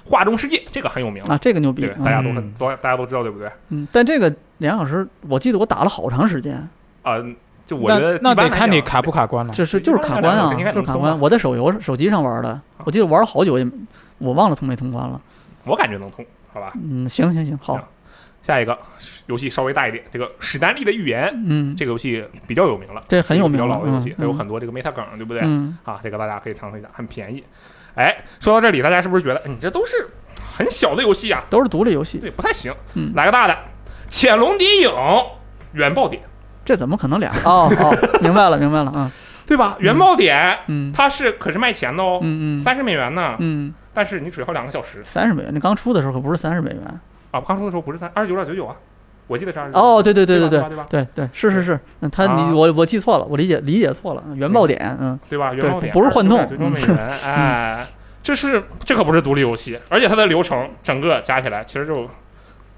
Speaker 2: 《画中世界》这个很有名
Speaker 3: 嗯，啊，这个牛逼
Speaker 2: 对，，大家都很
Speaker 1: 嗯
Speaker 2: 都大家都知道，对不对？
Speaker 3: 嗯，但这个两小时，我记得我打了好长时间，
Speaker 2: 啊、就我
Speaker 1: 那
Speaker 2: 觉得
Speaker 1: 那
Speaker 2: 一般
Speaker 1: 得
Speaker 2: 来
Speaker 1: 看你
Speaker 2: 讲
Speaker 1: 卡不卡关了。
Speaker 3: 就是就是卡关啊，就是卡关。我在手游手机上玩
Speaker 2: 啊
Speaker 3: 的，我记得玩了好久也，我忘了通没通关了。
Speaker 2: 我感觉能通，好吧？
Speaker 3: 嗯，行行行，好，
Speaker 2: 下一个游戏稍微大一点，这个《史丹利的预言》
Speaker 3: 嗯，
Speaker 2: 这个游戏比较有名了，
Speaker 3: 这很有
Speaker 2: 比
Speaker 3: 名
Speaker 2: 较
Speaker 3: 了
Speaker 2: 老的游戏
Speaker 3: 嗯，
Speaker 2: 还有很多这个 meta 梗，对不对？
Speaker 3: 嗯，
Speaker 2: 啊，这个大家可以尝试一下，很便宜。哎，说到这里，大家是不是觉得，嗯，这都是很小的游戏啊？
Speaker 3: 都是独立游戏，
Speaker 2: 对，不太行。
Speaker 3: 嗯
Speaker 2: 来个大的，《潜龙谍影》原爆点，
Speaker 3: 这怎么可能俩？ 哦哦，明白了明白了啊，
Speaker 2: 对吧？原爆点，
Speaker 3: 嗯
Speaker 2: 它是可是卖钱的哦，
Speaker 3: 嗯嗯
Speaker 2: 三十美元呢。
Speaker 3: 嗯，
Speaker 2: 但是你只要两个小时
Speaker 3: 三十美元，你刚出的时候可不是三十美元。
Speaker 2: 啊！我刚出的时候不是三二十九点九九啊，我记得是二十九。
Speaker 3: 哦，对对对
Speaker 2: 对
Speaker 3: 对
Speaker 2: 吧对吧
Speaker 3: 对对，是是是，嗯他
Speaker 2: 啊
Speaker 3: 你我我记错了，我理解理解错了，原爆点，嗯，
Speaker 2: 对吧？元宝点
Speaker 3: 不是幻嗯痛
Speaker 2: 九美元，哎，这是这可不是独立游戏，而且它的流程整个加起来其实就，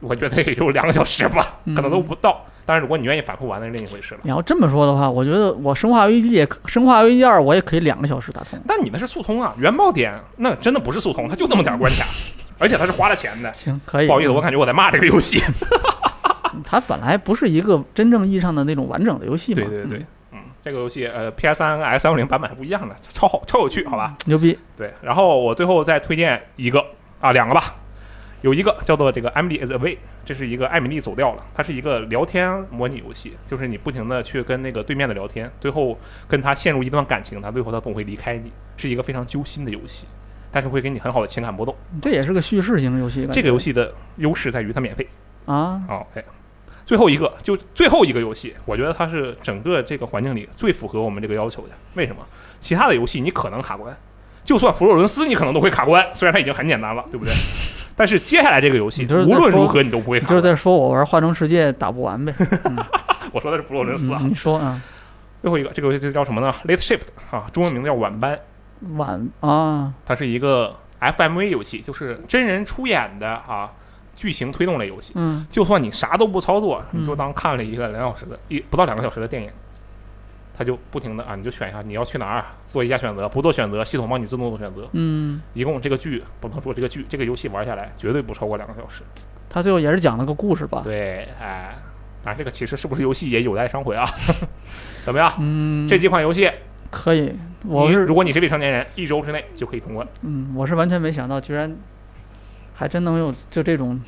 Speaker 2: 我觉得也就两个小时吧，
Speaker 3: 嗯
Speaker 2: 可能都不到。但是如果你愿意反复玩，那是另一回事了。
Speaker 3: 你要这么说的话，我觉得我《生化危机》也可，《生化危机二》我也可以两个小时打通。
Speaker 2: 但你那是速通啊，元宝点那真的不是速通，它就那么点关卡，
Speaker 3: 嗯
Speaker 2: 而且它是花了钱的。
Speaker 3: 行，可以。嗯
Speaker 2: 不好意思，我感觉我在骂这个游戏。
Speaker 3: 它本来不是一个真正意义上的那种完整的游戏
Speaker 2: 对
Speaker 3: 嘛。
Speaker 2: 对对
Speaker 3: 嗯，，
Speaker 2: 嗯，这个游戏呃，PS 三跟 S 三六零版本还不一样的，超好超有趣，好吧？
Speaker 3: 牛逼。
Speaker 2: 对，然后我最后再推荐一个啊，两个吧，有一个叫做这个《Emily is Away》，这是一个艾米丽走掉了，它是一个聊天模拟游戏，就是你不停的去跟那个对面的聊天，最后跟他陷入一段感情，他最后他总会离开你，是一个非常揪心的游戏，但是会给你很好的情感波动。
Speaker 3: 这也是个叙事型游戏。感觉
Speaker 2: 这个游戏的优势在于它免费。
Speaker 3: 啊，
Speaker 2: 好、o k 哦最后一个就最后一个游戏，我觉得它是整个这个环境里最符合我们这个要求的。为什么？其他的游戏你可能卡关，就算佛罗伦斯你可能都会卡关，虽然它已经很简单了，对不对？ 但是接下来这个游戏
Speaker 3: 你就是在
Speaker 2: 无论
Speaker 3: 说
Speaker 2: 如何你都不会
Speaker 3: 你
Speaker 2: 卡
Speaker 3: 就是
Speaker 2: 关。
Speaker 3: 在说我玩《化妆世界》打 不完呗。
Speaker 2: 我说的是佛罗伦斯啊。
Speaker 3: 嗯你说啊，
Speaker 2: 最后一个这个游戏就叫什么呢？Late Shift 啊，中文名字叫晚班，
Speaker 3: 晚啊，
Speaker 2: 它是一个 FMV 游戏，就是真人出演的啊剧情推动类游戏。
Speaker 3: 嗯，
Speaker 2: 就算你啥都不操作，
Speaker 3: 嗯
Speaker 2: 你就当看了一个两小时的一不到两个小时的电影，它就不停的啊，你就选一下你要去哪儿，做一下选择，不做选择，系统帮你自动做选择。
Speaker 3: 嗯，
Speaker 2: 一共这个剧不能说这个剧这个游戏玩下来绝对不超过两个小时。
Speaker 3: 他最后也是讲了个故事吧？
Speaker 2: 对，哎，啊，这个其实是不是游戏也有待商榷啊？ 怎么样？
Speaker 3: 嗯，
Speaker 2: 这几款游戏，
Speaker 3: 可以。我
Speaker 2: 你
Speaker 3: 是
Speaker 2: 如果你是未成年人，一周之内就可以通关，
Speaker 3: 嗯，我是完全没想到，居然还真能有就这种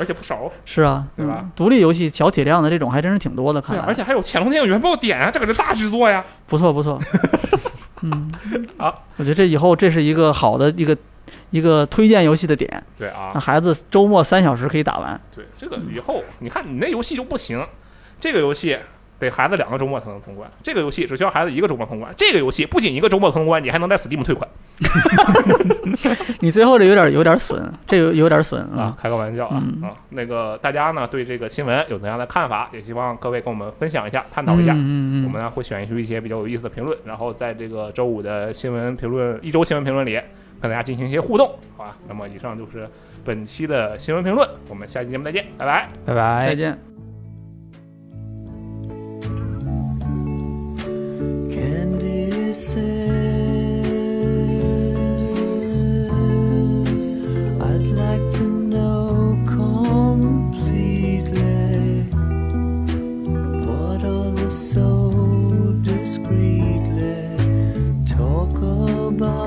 Speaker 2: 而且不少哦。
Speaker 3: 是啊，
Speaker 2: 对吧
Speaker 3: 嗯独立游戏小体量的这种还真是挺多的，看
Speaker 2: 对，
Speaker 3: 来。
Speaker 2: 而且还有《潜龙谍影》原爆点啊，这可是大制作呀！
Speaker 3: 不 错不错，嗯，
Speaker 2: 好，
Speaker 3: 我觉得这以后这是一个好的一个一个推荐游戏的点，
Speaker 2: 对啊
Speaker 3: 让，孩子周末三小时可以打完。
Speaker 2: 对，这个
Speaker 3: 嗯
Speaker 2: 以后你看你那游戏就不行，这个游戏得孩子两个周末才能通关，这个游戏只需要孩子一个周末通关，这个游戏不仅一个周末通关，你还能在 Steam 退款
Speaker 3: 你最后这有点有点损，这有有点损
Speaker 2: 啊！，开个玩笑啊
Speaker 3: 嗯
Speaker 2: 啊！那个大家呢对这个新闻有怎样的看法，也希望各位跟我们分享一下，探讨一下。
Speaker 3: 嗯
Speaker 2: 我
Speaker 3: 嗯
Speaker 2: 们
Speaker 3: 嗯，
Speaker 2: 呢会选出一些比较有意思的评论，然后在这个周五的新闻评论一周新闻评论里跟大家进行一些互动，好吧？那么以上就是本期的新闻评论，我们下期节目再见，拜拜。
Speaker 1: 拜拜
Speaker 3: 再。见。
Speaker 4: Candice says, I'd like to know completely what all the so discreetly talk about.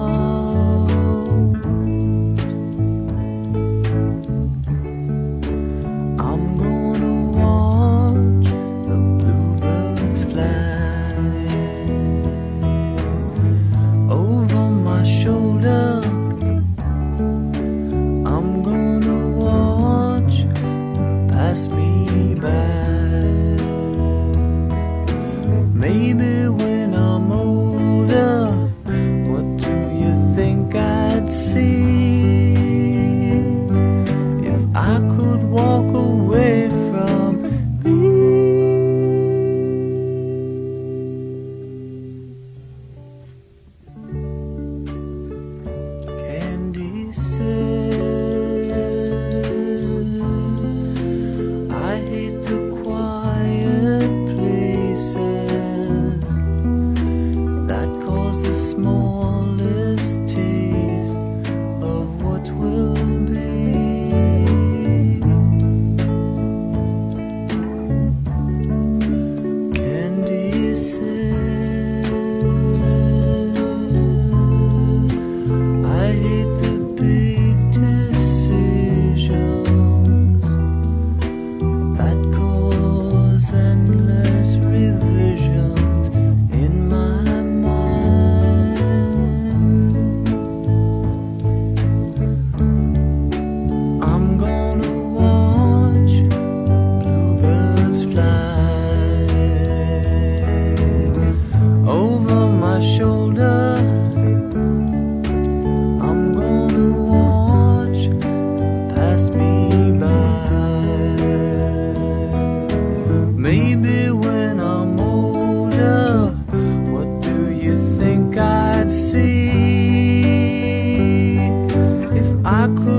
Speaker 4: I could